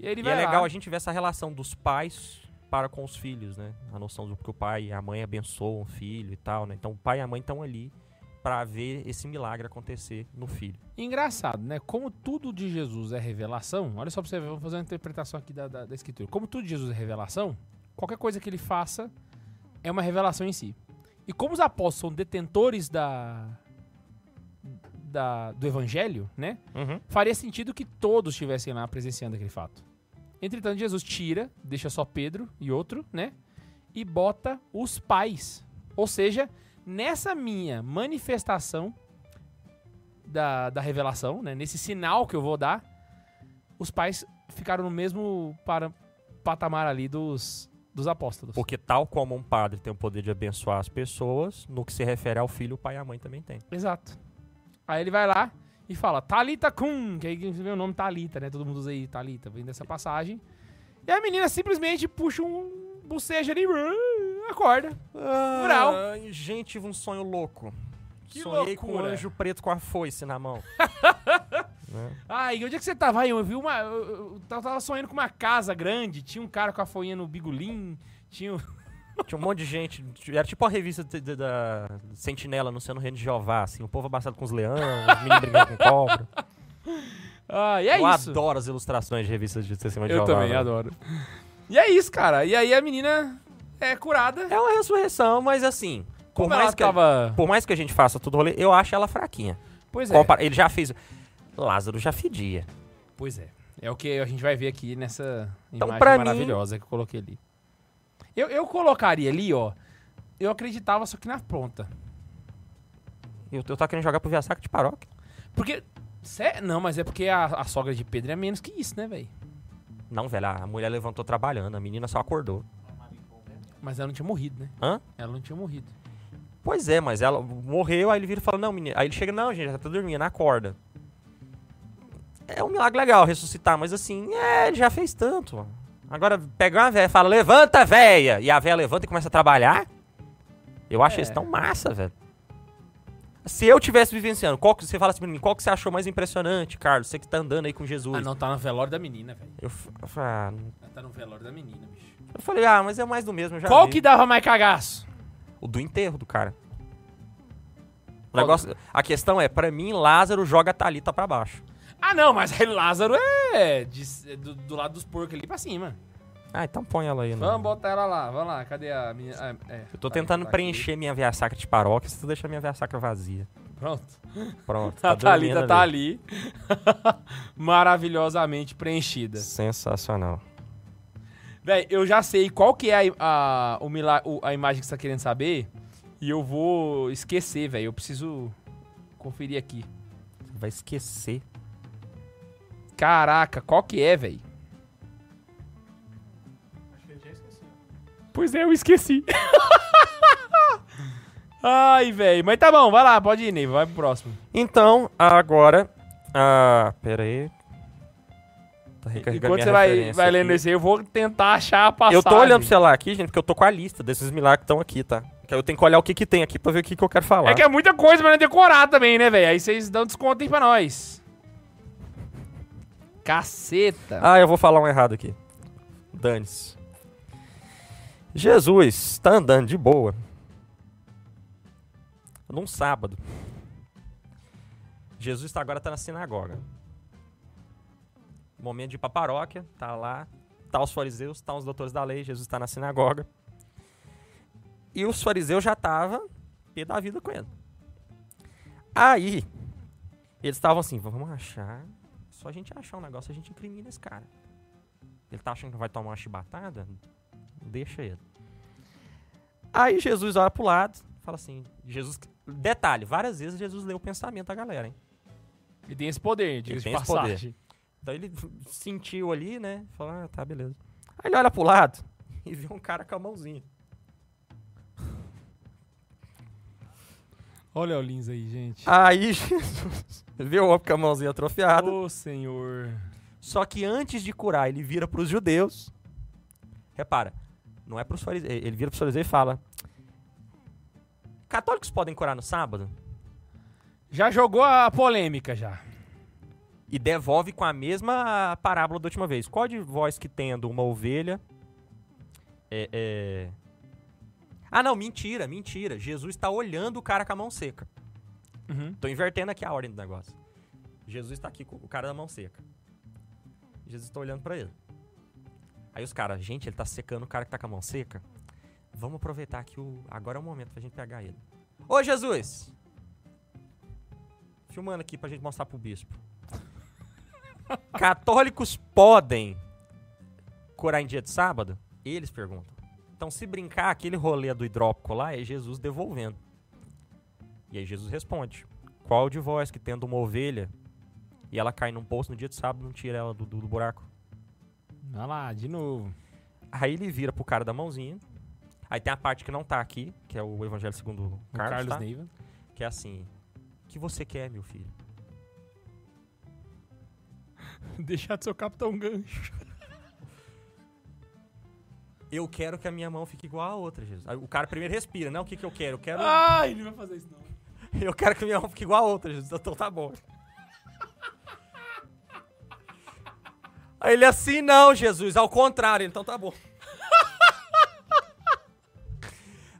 A: E, aí ele
B: E
A: vai
B: é
A: lá.
B: legal a gente ver essa relação dos pais para com os filhos, né? A noção do que o pai e a mãe abençoam o filho e tal, né? Então o pai e a mãe estão ali para ver esse milagre acontecer no filho.
A: Engraçado, né? Como tudo de Jesus é revelação, olha só pra você ver, vou fazer uma interpretação aqui da, da, da escritura. Como tudo de Jesus é revelação, qualquer coisa que ele faça é uma revelação em si. E como os apóstolos são detentores da, da- do evangelho, né? Faria sentido que todos estivessem lá presenciando aquele fato. Entretanto, Jesus tira, deixa só Pedro e outro, né? E bota os pais. Ou seja, nessa minha manifestação da, da revelação, né? Nesse sinal que eu vou dar, os pais ficaram no mesmo para, patamar ali dos, dos apóstolos.
B: Porque tal como um padre tem o poder de abençoar as pessoas, no que se refere ao filho, o pai e a mãe também têm.
A: Exato. Aí ele vai lá e fala, Talita Kun, que aí você vê o nome Talita, né? Todo mundo usa aí Talita, vem dessa passagem. E a menina simplesmente puxa um bocejo ali <laughs> e acorda. Rural.
B: gente, tive um sonho louco.
A: Que
B: Sonhei com um
A: loucura.
B: anjo preto com a foice na mão. Né?
A: Ah, e onde é que você tava? Aí eu vi uma. Eu, eu- eu tava sonhando com uma casa grande, tinha um cara com a folhinha no bigolim, tinha. o-
B: Tinha um monte de gente. Era tipo a revista de- de- da Sentinela anunciando o reino de Jeová, assim. O povo abraçado com os leões, os meninos brigando com cobra.
A: <laughs> Ah, e <laughs> é
B: Eu
A: isso.
B: adoro as ilustrações de revistas de Semana de
A: eu
B: Jeová.
A: também
B: né?
A: adoro. E é isso, cara. E aí a menina é curada.
B: É uma ressurreição, mas assim. Por
A: Como
B: mais,
A: ela
B: que
A: tava.
B: por mais que a gente faça tudo rolê, eu acho ela fraquinha.
A: Pois é.
B: Compara- Ele já fez. Lázaro já fedia.
A: Pois é. É o que a gente vai ver aqui nessa
B: Então,
A: imagem
B: pra mim-
A: maravilhosa que eu coloquei ali. Eu, eu colocaria ali, ó. Eu acreditava, só que na ponta.
B: Eu, eu tava querendo jogar pro Viasaca de Paróquia.
A: Porque. sé- Não, mas é porque a, a sogra de Pedro é menos que isso, né, velho?
B: Não, velho, a mulher levantou trabalhando, a menina só acordou.
A: Mas ela não tinha morrido, né?
B: Hã?
A: Ela não tinha morrido.
B: Pois é, mas ela morreu, aí ele vira e fala, não, menina. Aí ele chega, não, gente, ela tá dormindo, acorda. É um milagre legal ressuscitar, mas assim, é, ele já fez tanto. ó. Agora pega uma velha e fala, levanta, véia! E a véia levanta e começa a trabalhar. Eu acho
A: É.
B: isso tão massa, velho. Se eu tivesse vivenciando, qual que, você fala assim pra mim, qual que você achou mais impressionante, Carlos? Você que tá andando aí com Jesus.
A: Ah, não, tá no velório da menina, velho.
B: Eu, f- eu falei, ah,
A: Ela tá no velório da menina, bicho.
B: eu falei, ah, mas é mais do mesmo, eu já
A: Qual
B: vi.
A: que dava mais cagaço?
B: O do enterro do cara. O
A: Qual?
B: negócio, a questão é, pra mim, Lázaro joga a Thalita pra baixo.
A: Ah, não, mas aí Lázaro é, de- é do, do lado dos porcos ali pra cima.
B: Ah, então põe ela aí. né?
A: Vamos botar ela lá, vamos lá, cadê a minha. ah, é,
B: Eu tô
A: tá,
B: tentando
A: tá aqui.
B: preencher minha veia sacra de paróquia, se tu deixar minha veia sacra vazia.
A: Pronto.
B: Pronto.
A: <laughs> A Thalita
B: dormindo
A: tá ali. <laughs> Maravilhosamente preenchida.
B: Sensacional.
A: Véi, eu já sei qual que é a, a, o mila- o- a imagem que você tá querendo saber. E eu vou esquecer, velho. Eu preciso conferir aqui.
B: Vai esquecer.
A: Caraca, qual que é, velho? Pois é, eu esqueci. <laughs> Ai, velho. Mas tá bom, vai lá, pode ir, Neiva. Vai pro próximo.
B: Então, agora... Ah, pera aí. Tá recarregando
A: Enquanto
B: minha
A: você vai,
B: referência
A: vai lendo
B: aqui.
A: esse aí, eu vou tentar achar a passagem.
B: Eu tô olhando pro celular aqui, gente, porque eu tô com a lista desses milagres que estão aqui, tá? Que aí Eu tenho que olhar o que que tem aqui pra ver o que que eu quero falar.
A: É que é muita coisa pra não decorar também, né, velho? Aí vocês dão desconto aí pra nós. Caceta.
B: Ah, eu vou falar um errado aqui. Dane-se. Jesus tá andando de boa. Num sábado. Jesus tá, agora tá na sinagoga. Momento de ir pra paróquia, tá lá. Tá os fariseus, tá os doutores da lei, Jesus tá na sinagoga. E os fariseus já tava pé da vida com ele. Aí, eles estavam assim, vamos achar só a gente achar um negócio, a gente incrimina esse cara. Ele tá achando que vai tomar uma chibatada? Deixa ele. Aí Jesus olha pro lado, fala assim, Jesus... Detalhe, várias vezes Jesus leu o pensamento da galera, hein?
A: E tem esse poder, diga de
B: tem esse
A: passagem.
B: Então ele <laughs> sentiu ali, né? Falou, ah, tá, beleza. Aí ele olha pro lado <laughs> e vê um cara com a mãozinha.
A: Olha o Lins aí, gente.
B: Aí <laughs> Jesus vê o homem com a mãozinha atrofiada.
A: Ô, senhor.
B: Só que antes de curar, ele vira pros judeus. Repara, não é pros fariseus. Ele vira pros fariseus e fala: Católicos podem curar no sábado?
A: Já jogou a polêmica, já.
B: E devolve com a mesma parábola da última vez. Qual de vós que tendo uma ovelha. É, é- Ah, não, mentira, mentira. Jesus está olhando o cara com a mão seca. Tô invertendo aqui a ordem do negócio. Jesus tá aqui com o cara da mão seca. Jesus tá olhando pra ele. Aí os caras, gente, ele tá secando o cara que tá com a mão seca. Vamos aproveitar que o... agora é o momento pra gente pegar ele. Ô, Jesus! Filmando aqui pra gente mostrar pro bispo. Católicos podem curar em dia de sábado? Eles perguntam. Então, se brincar, aquele rolê do hidrópico lá é Jesus devolvendo. E aí Jesus responde. Qual de vós que tendo uma ovelha e ela cai num poço no dia de sábado não tira ela do, do- do buraco?
A: Vai lá, de novo.
B: Aí ele vira pro cara da mãozinha. Aí tem a parte que não tá aqui, que é o Evangelho segundo
A: O
B: Carlos,
A: Carlos
B: tá?
A: Neiva. <laughs>
B: que é assim: "O que você quer, meu filho?"
A: Deixar de ser o Capitão <laughs> Gancho.
B: Eu quero que a minha mão fique igual à outra, Jesus. Aí o cara primeiro respira, não, o que que eu quero? Eu quero
A: Ah, ele não vai fazer isso não.
B: Eu quero que minha mão fique igual a outra, Jesus. Então tá bom. Aí ele assim, não, Jesus, ao contrário, então tá bom. <laughs>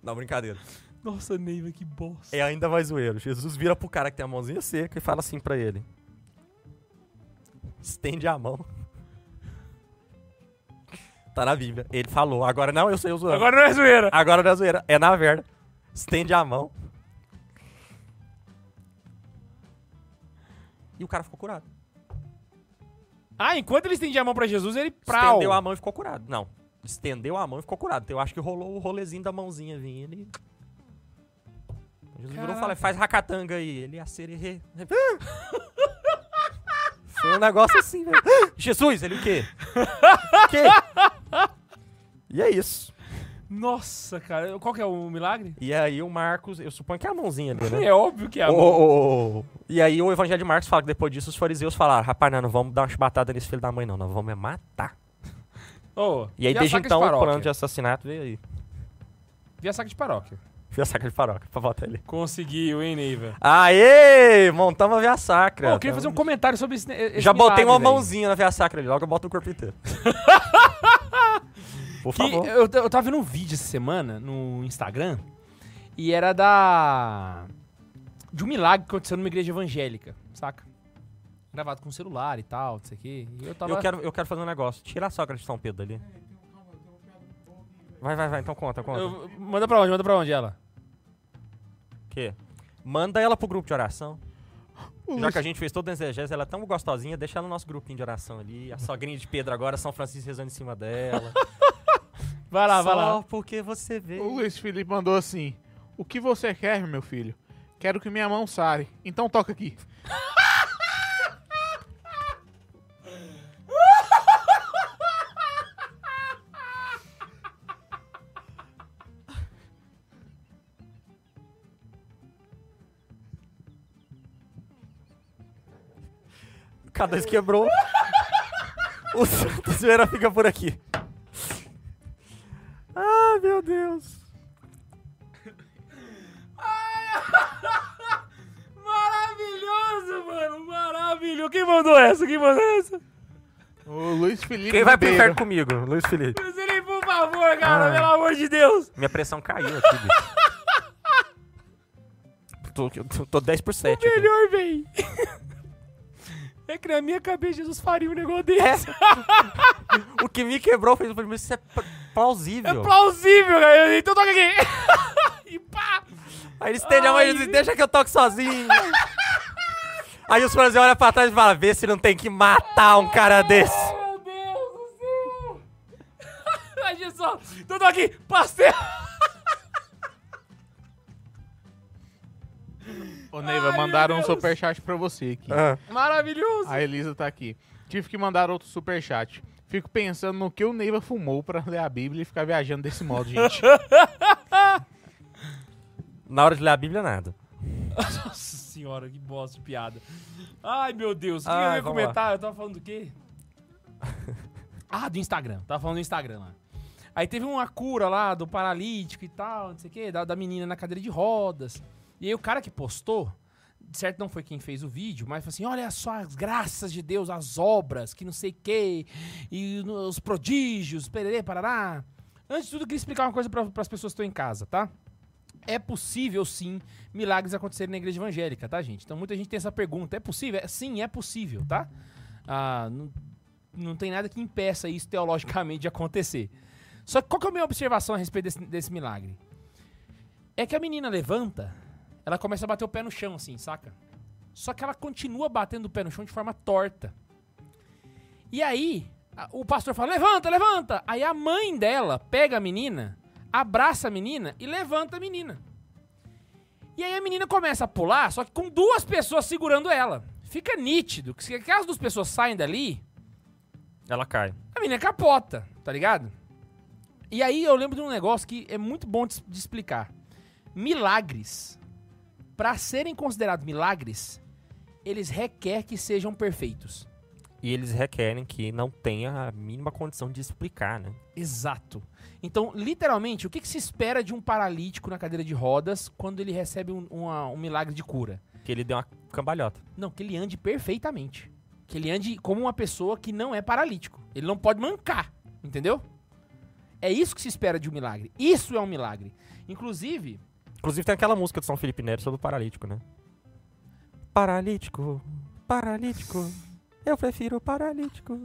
B: Não, brincadeira.
A: Nossa, Neiva, que bosta.
B: É ainda mais zoeiro. Jesus vira pro cara que tem a mãozinha seca e fala assim pra ele: Estende a mão. Tá na Bíblia. Ele falou. Agora não, eu sei eu zoando.
A: Agora não é zoeira.
B: Agora não é zoeira, é na verda. Estende a mão. E o cara ficou curado.
A: Ah, enquanto ele estendia a mão pra Jesus, ele prau.
B: Estendeu a mão e ficou curado. Não. Estendeu a mão e ficou curado. Então eu acho que rolou o rolezinho da mãozinha vindo e. Jesus virou e
A: Caraca.
B: falou: faz racatanga aí. Ele acererê. Foi um negócio assim, <laughs> velho. Jesus, ele o <laughs> quê? O quê? E é isso.
A: Nossa, cara. Qual que é o milagre?
B: E aí o Marcos, eu suponho que é a mãozinha ali, né?
A: É óbvio que é a
B: Ô,
A: mão.
B: ô, ô, ô. E aí o Evangelho de Marcos fala que depois disso os fariseus falaram: rapaz, nós não vamos dar uma chibatada nesse filho da mãe, não, nós vamos é matar.
A: Ô,
B: E aí,
A: via
B: desde
A: saca de
B: então, o
A: paróquia.
B: plano de assassinato veio aí. <laughs>
A: Via saca de paróquia.
B: Via sacra de paróquia, pra voltar ali.
A: Conseguiu, hein, Neiva?
B: Aê! Montamos a via
A: Pô,
B: sacra.
A: eu queria fazer um comentário sobre esse. esse
B: Já botei
A: milagre,
B: uma
A: velho.
B: mãozinha na via sacra ali, logo eu boto o
A: <laughs>
B: corpo inteiro. Por
A: Que
B: favor.
A: eu, eu tava vendo um vídeo essa semana no Instagram e era da. de um milagre que aconteceu numa igreja evangélica, saca? Gravado com celular e tal, não sei o quê. E eu tava.
B: Eu quero, eu quero fazer um negócio. Tira a sogra de São Pedro dali. Vai, vai, vai, então conta, conta.
A: Eu- manda pra onde? Manda pra onde ela?
B: Que? Manda ela pro grupo de oração.
C: O
B: Já
C: Luiz-
B: que a gente fez todo a exegese, ela é tão gostosinha, deixa ela no nosso grupinho de oração ali. A sogrinha de Pedro agora, São Francisco rezando em cima dela.
A: <laughs> Vai lá,
B: Só
A: vai lá.
B: porque você vê.
C: O Luiz Felipe mandou assim: O que você quer, meu filho? Quero que minha mão sare. Então toca aqui.
B: Cada dois quebrou. <laughs> o Santa Zoeira fica por aqui. Ah, meu Deus.
A: <laughs> Maravilhoso, mano! Maravilhoso! Quem mandou essa? Quem mandou essa?
C: O Luiz Felipe.
B: Quem vai pro
C: Ribeiro.
B: inferno comigo? Luiz Felipe.
A: Cancelei, por favor, cara,
B: Ah.
A: pelo amor de Deus!
B: Minha pressão caiu aqui, bicho. Tô, eu tô, tô 10 por 7. aqui.
A: Melhor, véi! É que na minha cabeça Jesus faria um negócio desse.
B: É. <laughs> O que me quebrou foi o primeiro. Isso é pl-
A: É
B: plausível.
A: plausível, cara. Então toca aqui. <laughs> e pá.
B: Aí eles estendem a mão e
A: Ai.
B: dizem, deixa que eu toque sozinho. Aí os franzinhos olham pra trás e falam, vê se não tem que matar um cara desse.
A: Meu Deus do céu. <laughs> Imagina só. Então toca aqui. Pastel.
C: Ô, Neiva,
A: Ai,
C: mandaram um
A: meu Deus.
C: superchat pra você aqui.
B: Ah,
A: Maravilhoso.
C: A Elisa tá aqui. Tive que mandar outro superchat. Fico pensando no que o Neiva fumou pra ler a Bíblia e ficar viajando
A: <laughs>
C: desse modo, gente.
B: Na hora de ler a Bíblia, nada.
A: Nossa senhora, que bosta de piada. Ai, meu Deus. O que
B: Ai,
A: eu ia
B: vamos lá.
A: comentar? Eu tava falando do quê? ah, do Instagram. Tava falando do Instagram lá. Aí teve uma cura lá do paralítico e tal, não sei o quê, da, da menina na cadeira de rodas. E aí o cara que postou, de certo não foi quem fez o vídeo, mas falou assim, olha só as graças de Deus, as obras, que não sei o quê, e no- os prodígios, pererê, parará. Antes de tudo, eu queria explicar uma coisa para as pessoas que estão em casa, tá? É possível, sim, milagres acontecerem na igreja evangélica, tá, gente? Então muita gente tem essa pergunta. É possível? É- Sim, é possível, tá? Ah, não, não tem nada que impeça isso teologicamente de acontecer. Só que qual que é a minha observação a respeito desse, desse milagre? É que a menina levanta, ela começa a bater o pé no chão, assim, saca? Só que ela continua batendo o pé no chão de forma torta. E aí, a- o pastor fala: levanta, levanta! Aí a mãe dela pega a menina, abraça a menina e levanta a menina. E aí a menina começa a pular, só que com duas pessoas segurando ela. Fica nítido que se aquelas duas pessoas saem dali,
B: Ela cai.
A: a menina capota, tá ligado? E aí eu lembro de um negócio que é muito bom de s- de explicar. Milagres, para serem considerados milagres, eles requer que sejam perfeitos.
B: E eles requerem que não tenha a mínima condição de explicar, né?
A: Exato. Então, literalmente, o que, que se espera de um paralítico na cadeira de rodas quando ele recebe um, uma- um milagre de cura?
B: Que ele deu uma cambalhota.
A: Não, que ele ande perfeitamente. Que ele ande como uma pessoa que não é paralítico. Ele não pode mancar, entendeu? É isso que se espera de um milagre. Isso é um milagre. Inclusive,
B: Inclusive tem aquela música do São Felipe Neto sobre o paralítico, né? Paralítico, paralítico, eu prefiro paralítico.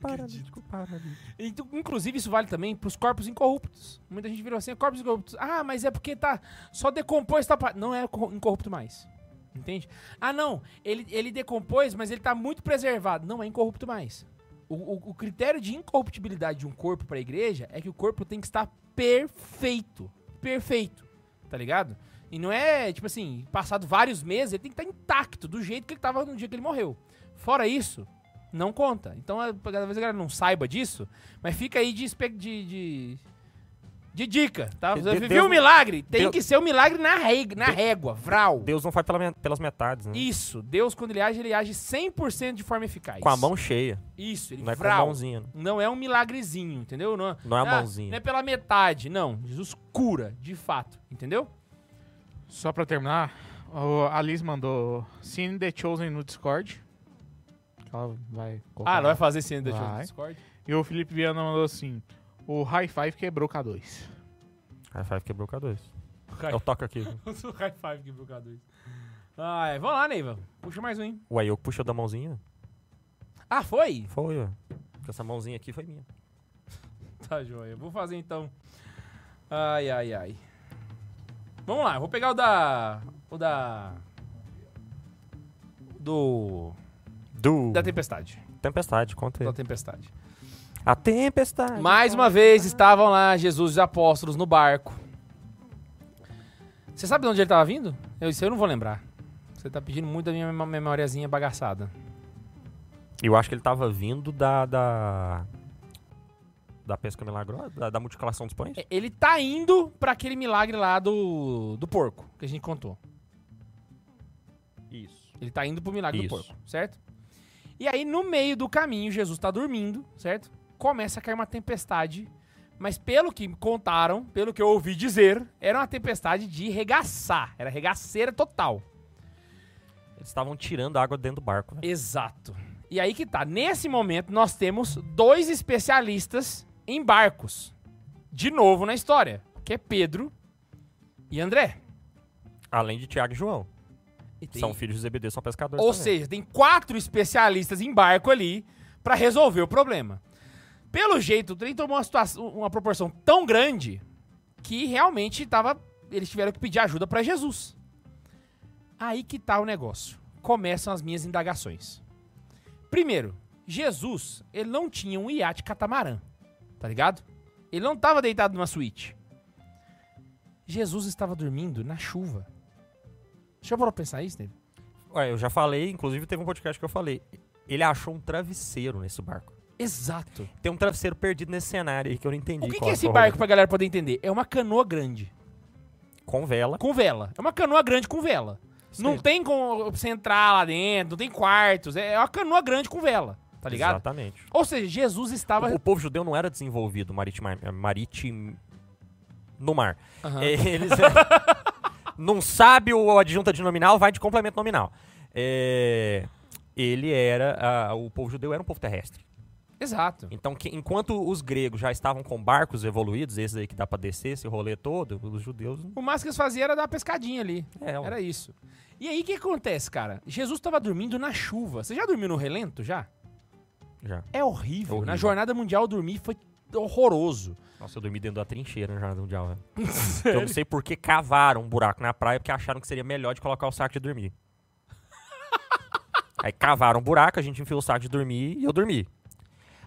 B: Paralítico, paralítico.
A: Então, inclusive, isso vale também pros corpos incorruptos. Muita gente virou assim, corpos incorruptos. Ah, mas é porque tá. Só decompôs, tá. pa- Não é co- incorrupto mais. Entende? Ah, não. Ele, ele decompôs, mas ele tá muito preservado. Não é incorrupto mais. O, o- o critério de incorruptibilidade de um corpo pra igreja é que o corpo tem que estar perfeito. Perfeito. Tá ligado? E não é, tipo assim, passado vários meses, ele tem que estar intacto, do jeito que ele tava no dia que ele morreu. Fora isso, não conta. Então, é- talvez a galera não saiba disso, mas fica aí de, espe- de, de, de dica, tá?
B: De-
A: Você
B: de-
A: viu o milagre? Tem
B: Deus-
A: que ser o milagre na, reg, na régua, vral.
B: Deus não faz pela me- pelas metades, né?
A: Isso, Deus quando ele age, ele age 100% de forma eficaz.
B: Com a mão cheia,
A: Isso, ele
B: não é com a
A: vral.
B: mãozinha. né?
A: não é um milagrezinho, entendeu? Não,
B: Não é a
A: ah,
B: mãozinha.
A: Não é pela metade, não. Jesus cura, de fato, entendeu?
C: Só pra terminar, o- a Liz mandou Cine The Chosen no Discord. que Ela vai colocar
A: ah, não
C: lá.
A: vai fazer esse ainda
C: Vai.
A: no Discord? <laughs>
C: E o Felipe Viana mandou assim: o High Five quebrou K2.
B: High five quebrou com a dois.
A: High-
B: Eu toco aqui.
A: O high five que broca dois. Ah, é. Vamos lá, Neiva. Puxa mais um, hein?
B: Ué, eu puxou da mãozinha?
A: Ah, foi? <laughs>
B: Foi, ué. Porque essa mãozinha aqui foi minha.
A: Tá, joia. Vou fazer então. Ai, ai, ai. Vamos lá, eu vou pegar o da. O da. Do.
B: Do
A: Da Tempestade.
B: Tempestade, conta aí.
A: Da Tempestade.
B: A Tempestade.
A: Mais uma vez estavam lá Jesus e os apóstolos no barco. Você sabe de onde ele estava vindo? Eu, isso eu não vou lembrar. Você tá pedindo muito da minha memo- memóriazinha bagaçada.
B: Eu acho que ele tava vindo da. Da, da pesca milagrosa? Da, da multiplicação dos pães?
A: É, Ele tá indo pra aquele milagre lá do, do porco que a gente contou.
B: Isso.
A: Ele tá indo pro milagre do
B: Isso.
A: porco, certo? E aí, no meio do caminho, Jesus tá dormindo, certo? Começa a cair uma tempestade. Mas pelo que me contaram, pelo que eu ouvi dizer, era uma tempestade de regaçar. Era regaceira total.
B: Eles estavam tirando água dentro do barco. né? velho.
A: Exato. E aí que tá. Nesse momento, nós temos dois especialistas em barcos. De novo na história. Que é Pedro e André.
B: Além de Tiago e João.
A: E
B: que
A: tem-
B: São filhos de Zebedeu, são pescadores.
A: Ou
B: também.
A: seja, tem quatro especialistas em barco ali pra resolver o problema. Pelo jeito, o trem tomou uma, situação, uma proporção tão grande que realmente tava, eles tiveram que pedir ajuda pra Jesus. Aí que tá o negócio. Começam as minhas indagações. Primeiro, Jesus, ele não tinha um iate catamarã, tá ligado? Ele não tava deitado numa suíte. Jesus estava dormindo na chuva. Deixa eu parar pra pensar isso, né?
B: Ué, eu já falei, inclusive teve um podcast que eu falei. Ele achou um travesseiro nesse barco.
A: Exato.
B: Tem um travesseiro perdido nesse cenário aí que eu não entendi.
A: O que, que
B: qual
A: é esse
B: qual
A: barco pra galera poder entender? É uma canoa grande,
B: rolê. Com vela.
A: com vela. É uma canoa grande com vela.
B: Isso
A: não
B: aí.
A: tem como você entrar lá dentro, não tem quartos. É é uma canoa grande com vela, tá ligado?
B: Exatamente.
A: Ou seja, Jesus estava.
B: O, o povo judeu não era desenvolvido maritima, eh, maritim... no mar.
A: Aham.
B: É, Eles
A: <laughs>
B: não sabe o adjunta de nominal, vai de complemento nominal. É, ele era ah, o povo judeu era um povo terrestre.
A: Exato.
B: Então, que- enquanto os gregos já estavam com barcos evoluídos, esses aí que dá pra descer, esse rolê todo, os judeus
A: O máximo que eles faziam era dar uma pescadinha ali.
B: é,
A: Era isso. E aí o que acontece, cara? Jesus estava dormindo na chuva. Você já dormiu no relento já?
B: já.
A: É horrível.
B: É horrível.
A: Na jornada mundial dormir foi horroroso.
B: Nossa, eu dormi dentro da trincheira na Jornada Mundial. né? Eu não sei por que cavaram um buraco na praia, porque acharam que seria melhor de colocar o saco de dormir. Aí cavaram um buraco, a gente enfiou o saco de dormir e eu dormi.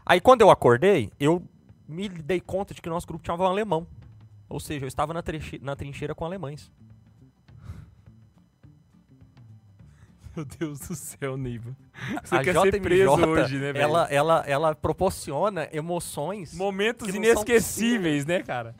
B: Aí quando eu acordei, eu me dei conta de que nosso grupo tinha um alemão. Ou seja, eu estava na, treche- na trincheira com alemães.
A: Meu Deus do céu, <laughs> Neiva. Você
B: a
A: quer
B: JMJ,
A: ser preso hoje, né, velho?
B: Ela, ela, ela proporciona emoções.
A: Momentos
B: que não são
A: inesquecíveis, né, cara?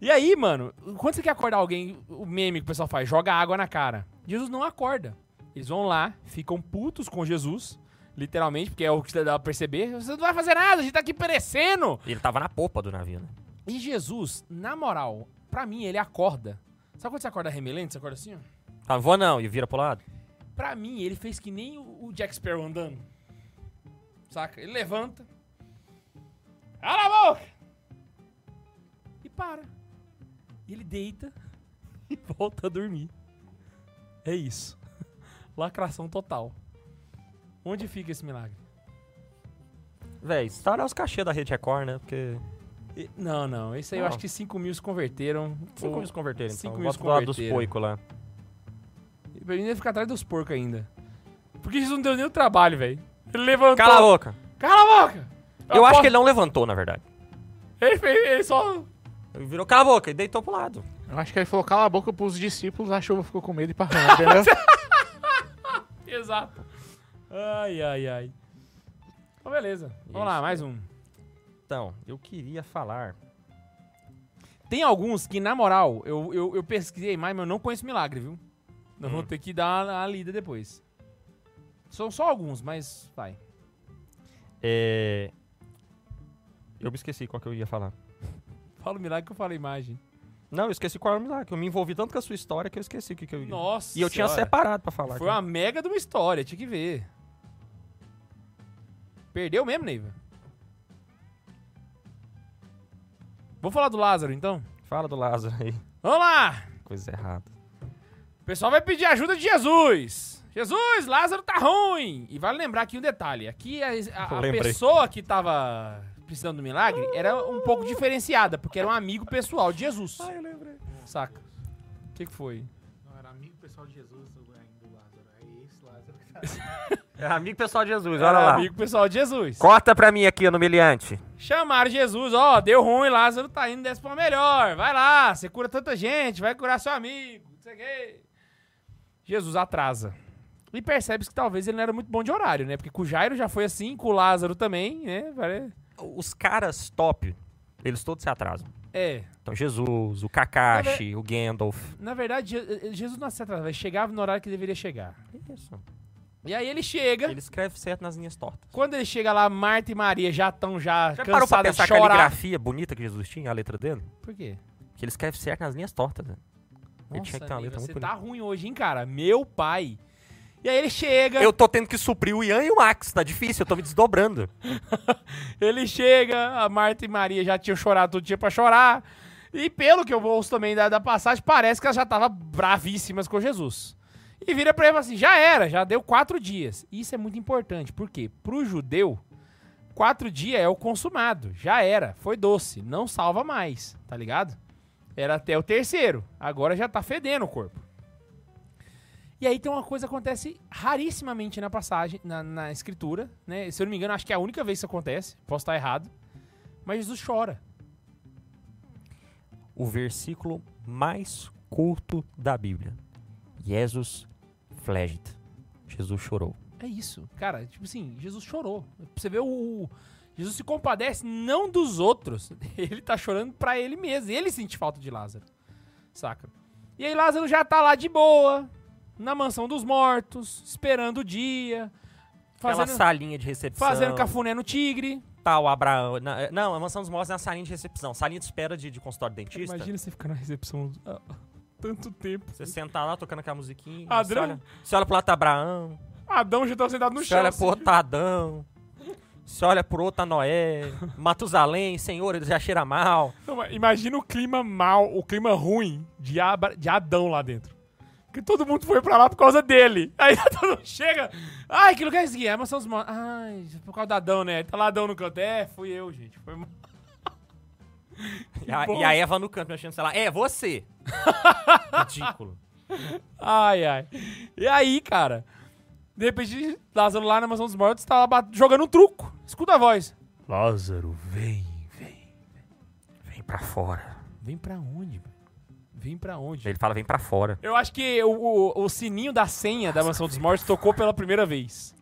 A: E aí, mano, quando você quer acordar alguém, o meme que o pessoal faz, joga água na cara. Jesus não acorda. Eles vão lá, ficam putos com Jesus, literalmente, porque é o que dá pra perceber. Você não vai fazer nada, a gente tá aqui perecendo.
B: Ele tava na popa do navio, né?
A: E Jesus, na moral, pra mim, ele acorda. Sabe quando você acorda remelente? Você acorda assim, ó?
B: Tá, vou não, e vira pro lado.
A: Pra mim, ele fez que nem o o Jack Sparrow andando. Saca? Ele levanta. Cala a boca! E para. E ele deita <laughs> e volta a dormir. É isso. <laughs> Lacração total. Onde fica esse milagre?
B: Véi, estoura os cachê da Rede Record, né? Porque.
A: E- não, não. Isso aí eu
B: Não.
A: acho que 5 mil se converteram.
B: Cinco
A: Ou-
B: mil se converteram, então.
A: cinco
B: Cinco
A: mil
B: mil
A: se
B: do lado dos
A: converteram.
B: poicos lá.
A: Pra mim deve ficar atrás dos porcos ainda. Porque isso não deu nem o trabalho, velho. Ele levantou.
B: Cala a boca!
A: Cala a boca!
B: Eu acho que ele não levantou, na verdade.
A: Ele, fez, ele só
B: Ele virou cala a boca e deitou pro lado.
C: Eu acho que ele falou, cala a boca pros discípulos, a chuva ficou com medo e <laughs> parou, entendeu?
A: <laughs> Exato. Ai, ai, ai. Então, beleza. Vamos
B: Isso,
A: lá, mais um.
B: Então, eu queria falar.
A: Tem alguns que, na moral, eu, eu, eu pesquisei mais, mas eu não conheço milagre, viu? Nós vamos ter que dar uma, uma lida depois. São só alguns, mas vai.
B: É. Eu me esqueci qual que eu ia falar.
A: Fala o milagre que eu falo a imagem.
B: Não, eu esqueci qual era o milagre. Eu me envolvi tanto com a sua história que eu esqueci o que, que eu ia.
A: Nossa
B: E eu tinha
A: senhora.
B: separado pra falar.
A: Foi uma mega de uma história, tinha que ver. Perdeu mesmo, Neiva? Vou falar do Lázaro, então.
B: Fala do Lázaro aí.
A: Vamos lá!
B: Coisa errada.
A: O pessoal vai pedir ajuda de Jesus. Jesus, Lázaro tá ruim. E vale lembrar aqui um detalhe. Aqui a, a- a
B: Lembrei.
A: pessoa que tava precisando do milagre era um pouco diferenciada, porque era um amigo pessoal de Jesus.
B: eu lembrei.
A: Saca? O que, que foi?
C: Não, era amigo pessoal de Jesus do, do Lázaro. É esse Lázaro que tá.
B: É amigo pessoal de Jesus,
A: Era um
B: olha lá.
A: amigo pessoal de Jesus.
B: Corta pra mim aqui no humilhante.
A: Chamaram Jesus, ó, deu ruim, Lázaro tá indo dessa pra uma melhor. Vai lá, você cura tanta gente, vai curar seu amigo, não sei o quê. Jesus atrasa. E percebe que talvez ele não era muito bom de horário, né? Porque com o Jairo já foi assim, com o Lázaro também, né? Pare-
B: Os caras top, eles todos se atrasam.
A: É,
B: Então, Jesus, o
A: Tá
B: Kakashi, o Gandalf.
A: na verdade, Je- Jesus não se atrasava, ele chegava no horário que deveria chegar.
B: Isso.
A: E aí ele chega,
B: Ele escreve certo nas linhas tortas.
A: quando ele chega lá, Marta e Maria já estão já,
B: Já parou pra
A: cansadas
B: pensar é
A: de
B: a
A: chorar.
B: caligrafia bonita que Jesus tinha, a letra dele?
A: Por quê?
B: Que ele escreve certo nas linhas tortas, né? Ele tinha que ter uma
A: amigo,
B: letra
A: você
B: muito
A: tá
B: bonita.
A: ruim hoje, hein, cara? Meu pai. E aí ele chega...
B: Eu tô tendo que suprir o Ian e o Max, tá difícil, eu tô me desdobrando.
A: Ele chega, a Marta e Maria já tinham chorado todo dia pra chorar. E pelo que eu ouço também da, da passagem, parece que elas já estavam bravíssimas com Jesus. E vira pra ele e fala assim: já era, já deu quatro dias. Isso é muito importante, porque pro judeu, quatro dias é o consumado, já era, foi doce, não salva mais, tá ligado? Era até o terceiro, agora já tá fedendo o corpo. E aí tem uma coisa que acontece rarissimamente na passagem, na, na escritura, né? Se eu não me engano, acho que é a única vez que isso acontece, posso estar errado. Mas Jesus chora.
B: O versículo mais curto da Bíblia. Jesus flegit. Jesus chorou.
A: É isso. Cara, tipo assim, Jesus chorou. Pra Você vê o, o- Jesus se compadece não dos outros. <laughs> Ele tá chorando pra ele mesmo. Ele sente falta de Lázaro. Saca? E aí Lázaro já tá lá de boa, na mansão dos mortos, esperando o dia,
B: Aquela
A: fazendo,
B: salinha de recepção.
A: fazendo cafuné no tigre.
B: tal, Abraão. na- eh, não, a mansão dos mortos é na salinha de recepção. Salinha de espera de, de consultório de dentista.
A: Imagina você ficar na recepção ah, tanto tempo.
B: Você sentar lá tocando aquela musiquinha.
A: Ah,
B: Você
A: Adriano.
B: olha, você olha pro lado tá Abraão.
A: Adão já tá sentado no
B: Você
A: chão.
B: olha
A: assim.
B: pro outro tá Adão. Você olha pro outro
A: <laughs>
B: tá Noé. Matusalém, Senhor, ele já cheira mal.
A: Não, mas imagina o clima mal, o clima ruim de, Abra- de Adão lá dentro. Porque todo mundo foi pra lá por causa dele. <laughs> Aí todo mundo chega. Ai, que lugar é esse aqui? É a mansão dos mortos. Ai, por causa do Adão, né? Tá lá Adão no canto. É, fui eu, gente. Foi mal.
B: E a,
A: bom.
B: e a Eva no canto mexendo, sei lá.
A: <laughs>
B: É, você. Ridículo.
A: Ai, ai. E aí, cara? De repente, Lázaro lá na mansão dos mortos tá lá bat- jogando um truco. Escuta a voz.
B: Lázaro, vem, vem. Vem pra fora.
A: Vem pra onde, velho? Vem pra onde?
B: Ele fala, vem pra fora.
A: Eu acho que o, o- o sininho da senha da Mansão dos Mortos tocou pela primeira vez.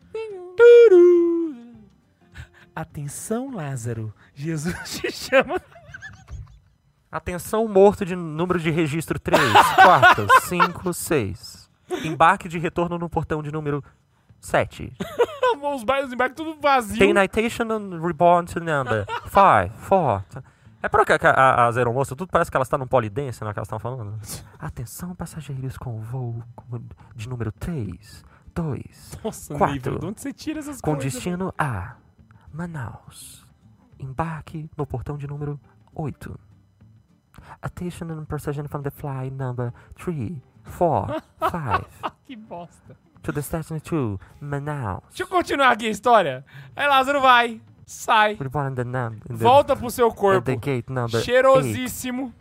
A: Atenção, Lázaro.
B: <laughs>
A: Jesus te chama.
B: Atenção, morto de número de registro 3, 4, 5, 6. Embarque de retorno no portão de número 7.
A: Os bairros embarques tudo vazio.
B: Tem Nitation and Reborn to Number. 5, 4. É pra que que a- a- as aeromoças, tudo parece que elas estão num polidense, não é que elas estão falando? Atenção, passageiros com voo com- de número 3, 2,
A: Nossa,
B: Quatro.
A: nível. De onde você tira essas
B: com
A: coisas?
B: destino a Manaus. Embarque no portão de número 8. Attention and procession from the fly number 3,
A: <laughs>
B: 4, 5.
A: Que bosta.
B: To the station 2, Manaus.
A: Deixa eu continuar aqui a história. Aí Lázaro vai, sai,
B: Reborn in the num- in the-
A: volta pro seu
B: in
A: corpo.
B: the gate number eight.
A: Cheirosíssimo.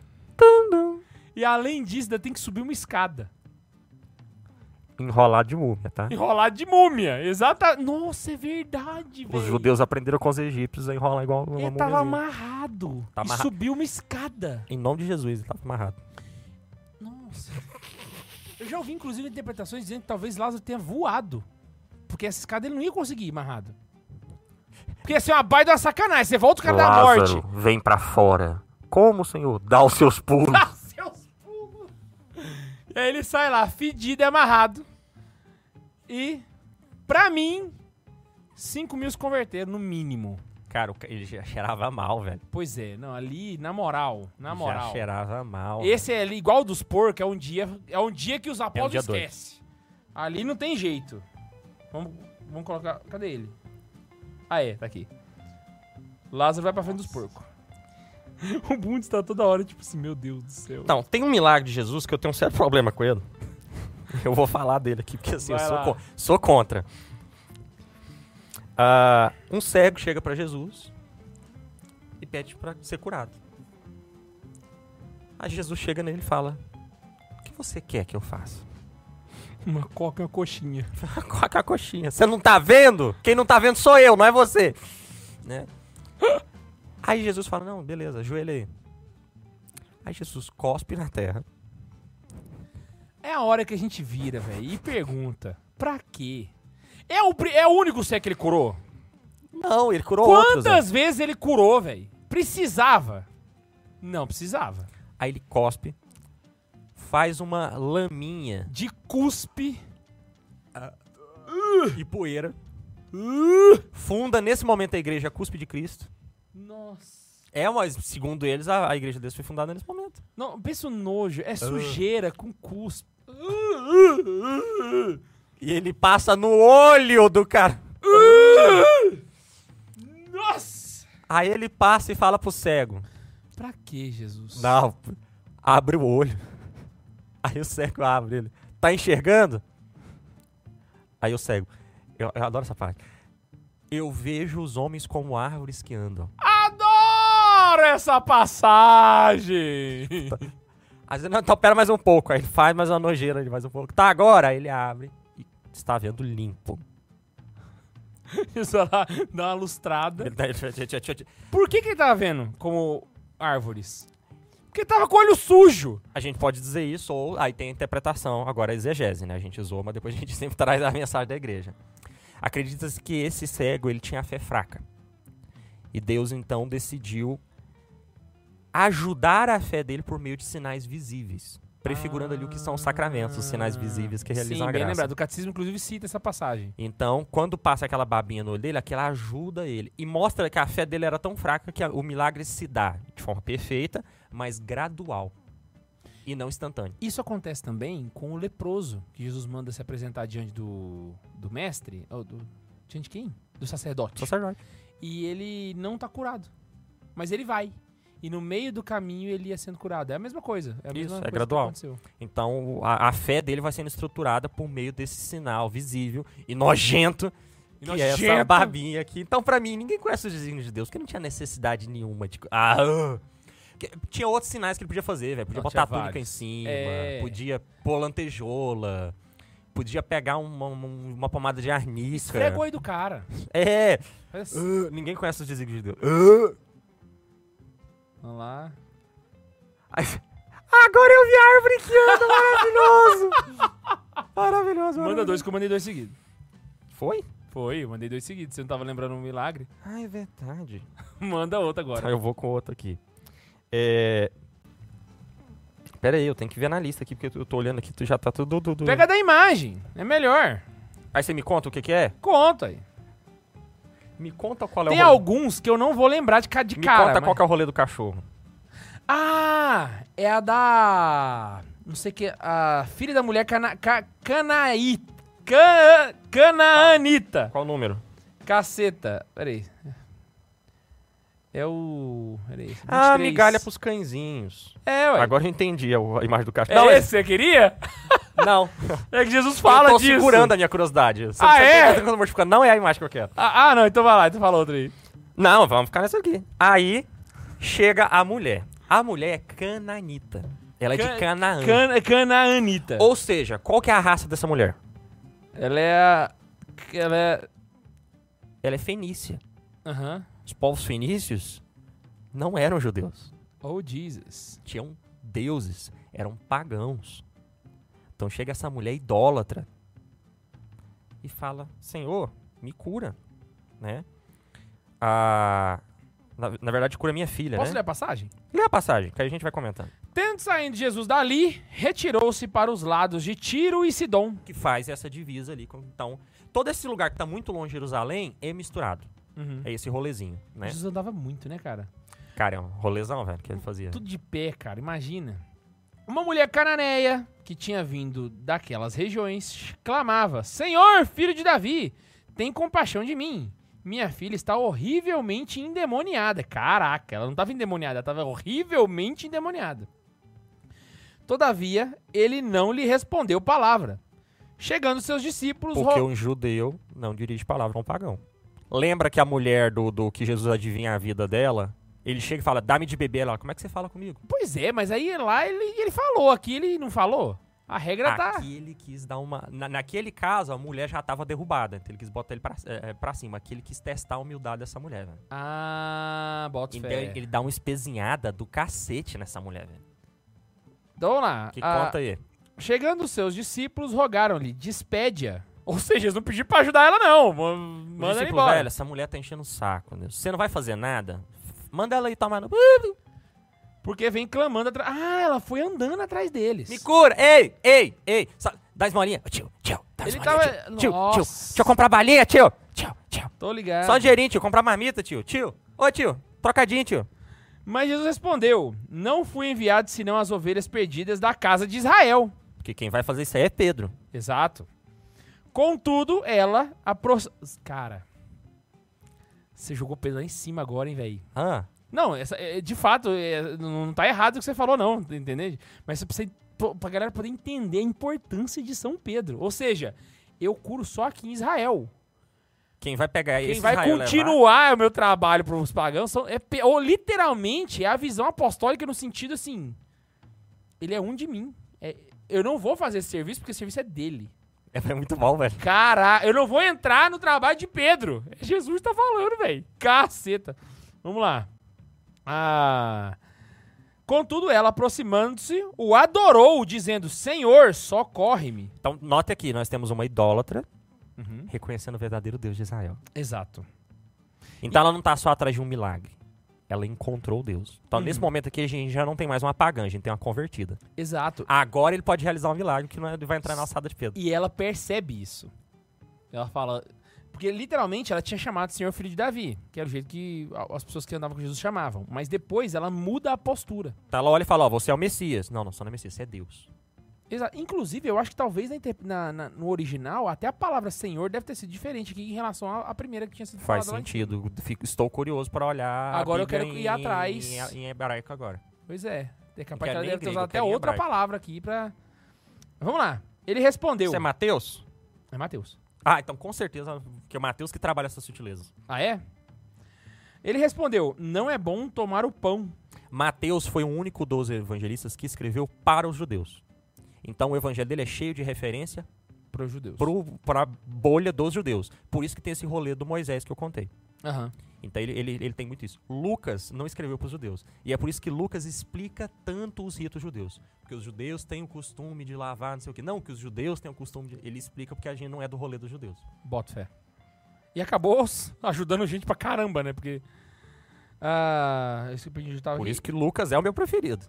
A: E além disso, ainda tem que subir uma escada.
B: Enrolado de múmia, tá?
A: Enrolado de múmia. Exata. Nossa, é verdade, velho.
B: Os judeus aprenderam com os egípcios a enrolar igual uma
A: Ele
B: múmia.
A: tava amarrado.
B: Tá
A: E
B: amarra-
A: subiu uma escada.
B: Em nome de Jesus, ele tava amarrado.
A: Nossa. Eu já ouvi, inclusive, interpretações dizendo que talvez Lázaro tenha voado. Porque essa escada ele não ia conseguir ir amarrado. Porque ia ser uma baita uma sacanagem. Você volta o cara da
B: Lázaro, <laughs>
A: morte.
B: vem pra fora. Como, senhor? Dá os seus pulos.
A: Ah, seus pulos. E aí ele sai lá, fedido e amarrado. E, pra mim, 5 mil se converteram, no mínimo.
B: Cara, o ca- ele já cheirava mal, velho.
A: Pois é, não, ali, na moral, na moral.
B: Já cheirava mal.
A: Esse é ali, igual dos porcos, é um dia, é um dia que os
B: dia
A: apóstolos
B: dois.
A: esquecem. Ali não tem jeito. Vamos, vamos colocar. Cadê ele? Ah, é, tá aqui. Lázaro vai pra frente dos porcos. <laughs> o Bundes está toda hora, tipo assim, meu Deus do céu.
B: Não, tem um milagre de Jesus que eu tenho um sério problema com ele. <laughs> Eu vou falar dele aqui, porque assim, eu
A: Vai
B: sou,
A: lá.
B: co- sou contra. Ah, um cego chega pra Jesus e pede pra ser curado. Aí Jesus chega nele e fala: O que você quer que eu faça? <laughs>
A: Uma coca e uma coxinha.
B: com a coxinha. Você não tá vendo? Quem não tá vendo sou eu, não é você. Né? <gasps> Aí Jesus fala, não, beleza, ajoelha aí. Aí Jesus cospe na terra.
A: É a hora que a gente vira, velho, e pergunta: pra quê? É o, pri- é o único sé que ele curou?
B: Não, ele curou outros. né?
A: Quantas vezes ele curou, velho? Precisava? Não precisava.
B: Aí ele cospe, faz uma laminha
A: De cuspe.
B: e poeira. Funda nesse momento a igreja Cuspe de Cristo.
A: Nossa.
B: É, mas segundo eles, a, a igreja deles foi fundada nesse momento.
A: Não, pensa o nojo.
B: Ah.
A: É sujeira com cuspe.
B: E ele passa no olho do cara.
A: Nossa!
B: Aí ele passa e fala pro cego.
A: Pra que, Jesus?
B: Não, p- abre o olho. <laughs> Aí o cego abre ele. Tá enxergando? Aí o cego. Eu, eu adoro essa parte. Eu vejo os homens como árvores que andam.
A: Adoro essa passagem!
B: Tá. Aí você, não, então pera mais um pouco. Aí ele faz mais uma nojeira ali, mais um pouco. Tá agora? Aí ele abre e está vendo limpo.
A: Isso lá dá uma
B: <laughs>
A: lustrada.
B: Ele tá- ele- ele- ele- ele-
A: Por que, que ele tava vendo como árvores? Porque tava com o olho sujo.
B: A gente pode dizer isso, ou aí tem a interpretação, agora a exegese, né? A gente usou, mas depois a gente <laughs> sempre traz a mensagem da igreja. Acredita-se que esse cego, ele tinha a fé fraca. E Deus, então, decidiu ajudar a fé dele por meio de sinais visíveis. Prefigurando ali o que são os sacramentos, os sinais visíveis que
A: Ah,
B: realizam
A: Sim,
B: a
A: bem
B: graça.
A: lembrado. O catecismo, inclusive, cita essa passagem.
B: Então, quando passa aquela babinha no olho dele, aquela ajuda ele. E mostra que a fé dele era tão fraca que a- o milagre se dá de forma perfeita, mas gradual. E não instantâneo.
A: Isso acontece também com o leproso, que Jesus manda se apresentar diante do, do mestre. Ou do, diante de quem? Do sacerdote.
B: Sacerdote.
A: e ele não tá curado. Mas ele vai. E no meio do caminho ele ia sendo curado. É a mesma coisa. É a mesma
B: Isso, é
A: coisa
B: gradual.
A: Que aconteceu.
B: Então a, a fé dele vai sendo estruturada por meio desse sinal visível e nojento
A: E
B: que é essa
A: nojento.
B: barbinha aqui. Então pra mim ninguém conhece os desígnios de Deus, porque não tinha necessidade nenhuma de ah, ah. Que- tinha outros sinais que ele podia fazer, velho. Podia
A: Não,
B: botar a
A: tinha
B: túnica em
A: vários.
B: cima,
A: É.
B: podia pôr lantejola, podia pegar uma, uma, uma pomada de arnica.
A: Esfregou aí do cara.
B: É,
A: Faz assim.
B: ah, ninguém conhece os Ah. desígnios de Deus.
A: Vamos lá.
B: Aí, Agora eu vi a árvore que anda, maravilhoso!
A: <laughs>
B: Maravilhoso,
A: Manda dois que eu mandei dois seguidos.
B: Foi?
A: Foi, eu mandei dois seguidos. Você não tava lembrando um milagre? <laughs>
B: Ah, é verdade.
A: Manda outro agora.
B: Tá, eu vou com outro aqui. É... Pera aí, eu tenho que ver na lista aqui, porque eu tô olhando aqui, tu já tá tudo... tudo-
A: Pega da imagem. É melhor.
B: Aí você me conta o que que é?
A: Conta aí.
B: Me conta qual
A: Tem
B: é o rolê.
A: alguns que eu não vou lembrar de, ca- de
B: Me
A: cara.
B: conta
A: mas-
B: qual que é o rolê do cachorro.
A: Ah, é a da. Não sei o que. A filha da mulher cana, ca, Canaí. Can, canaanita.
B: Qual o número?
A: Caceta. Peraí. É o. Peraí. 23.
B: Ah, migalha pros cãezinhos.
A: É, ué.
B: Agora eu entendi a, a imagem do
A: É
B: cachorro. não,
A: esse que você queria?
B: esse- <laughs> não.
A: É que Jesus
B: eu
A: fala
B: tô
A: disso.
B: segurando a minha curiosidade. Você
A: Ah,
B: não sabe
A: é?
B: quando eu tô modificando. Não é a imagem que eu quero.
A: Ah, ah, não, então vai lá, então fala outra aí.
B: Não, vamos ficar nessa aqui. Aí chega a mulher. A mulher é cananita. Ela é
A: Can-
B: de Canaã.
A: Cana, canaanita.
B: Ou seja, qual que é a raça dessa mulher?
A: Ela é a. Ela é.
B: Ela é fenícia.
A: Aham.
B: Os povos fenícios não eram judeus.
A: Oh, Jesus.
B: Tinham deuses. Eram pagãos. Então chega essa mulher idólatra e fala: Senhor, me cura. Né? A... Na, na verdade, cura minha filha,
A: Posso ler
B: né?
A: a passagem?
B: Lê a passagem, que aí a gente vai comentando.
A: Tendo saindo Jesus dali, retirou-se para os lados de Tiro e Sidom.
B: que faz essa divisa ali. com- Então, todo esse lugar que tá muito longe de Jerusalém é misturado. É esse rolezinho, né?
A: Jesus andava muito, né, cara?
B: Cara, é um rolezão, velho, que ele fazia.
A: Tudo de pé, cara, imagina. Uma mulher cananeia, que tinha vindo daquelas regiões, clamava: Senhor, filho de Davi, tem compaixão de mim. Minha filha está horrivelmente endemoniada. Caraca, ela não estava endemoniada, ela estava horrivelmente endemoniada. Todavia, ele não lhe respondeu palavra. Chegando seus discípulos,
B: Porque
A: ro-
B: um judeu não dirige palavra a um pagão. Lembra que a mulher do, do que Jesus adivinha a vida dela? Ele chega e fala, dá-me de beber. Ela, como é que você fala comigo?
A: pois é, mas aí lá ele, ele falou, aqui ele não falou. A regra tá.
B: Aqui ele quis dar uma... na- naquele caso, a mulher já tava derrubada. Então ele quis botar ele pra, é, é, pra cima. Aqui ele quis testar a humildade dessa mulher, velho.
A: Ah, bota
B: Então
A: fé.
B: ele ele dá uma espezinhada do cacete nessa mulher, velho.
A: Então vamos lá.
B: Que
A: Ah,
B: conta aí.
A: Chegando os seus discípulos, rogaram-lhe, despede-a. Ou seja, eles não pediram pra ajudar ela, não. Ma-
B: O
A: Manda ela
B: discípulo,
A: embora.
B: velho, essa mulher tá enchendo o saco. Né? Você não vai fazer nada? Manda ela ir tomar no...
A: Porque vem clamando atrás. Ah, ela foi andando atrás deles.
B: Me cura! Ei, ei, ei! Sa- Dá esmolinha. Ô, Tio, tio, dá
A: Ele
B: esmolinha,
A: tava-
B: tio, tio, tio.
A: Nossa. É.
B: Deixa eu comprar balinha, tio. Tio, tio.
A: Tô ligado.
B: Só um dinheirinho, tio. Comprar marmita, tio. Tio. Ô, tio. Trocadinho, tio.
A: Mas Jesus respondeu: Não fui enviado senão as ovelhas perdidas da casa de Israel.
B: Porque quem vai fazer isso aí é Pedro.
A: Exato. Contudo, ela apro... Cara. Você jogou Pedro lá em cima agora, hein, velho?
B: Ah,
A: Não, essa- é- é, de fato, é, não não tá errado o que você falou, não, entende? Mas você precisa. pô, Pra galera poder entender a importância de São Pedro. Ou seja, eu curo só aqui em Israel.
B: quem vai pegar
A: Quem
B: esse
A: vai
B: Israel e levar-
A: continuar o meu trabalho pros pagãos são, é, pe- ou, literalmente é a visão apostólica no sentido assim: ele é um de mim. É, eu não vou fazer esse serviço porque esse serviço é dele.
B: <laughs> É, é muito bom, velho.
A: Caralho, eu não vou entrar no trabalho de Pedro. Jesus tá falando, velho. Caceta. Vamos lá. Ah. Contudo, ela aproximando-se, o adorou, dizendo: Senhor, socorre-me.
B: Então, note aqui. Nós temos uma idólatra Uhum. reconhecendo o verdadeiro Deus de Israel.
A: Exato.
B: Então ela não tá só atrás de um milagre. Ela encontrou Deus. Então,
A: Uhum.
B: nesse momento aqui, a gente já não tem mais uma pagã, a gente tem uma convertida.
A: Exato.
B: Agora ele pode realizar um milagre que não é- vai entrar na alçada de Pedro.
A: E ela percebe isso. Ela fala. Porque literalmente ela tinha chamado o Senhor Filho de Davi, que era o jeito que a- as pessoas que andavam com Jesus chamavam. Mas depois ela muda a postura.
B: Então ela olha e fala: Ó, você é o Messias. Não, não, você não é Messias, você é Deus.
A: Exa- Inclusive, eu acho que talvez na inter- na- na- no original, até a palavra Senhor deve ter sido diferente aqui em relação à, à primeira que tinha sido
B: Faz
A: falada lá em cima.
B: sentido. Fico- estou curioso para olhar. a
A: Agora eu
B: Bíblia
A: quero ir
B: em-
A: atrás.
B: Em, em hebraico agora.
A: Pois é. É
B: Não
A: capaz
B: quero
A: que ela
B: nem
A: deve ter
B: grego,
A: usado
B: eu
A: até
B: quero
A: outra
B: hebraico.
A: palavra aqui pra. Vamos lá. Ele respondeu.
B: Você é Mateus?
A: É Mateus.
B: Ah, então com certeza que é o Mateus que trabalha essas sutilezas.
A: Ah, é? Ele respondeu: Não é bom tomar o pão.
B: Mateus foi o único dos evangelistas que escreveu para os judeus. Então o evangelho dele é cheio de referência
A: Para os judeus.
B: para a bolha dos judeus. Por isso que tem esse rolê do Moisés que eu contei.
A: Aham.
B: Então ele, ele, ele tem muito isso. Lucas não escreveu para os judeus. E é por isso que Lucas explica tanto os ritos judeus. Porque os judeus têm o costume de lavar, não sei o quê. Não, que os judeus têm o costume de. Ele explica porque a gente não é do rolê dos judeus.
A: Bota fé. E acabou s- ajudando gente pra caramba, né? Porque. Ah, esse que eu digitava
B: Por
A: aqui.
B: isso que Lucas é o meu preferido.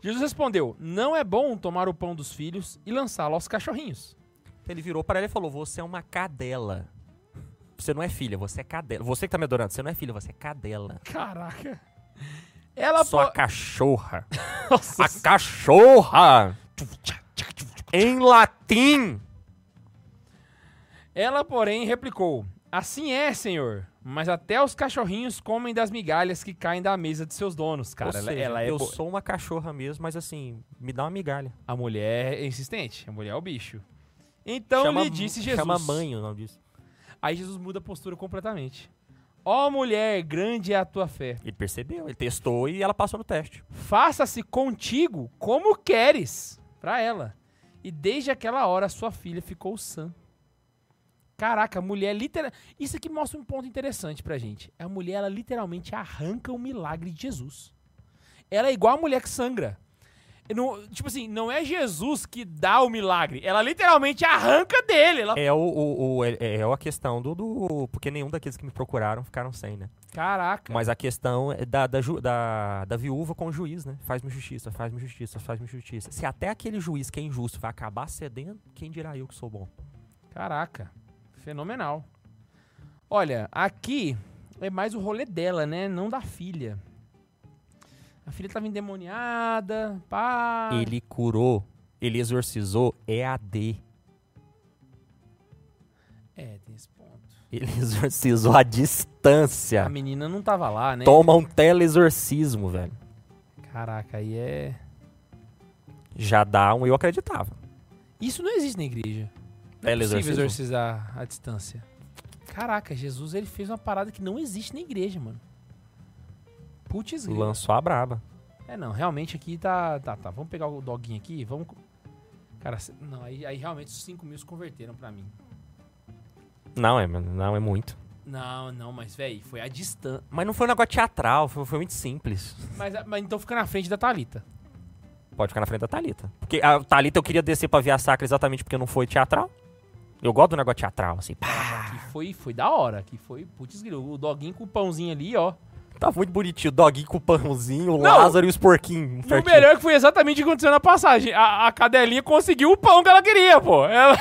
A: Jesus respondeu: Não é bom tomar o pão dos filhos e lançá-lo aos cachorrinhos.
B: Ele virou para ela e falou: Você é uma cadela. Você não é filha, você é cadela. Você que tá me adorando, você não é filha, você é cadela.
A: Caraca. Ela
B: Sua
A: po-
B: cachorra.
A: Nossa,
B: A cachorra! Em latim!
A: Ela, porém, replicou: Assim é, senhor. Mas até os cachorrinhos comem das migalhas que caem da mesa de seus donos, cara.
B: Ou
A: ela,
B: seja,
A: ela é
B: eu
A: bo-
B: sou uma cachorra mesmo, mas assim, me dá uma migalha.
A: a mulher é insistente, a mulher é o bicho. Então lhe disse Jesus.
B: Chama mãe o nome disso.
A: Aí Jesus muda a postura completamente. Ó mulher, grande é a tua fé.
B: Ele percebeu, ele testou e ela passou no teste.
A: Faça-se contigo como queres pra ela. E desde aquela hora sua filha ficou sã. Caraca, a mulher literal. Isso aqui mostra um ponto interessante pra gente. A mulher, ela literalmente arranca o milagre de Jesus. Ela é igual a mulher que sangra. Eu não- tipo assim, não é Jesus que dá o milagre. Ela literalmente arranca dele. Ela...
B: É, o, o- o- é, é a questão do, do- Porque nenhum daqueles que me procuraram ficaram sem, né?
A: Caraca.
B: Mas a questão é da, da, ju- da, da viúva com o juiz, né? Faz-me justiça, faz-me justiça, faz-me justiça. Se até aquele juiz que é injusto vai acabar cedendo, quem dirá eu que sou bom?
A: Caraca, fenomenal. Olha, aqui é mais o rolê dela, né? Não da filha. A filha tava endemoniada, pá.
B: Ele curou, ele exorcizou, é AD.
A: É, tem esse ponto.
B: Ele <laughs> exorcizou à distância.
A: A menina não tava lá, né?
B: Toma um teleexorcismo, velho.
A: Caraca, aí é.
B: Já dá um eu acreditava.
A: Isso não existe na igreja. Não é possível
B: Teleexorcismo.
A: exorcizar à distância. Caraca, Jesus ele fez uma parada que não existe na igreja, mano. Putz, grila.
B: Lançou a braba.
A: É, não, realmente aqui tá. Tá, tá. Vamos pegar o doguinho aqui, vamos. co- Cara, cê- não, aí, aí realmente os 5 mil se converteram pra mim.
B: Não, é, mano, não é muito.
A: Não, não, mas, véi, foi a distância.
B: Mas não foi um negócio teatral, foi, foi muito simples.
A: Mas, a- mas então fica na frente da Thalita.
B: Pode ficar na frente da Thalita. Porque a Thalita eu queria descer pra via sacra exatamente porque não foi teatral. Eu gosto do negócio teatral, assim. Pá,
A: Que foi, foi da hora, que foi, putz, grilo, o doguinho com o pãozinho ali, ó.
B: tá muito bonitinho. O doguinho com o pãozinho, o
A: Não.
B: Lázaro e os porquinhos.
A: E o
B: certinho.
A: melhor é que foi exatamente o que aconteceu na passagem. A, a cadelinha conseguiu o pão que ela queria, pô. Ela-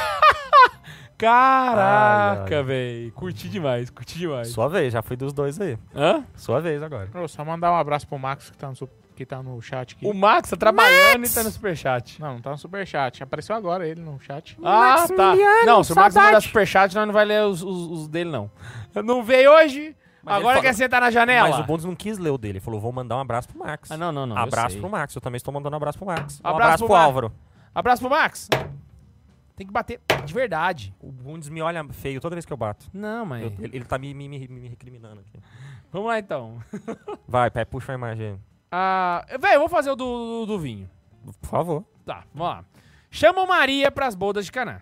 A: <laughs>
B: Ai,
A: Caraca,
B: ai.
A: véi. Curti demais, curti demais.
B: Sua vez, já foi dos dois aí.
A: Hã?
B: Sua vez agora.
C: Ô, só mandar um abraço pro Max que tá no, su- que tá no chat aqui.
A: O Max tá trabalhando e tá no superchat.
C: Não, não tá no superchat. Apareceu agora ele no chat.
A: Ah, tá.
B: Maximiliano,
A: Não, se o Max
B: saudade.
A: mandar superchat, nós não vai ler os, os- os dele, não. Não veio hoje,
B: Mas ele
A: agora
B: falou-
A: quer sentar na janela.
B: Mas o Bundes não quis ler o dele. Ele falou, vou mandar um abraço pro Max.
A: Ah, não, não, não. eu
B: abraço
A: sei.
B: pro Max. Eu também estou mandando um abraço pro Max. Um
A: Abraço
B: abraço
A: pro
B: pro
A: Max.
B: Álvaro.
A: Abraço pro Max. Tem que bater de verdade.
B: O Bundes me olha feio toda vez que eu bato.
A: Não, mas.
B: Eu- ele, ele tá me, me, me, me recriminando aqui.
A: Vamos lá então.
B: Vai, pai, puxa a imagem aí.
A: Ah, Véi, eu vou fazer o do, do- do vinho.
B: Por favor.
A: Tá, vamos lá. Chamam Maria pras bodas de Caná.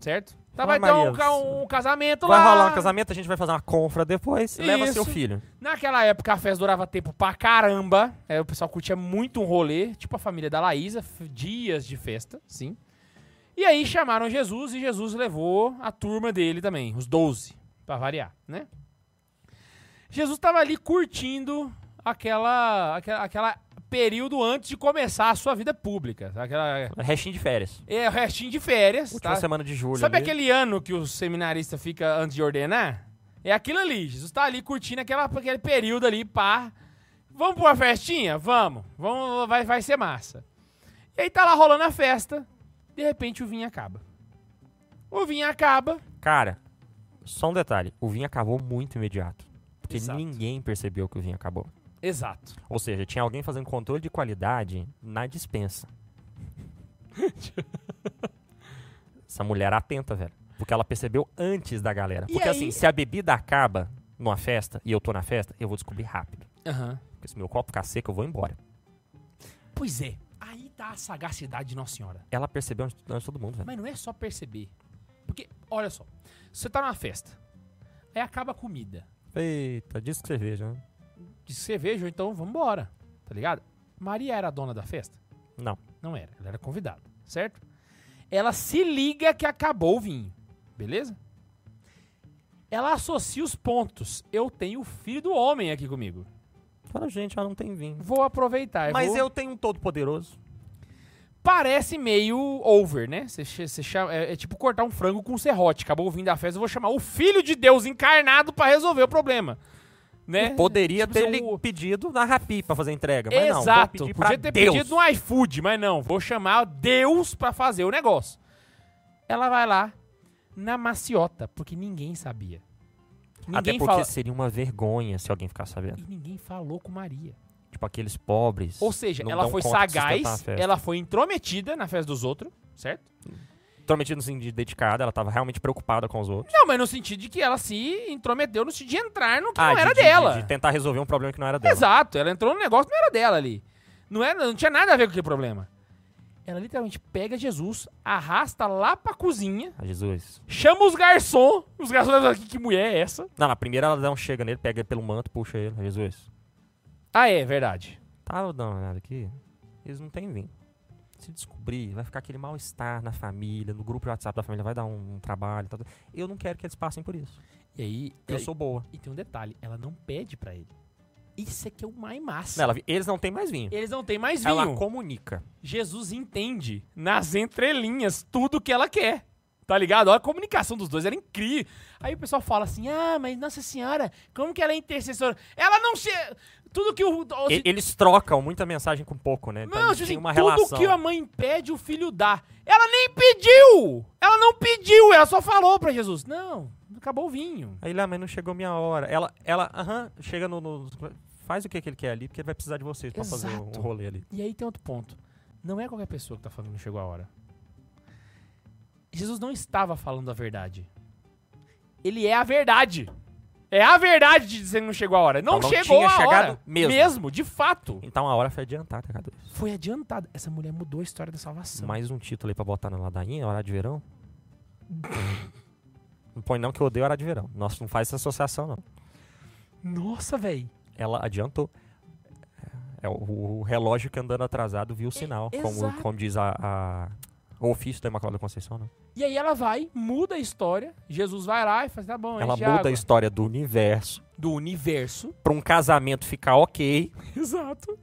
A: Certo? Tá,
B: Ah,
A: vai ter um
B: Maria,
A: ca- um, casamento
B: Vai
A: lá.
B: rolar um casamento, a gente vai fazer uma confra depois. Leva
A: Isso.
B: seu filho.
A: Naquela época a festa durava tempo pra caramba. É, o pessoal curtia muito um rolê, tipo a família da Laísa, f- dias de festa, sim. E aí chamaram Jesus e Jesus levou a turma dele também, os 12, pra variar, né? Jesus tava ali curtindo aquela aquela, aquela período antes de começar a sua vida pública, aquela
B: Restinho de férias.
A: é o restinho de férias,
B: Última
A: tá?
B: semana de julho.
A: Sabe
B: ali.
A: aquele ano que o seminarista fica antes de ordenar? É aquilo ali. Jesus tá ali curtindo aquela, aquele período ali, pá. Vamos pra uma festinha? Vamos. Vamos vai, vai ser massa. E aí tá lá rolando a festa. De repente o vinho acaba. O vinho acaba.
B: Cara, só um detalhe. O vinho acabou muito imediato. Porque
A: Exato.
B: ninguém percebeu que o vinho acabou.
A: Exato.
B: Ou seja, tinha alguém fazendo controle de qualidade
A: <laughs>
B: na dispensa. Essa mulher atenta, velho. Porque ela percebeu antes da galera.
A: E
B: Porque
A: aí-
B: assim, se a bebida acaba numa festa e eu tô na festa, eu vou descobrir rápido.
A: Aham.
B: Porque se meu copo ficar seco, eu vou embora.
A: Pois é. Aí tá a sagacidade de Nossa Senhora.
B: Ela percebeu antes antes de todo mundo, velho.
A: Mas não é só perceber. Porque, olha só. Você tá numa festa. Aí acaba a comida.
B: Eita, disco de cerveja, né?
A: de cerveja, ou então vambora, tá ligado? Maria era a dona da festa?
B: Não.
A: Não era, ela era convidada, certo? Ela se liga que acabou o vinho, beleza? Ela associa os pontos. Eu tenho o filho do homem aqui comigo.
B: Fala, gente, ela não tem vinho.
A: Vou aproveitar.
B: Mas
A: vou-
B: eu tenho um todo poderoso.
A: Parece meio over, né? Você che- você chama- é, é tipo cortar um frango com um serrote. Acabou o vinho da festa, eu vou chamar o filho de Deus encarnado pra resolver o problema. Né?
B: É. Poderia
A: Tipo
B: ter
A: assim,
B: lhe
A: o-
B: pedido na Rapi pra fazer a entrega, mas não. vou
A: Exato.
B: pedir pra
A: Podia ter
B: Deus.
A: pedido no iFood, mas não. Vou chamar Deus pra fazer o negócio. Ela vai lá na maciota, porque ninguém sabia.
B: Até
A: Ninguém
B: porque
A: fala...
B: seria uma vergonha se alguém ficar
A: E
B: sabendo.
A: ninguém falou com Maria.
B: Tipo, aqueles pobres.
A: Ou seja,
B: não
A: ela
B: dão
A: foi
B: conta de sustentar a
A: sagaz,
B: festa.
A: ela foi intrometida na festa dos outros, certo?
B: Intrometida no sentido de dedicada, ela tava realmente preocupada com os outros.
A: Não, mas no sentido de que ela se intrometeu no sentido de entrar no que
B: Ah,
A: não
B: de-
A: era
B: de- de-
A: dela.
B: De, tentar resolver um problema que não era dela.
A: Exato, ela entrou no negócio que não era dela ali. Não, era, não tinha nada a ver com aquele problema. Ela literalmente pega Jesus, arrasta lá pra cozinha,
B: Ah, Jesus.
A: chama os garçom. Os garçons devem falar, "Que- que mulher é essa?
B: Não, na primeira ela dá um chega nele, pega ele pelo manto, puxa ele. Ah, Jesus.
A: Ah, é, verdade.
B: Tava dando nada aqui. Eles não têm vinho. Se descobrir, vai ficar aquele mal-estar na família, no grupo de WhatsApp da família, vai dar um, um trabalho. Tal, tal. Eu não quero que eles passem por isso.
A: E aí,
B: Eu
A: e-
B: sou boa.
A: e tem um detalhe, ela não pede pra ele. Isso é que é o mais massa.
B: Não, ela- eles não têm mais vinho.
A: Eles não têm mais vinho.
B: Ela comunica.
A: Jesus entende nas entrelinhas tudo que ela quer. Tá ligado? Olha, A comunicação dos dois era incrível. Aí o pessoal fala assim: ah, mas Nossa Senhora, como que ela é intercessora? Ela não se. Tudo que o. o-
B: E- eles trocam muita mensagem com pouco, né? Então,
A: Não,
B: eles
A: tipo assim,
B: têm uma
A: tudo
B: relação.
A: que a mãe pede, o filho dá. Ela nem pediu! Ela não pediu, ela só falou pra Jesus. Não, acabou o vinho.
B: Aí lá, mas não chegou minha hora. Ela, ela, aham, chega no, no- Faz o que, que ele quer ali, porque ele vai precisar de vocês pra fazer o,
A: Exato.
B: o rolê ali.
A: um E aí tem outro ponto. Não é qualquer pessoa que tá falando que não chegou a hora. Jesus não estava falando a verdade. Ele é a verdade. É a verdade de dizer que não chegou a hora. Não,
B: Então não
A: chegou
B: tinha
A: a
B: chegado
A: hora.
B: mesmo.
A: de fato.
B: Então a hora foi adiantada, cara.
A: Foi adiantada. Essa mulher mudou a história da salvação.
B: Mais um título aí pra botar na ladainha, horário de verão. não põe não que eu odeio horário de verão. Nossa, não faz essa associação, não.
A: Nossa, velho.
B: Ela adiantou. É o, o relógio que andando atrasado viu o sinal, como,
A: exato.
B: como diz a, a- o ofício da Imaculada Conceição, né?
A: E aí ela vai, muda a história. Jesus vai lá e faz, tá bom,
B: Ela
A: enche
B: muda
A: água.
B: a história do universo
A: do universo. <laughs>
B: pra um casamento ficar ok.
A: Exato.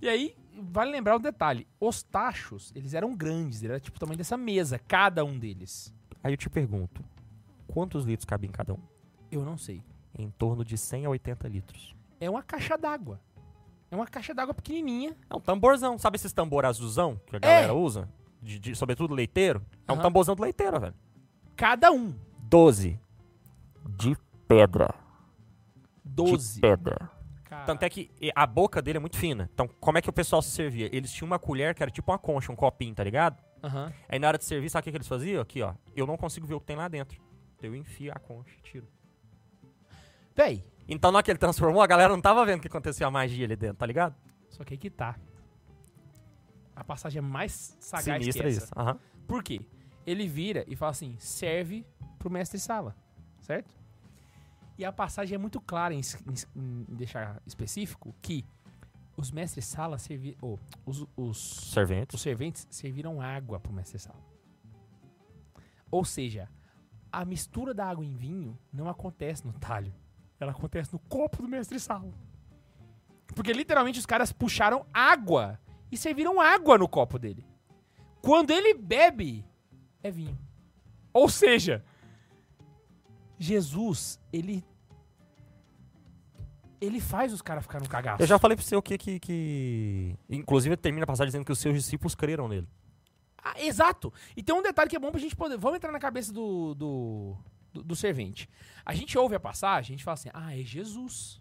A: E aí, vale lembrar um detalhe. Os tachos, eles eram grandes. Ele era tipo o tamanho dessa mesa, cada um deles.
B: Aí eu te pergunto, quantos litros cabem em cada um?
A: Eu não sei.
B: Em torno de 100 a 80 litros.
A: É uma caixa d'água. É uma caixa d'água pequenininha.
B: É um tamborzão. Sabe esses tambor azulzão que
A: É.
B: a galera usa? De, de- sobretudo leiteiro? É um
A: Aham.
B: tamborzão do leiteiro, velho.
A: Cada um.
B: 12. De pedra. De
A: Doze.
B: pedra.
A: Cara,
B: Tipo, Tanto é que e, a boca dele é muito fina. Então, como é que o pessoal se servia? Eles tinham uma colher que era tipo uma concha, um copinho, tá ligado?
A: Aham.
B: Aí na hora de servir, sabe o que, que eles faziam? Aqui, ó. Eu não consigo ver o que tem lá dentro. Eu enfio a concha e tiro.
A: Véi,
B: Então, na hora que ele transformou, a galera não tava vendo que acontecia a magia ali dentro, tá ligado?
A: só que aí que tá. A passagem é mais sagaz
B: Sinistra
A: que é essa.
B: isso. Aham.
A: Por quê? Ele vira e fala assim: serve pro mestre sala, certo? E a passagem é muito clara em, es- em es- em deixar específico que os mestres sala serviram. os, os, os
B: Serventes.
A: serventes serviram água pro mestre sala. Ou seja, a mistura da água em vinho não acontece no talho. Ela acontece no copo do mestre sala. Porque literalmente os caras puxaram água e serviram água no copo dele. Quando ele bebe, é vinho. Ou seja, Jesus, ele. Ele faz os caras ficarem no cagaço.
B: Eu já falei pra você o que que... que... Inclusive, ele termina a passagem dizendo que os seus discípulos creram nele.
A: Ah, exato. E tem um detalhe que é bom pra gente poder. Vamos entrar na cabeça do, do, do, do servente. A gente ouve a passagem, a gente fala assim: ah, é Jesus.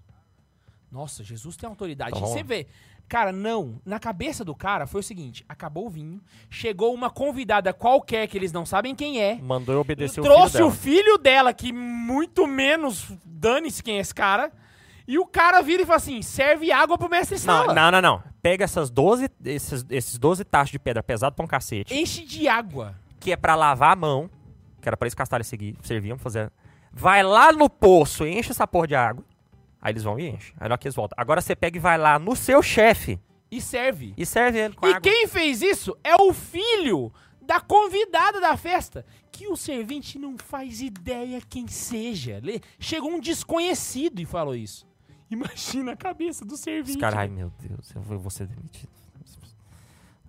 A: Nossa, Jesus tem autoridade.
B: Então
A: E você
B: vamos
A: vê. Cara, não. Na cabeça do cara foi o seguinte: acabou o vinho, chegou uma convidada qualquer que eles não sabem quem é.
B: Mandou eu obedecer
A: trouxe
B: o filho
A: o filho dela, que muito menos dane-se quem é esse cara. E o cara vira e fala assim: serve água pro mestre
B: dela.
A: sala.
B: Não, não, não, não. Pega essas 12, esses, esses 12 tachos de pedra pesado pra um cacete,
A: Enche de água.
B: que é pra lavar a mão, que era pra eles que as talhas segui- serviam, fazer... vai lá no poço e enche essa porra de água. Aí eles vão e enchem. Aí na hora que eles voltam. Agora você pega e vai lá no seu chefe
A: E serve.
B: e serve ele com
A: e
B: água.
A: quem fez isso é o filho da convidada da festa, que o servente não faz ideia quem seja. Lê- Chegou um desconhecido e falou isso. Imagina a cabeça do
B: Os
A: servente.
B: caras, ai meu Deus, eu vou, eu vou ser demitido.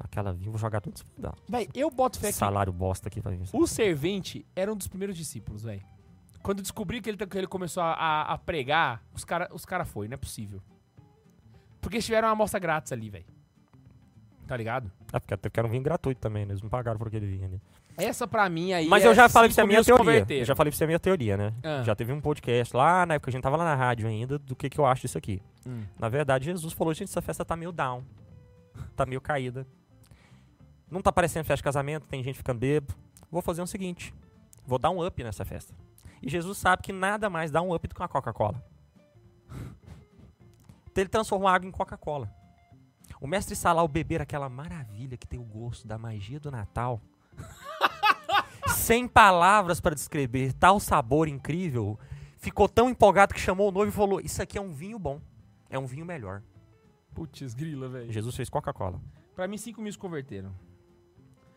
B: Naquela vinha, eu vou jogar todos os
A: Véi, eu boto fé que
B: Salário bosta aqui pra mim.
A: o servente era um dos primeiros discípulos, velho. Quando descobri que ele, tá, que ele começou a, a- a pregar, os caras os cara foi, não é possível. Porque eles tiveram uma amostra grátis ali, velho. Tá ligado?
B: Ah, porque até quero um vinho gratuito também, né? Eles não pagaram por aquele vinho ali.
A: Essa pra mim aí.
B: Mas
A: é
B: eu já falei pra você a
A: cinco
B: minha
A: mil se
B: teoria.
A: converteram.
B: Eu já falei pra você a minha teoria, né?
A: Ah.
B: Já teve um podcast lá, na época a gente tava lá na rádio ainda, do que, que eu acho disso aqui.
A: Hum.
B: Na verdade, Jesus falou, gente, essa festa tá meio down. Tá meio caída. Não tá parecendo festa de casamento, tem gente ficando bêbado. Vou fazer o seguinte, vou dar um up nessa festa. E Jesus sabe que nada mais dá um up do que uma Coca-Cola. Então ele transformou a água em Coca-Cola. O mestre Salal beber aquela maravilha que tem o gosto da magia do Natal. Sem palavras para descrever tal sabor incrível, ficou tão empolgado que chamou o noivo e falou: Isso aqui é um vinho bom. É um vinho melhor.
A: Putz, grila, velho.
B: Jesus fez Coca-Cola.
A: Pra mim, 5 mil se converteram.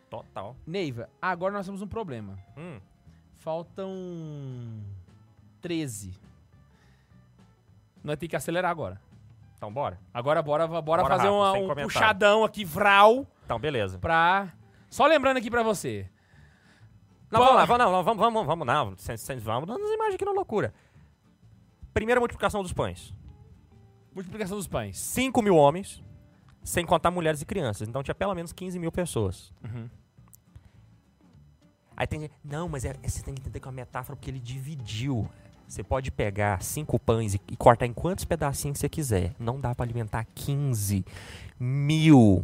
B: Total.
A: Neiva, agora nós temos um problema.
B: Hum.
A: Faltam 13. Nós temos que acelerar agora.
B: Então bora.
A: Agora bora, bora,
B: Bora
A: fazer
B: rápido,
A: uma-
B: sem
A: um
B: comentário.
A: puxadão aqui, vral,
B: Então, beleza.
A: pra... Só lembrando aqui pra você.
B: Não,
A: Bora.
B: vamos lá, vamos, não, não, vamos, vamos, vamos, não. Sem, sem, vamos nas imagens aqui na é loucura. Primeira multiplicação dos pães.
A: Multiplicação dos pães.
B: 5 mil homens, sem contar mulheres e crianças. Então tinha pelo menos 15 mil pessoas.
A: Uhum.
B: Aí tem gente, não, mas é, é- você tem que entender que é uma metáfora porque ele dividiu. Você pode pegar cinco pães e, e cortar em quantos pedacinhos você quiser. Não dá pra alimentar 15 mil.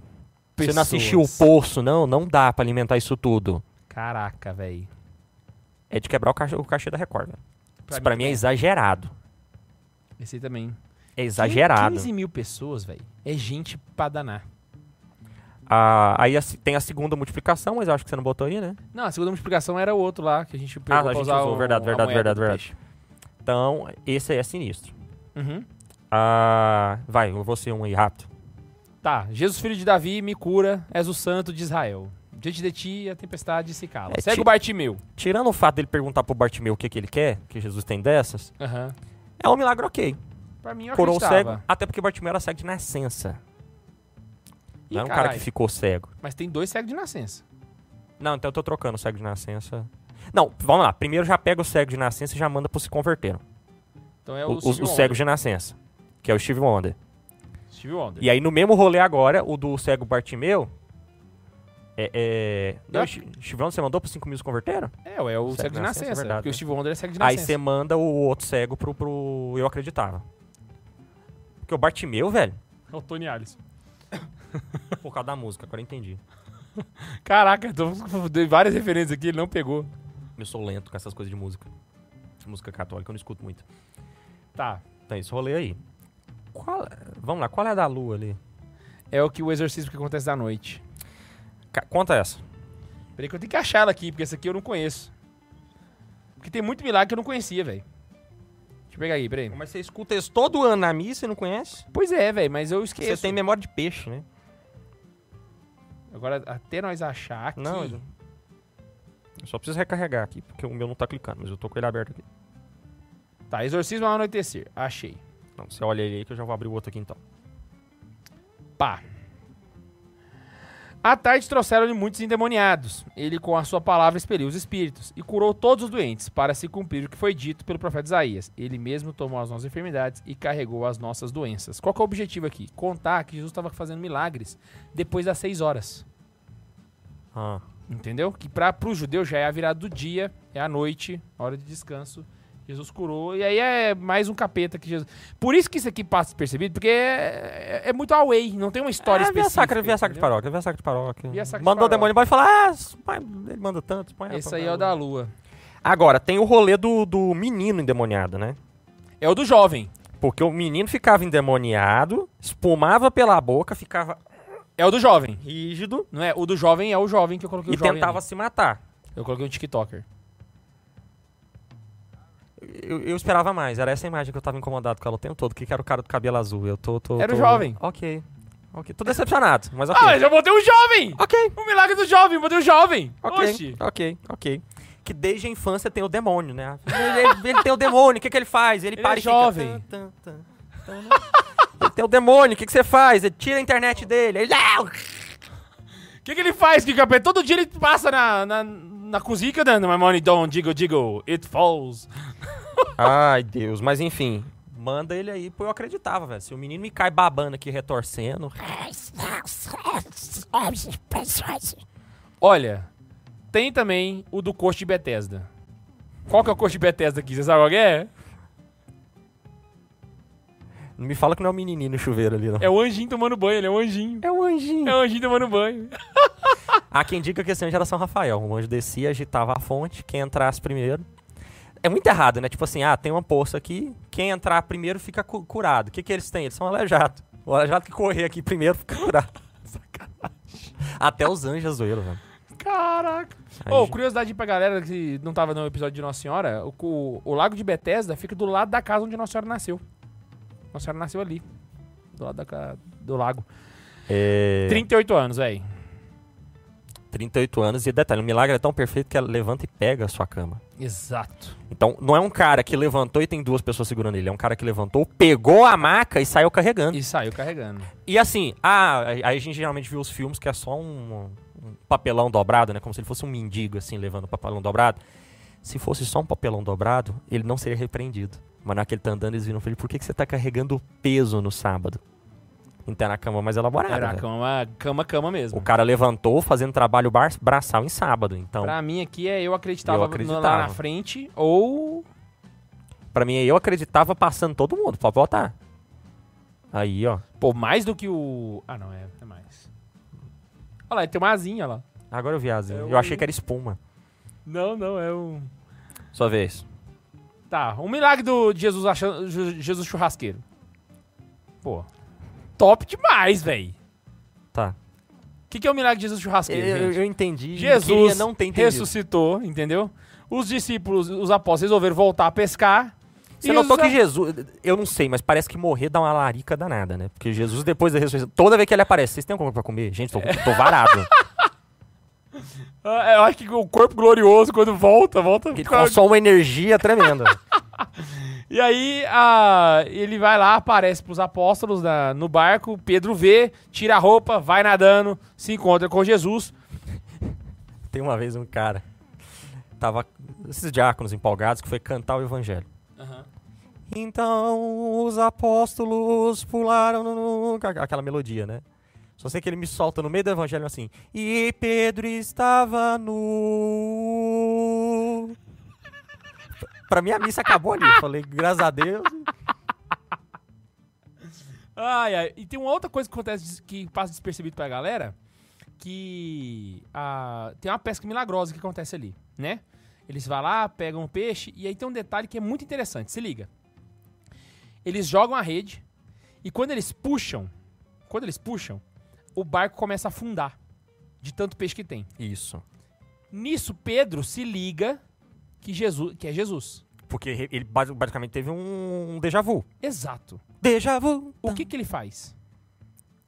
B: Você não assistiu o
A: Pessoas.
B: poço, não? Não dá pra alimentar isso tudo.
A: Caraca, velho.
B: É de quebrar o cachê, o cachê da Record, velho.
A: Pra
B: Isso pra
A: mim
B: mim é exagerado.
A: Esse aí também.
B: É exagerado.
A: 15 mil pessoas, velho. É gente pra danar.
B: Ah, aí a se- tem a segunda multiplicação, mas eu acho que você não botou aí, né?
A: Não, a segunda multiplicação era o outro lá, que a gente pegou
B: Ah, a
A: pra
B: gente
A: usar
B: usou,
A: o-
B: verdade,
A: a
B: verdade,
A: moeda do
B: verdade, Então, esse aí é sinistro.
A: peixe. Uhum.
B: Ah, vai, eu vou ser um aí rápido.
A: Tá, Jesus, filho de Davi, me cura, és o santo de Israel. Diante de ti, a tempestade se cala.
B: É,
A: Segue
B: ti-
A: o Bartimeu.
B: Tirando o fato dele perguntar pro Bartimeu o que, que ele quer, que Jesus tem dessas,
A: Aham.
B: é um milagre ok.
A: Pra mim, eu
B: Curou o
A: acreditava.
B: cego, até porque Bartimeu era cego de nascença.
A: Ih,
B: não era um cara
A: carai,
B: que ficou cego.
A: Mas tem dois cegos de nascença.
B: Não, então eu tô trocando o cego de nascença. Não, vamos lá. Primeiro já pega o cego de nascença e já manda pro se converter.
A: Então é
B: o,
A: o,
B: o,
A: Steve
B: o
A: Wonder.
B: cego de nascença, que é o Steve Wonder.
A: Steve Wonder.
B: E aí no mesmo rolê agora, o do cego Bartimeu. É. é não,
A: Eu-
B: o Chi- Steve Wonder, você mandou pro 5 mil se converteram?
A: É, ué, é o
B: Cego
A: cego,
B: de
A: de
B: nascença,
A: nascença.
B: é verdade,
A: porque
B: né?
A: o Steve Wonder é cego de
B: Aí
A: nascença.
B: você manda o outro cego pro, pro Eu Acreditava. Porque o Bartimeu, velho, <laughs>
A: É o Tony Alisson.
B: por causa da música, agora eu entendi.
A: Caraca, tô... dei várias referências aqui, ele não pegou.
B: Eu sou lento com essas coisas de música. Música católica, eu não escuto muito.
A: Tá.
B: Então é isso, rolê aí. Qual- vamos lá, qual é a da lua ali?
A: É o que o exorcismo que acontece da noite.
B: Ca- conta essa.
A: Peraí que eu tenho que achar ela aqui, porque essa aqui eu não conheço. Porque tem muito milagre que eu não conhecia, velho. Deixa eu pegar aqui, peraí.
B: Mas você escuta isso todo ano na missa e não conhece?
A: Pois é, velho, mas eu esqueço.
B: Você tem memória de peixe, né?
A: Agora, até nós achar aqui.
B: Não, eu- eu só preciso recarregar aqui, porque o meu não tá clicando, mas eu tô com ele aberto aqui.
A: Tá, Exorcismo ao Anoitecer. Achei.
B: Não, você olha ele aí que eu já vou abrir o outro aqui então.
A: Pá. À tarde trouxeram-lhe muitos endemoniados. Ele, com a sua palavra, expeliu os espíritos e curou todos os doentes, para se cumprir o que foi dito pelo profeta Isaías. Ele mesmo tomou as nossas enfermidades e carregou as nossas doenças. Qual que é o objetivo aqui? Contar que Jesus estava fazendo milagres depois das seis horas.
B: Ah,
A: Entendeu? Que para o judeu já é a virada do dia, é a noite, hora de descanso. Jesus curou, e aí é mais um capeta que Jesus. Por isso que isso aqui passa despercebido, porque é, é- é muito away, não tem uma história
B: é, via
A: específica.
B: sacra, via sacra
A: Ah,
B: de
A: entendeu?
B: paróquia, via sacra de paróquia.
A: Via sacra de
B: Mandou o
A: paróquia.
B: demônio embora e fala, ah, s- pai, ele manda tanto. Põe
A: Esse aí é o da lua.
B: Agora, tem o rolê do, do menino endemoniado, né?
A: É o do jovem.
B: Porque o menino ficava endemoniado, espumava pela boca, ficava
A: É o do jovem.
B: rígido
A: Não é? O do jovem é o jovem que eu coloquei um
B: e
A: o jovem.
B: tentava
A: ali.
B: se matar.
A: Eu coloquei um TikToker.
B: eu, eu esperava mais. Era essa imagem que eu tava incomodado com ela o tempo todo. Que que era o cara do cabelo azul. Eu tô. tô
A: Era o
B: tô-
A: jovem.
B: Ok. Ok. Tô decepcionado, mas ok.
A: Ah, mas eu botei um jovem!
B: Ok,
A: O milagre do jovem, eu botei um jovem!
B: ok.
A: Oxi!
B: Ok, ok. Que desde a infância tem o demônio, né? Ele, ele- ele tem o demônio, o que, que ele faz? Ele,
A: Ele
B: para
A: é
B: e fica-
A: jovem.
B: Tan, tan, tan, tan. Ele tem o demônio, o que, que você faz? Ele tira a internet dele. Ele...
A: O que, que ele faz, Kikapé? Todo dia ele passa na, na, na cozinha dando My money don't jiggle jiggle, it falls.
B: Ai, Deus, mas enfim. Manda ele aí, pô, eu acreditava, velho. Se o menino me cai babando aqui, <laughs> retorcendo.
A: Olha, tem também o do coach de Bethesda. Qual que é o coach de Bethesda aqui? Você sabe qual que é?
B: Não me fala que não é o menininho no chuveiro ali, não.
A: É o anjinho tomando banho, ele é um anjinho.
B: É o anjinho.
A: É o anjinho tomando banho.
B: Há quem diga que esse anjo era São Rafael. O anjo descia, agitava a fonte, quem entrasse primeiro. É muito errado, né? Tipo assim, ah, tem uma poça aqui, quem entrar primeiro fica cu- curado. O que, que eles têm? Eles são aleijados. O aleijado que correr aqui primeiro fica curado. <laughs> Sacanagem. Até os anjos é zoeiro, velho.
A: Caraca.
B: Aí,
A: Ô,
B: gente,
A: curiosidade pra galera que não tava no episódio de Nossa Senhora, o, o, o lago de Bethesda fica do lado da casa onde Nossa Senhora nasceu. Nossa Senhora nasceu ali. Do lado da, ca- do lago.
B: é,
A: 38 anos, velho.
B: 38 anos. E detalhe, o milagre é tão perfeito que ela levanta e pega a sua cama.
A: Exato.
B: Então, não é um cara que levantou e tem duas pessoas segurando ele. É um cara que levantou, pegou a maca e saiu carregando.
A: E saiu carregando.
B: E assim, ah, aí a gente geralmente viu os filmes que é só um, um papelão dobrado, né? Como se ele fosse um mendigo, assim, levando o papelão dobrado. Se fosse só um papelão dobrado, ele não seria repreendido. Mas naquele tá andando, eles viram pra ele, por que, que você tá carregando peso no sábado? Então era a cama mais elaborada.
A: Era a
B: velho.
A: cama, cama, cama mesmo.
B: O cara levantou fazendo trabalho bar- braçal em sábado. Então, pra,
A: Pra mim aqui é eu acreditava,
B: Eu
A: No,
B: acreditava.
A: lá na frente ou.
B: mim, eu acreditava passando todo mundo. Pode votar. Aí, ó.
A: Pô, mais do que o. Ah, não, é, é mais. Olha lá, tem uma asinha lá.
B: Agora eu vi a asinha.
A: É
B: Eu
A: o-
B: achei que era espuma.
A: Não, não, é um.
B: Sua vez.
A: Tá, um milagre do Jesus, achando, Ju- Jesus churrasqueiro. Pô. Top demais, velho.
B: Tá.
A: O que, que é o milagre de Jesus
B: Eu,
A: churrasqueiro?
B: eu-
A: gente?
B: eu entendi. queria
A: Jesus
B: não ter entendido.
A: ressuscitou, entendeu? Os discípulos, os apóstolos resolveram voltar a pescar.
B: Você
A: E
B: notou
A: os
B: que Jesus. Eu não sei, mas parece que morrer dá uma larica danada, né? Porque Jesus, depois da ressurreição, toda vez que ele aparece, vocês têm alguma coisa pra comer? Gente, tô, tô varado.
A: Ah, Eu acho que o corpo glorioso, quando volta, volta.
B: Ele
A: fica-
B: consome uma energia tremenda.
A: E aí a- ele vai lá, aparece pros apóstolos na- no barco, Pedro vê, tira a roupa, vai nadando, se encontra com Jesus.
B: Tem uma vez um cara. Tava. Esses diáconos empolgados que foi cantar o evangelho. Então os apóstolos pularam no. aqu- Aquela melodia, né? Só sei que ele me solta no meio do evangelho assim. E Pedro estava nu. Pra mim a missa acabou ali. Eu falei, graças a Deus.
A: Ai, ai. E tem uma outra coisa que acontece des- que passa despercebido pra galera, que a- tem uma pesca milagrosa que acontece ali, né? Eles vão lá, pegam um peixe, e aí tem um detalhe que é muito interessante, se liga. Eles jogam a rede, e quando eles puxam, quando eles puxam, o barco começa a afundar de tanto peixe que tem.
B: Isso.
A: Nisso, Pedro se liga que, Jesus, que é Jesus.
B: Porque re- ele basi- basicamente teve um um déjà vu.
A: Exato.
B: Déjà vu.
A: O que, que ele faz?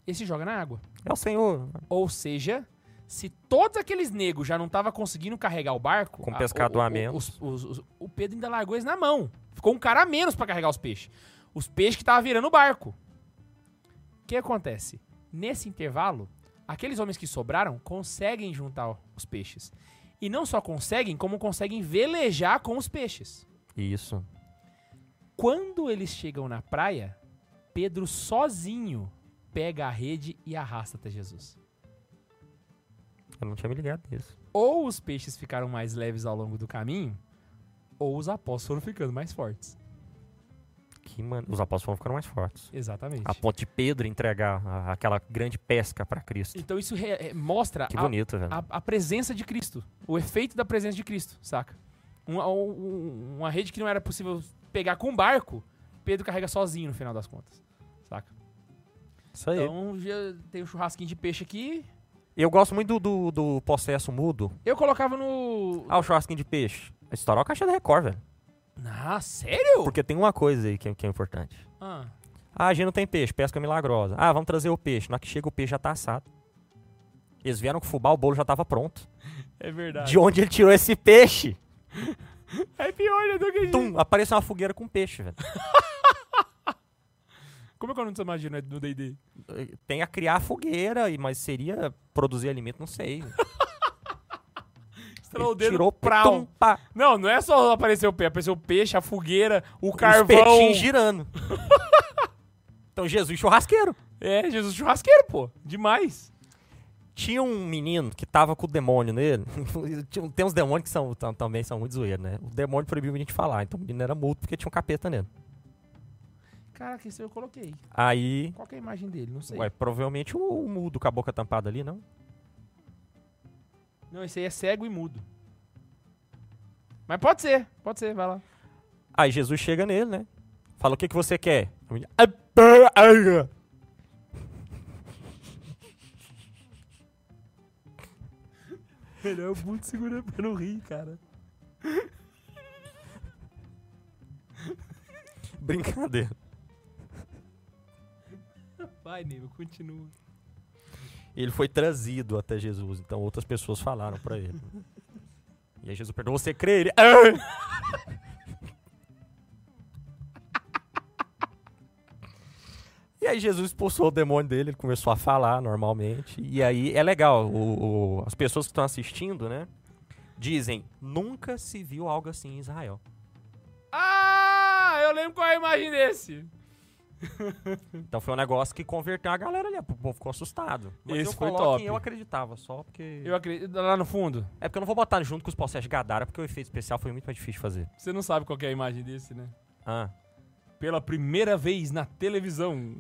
A: Ele se joga na água.
B: É o senhor.
A: Ou seja, se todos aqueles negros já não estavam conseguindo carregar o barco...
B: Com
A: a-
B: pescador
A: o- o-
B: a menos.
A: os- os- os- o Pedro ainda largou eles na mão. Ficou um cara a menos pra carregar os peixes. Os peixes que estavam virando o barco. O que acontece? Nesse intervalo, aqueles homens que sobraram conseguem juntar os peixes. E não só conseguem, como conseguem velejar com os peixes.
B: Isso.
A: Quando eles chegam na praia, Pedro sozinho pega a rede e arrasta até Jesus.
B: Eu não tinha me ligado nisso.
A: Ou os peixes ficaram mais leves ao longo do caminho, ou os apóstolos foram ficando mais fortes.
B: Que man... Os apóstolos foram ficando mais fortes.
A: Exatamente.
B: A ponte de Pedro entregar a- aquela grande pesca pra Cristo.
A: Então isso re- é- mostra
B: Que
A: a,
B: bonito, velho.
A: a- a presença de Cristo, o efeito da presença de Cristo, saca? Uma, um- uma rede que não era possível pegar com um barco, Pedro carrega sozinho no final das contas, saca?
B: Isso aí.
A: Então já tem um churrasquinho de peixe aqui.
B: Eu gosto muito do, do, do processo mudo.
A: Eu colocava no,
B: é Ah, o churrasquinho de peixe. Estourou a caixa da Record, velho.
A: Ah, sério?
B: Porque tem uma coisa aí que é, que é importante.
A: Ah,
B: Ah, a gente não tem peixe, pesca milagrosa. Ah, vamos trazer o peixe. Na hora que chega o peixe já tá assado. Eles vieram com fubá, o bolo já tava pronto.
A: é verdade.
B: De onde ele tirou esse peixe?
A: É pior do que a gente.
B: Tum, apareceu uma fogueira com peixe, velho.
A: Como é que eu não te imagino no D&D?
B: Tem a criar a fogueira, e- mas seria produzir alimento,
A: <laughs>
B: não sei.
A: Estralou o
B: Ele
A: dedo.
B: tirou
A: prau.
B: tum, pá,
A: Não, não é só aparecer o peixe. Apareceu o peixe, a fogueira, o
B: os
A: carvão.
B: peixinhos girando. <laughs> então Jesus churrasqueiro.
A: É, Jesus churrasqueiro, pô. Demais.
B: Tinha um menino que tava com o demônio nele. <laughs> Tinha- um, Tem uns demônios que são, tam- também são muito zoeiros, né? O demônio proibiu o menino de falar. Então o menino era mudo porque tinha um capeta nele.
A: Caraca, isso eu coloquei.
B: Aí,
A: Qual que é a imagem dele? Não sei.
B: ué, provavelmente o, o mudo com a boca tampada ali, não?
A: Não, esse aí é cego e mudo. Mas pode ser, pode ser, vai lá.
B: Aí Jesus chega nele, né? Fala, o que, que você quer? O menino,
A: <laughs> Melhor o mudo segurando é pra não rir, cara.
B: Brincadeira.
A: Vai, nego, continua.
B: Ele foi trazido até Jesus, então outras pessoas falaram pra ele. E aí Jesus perguntou: Você crê? Ele, "Ah!" E aí Jesus expulsou o demônio dele, ele começou a falar normalmente. E aí é legal, o- o- as pessoas que estão assistindo, né? Dizem: Nunca se viu algo assim em Israel.
A: Ah, eu lembro qual é a imagem desse.
B: Então foi um negócio que converteu a galera ali, o povo ficou assustado. Mas
A: Esse
B: eu
A: foi
B: coloco
A: top.
B: em eu acreditava, só porque.
A: Eu acredito, lá no fundo,
B: É porque eu não vou botar junto com os processos de Gadara, porque o efeito especial foi muito mais difícil de fazer.
A: você não sabe qual que é a imagem desse, né?
B: Ah.
A: Pela primeira vez na televisão.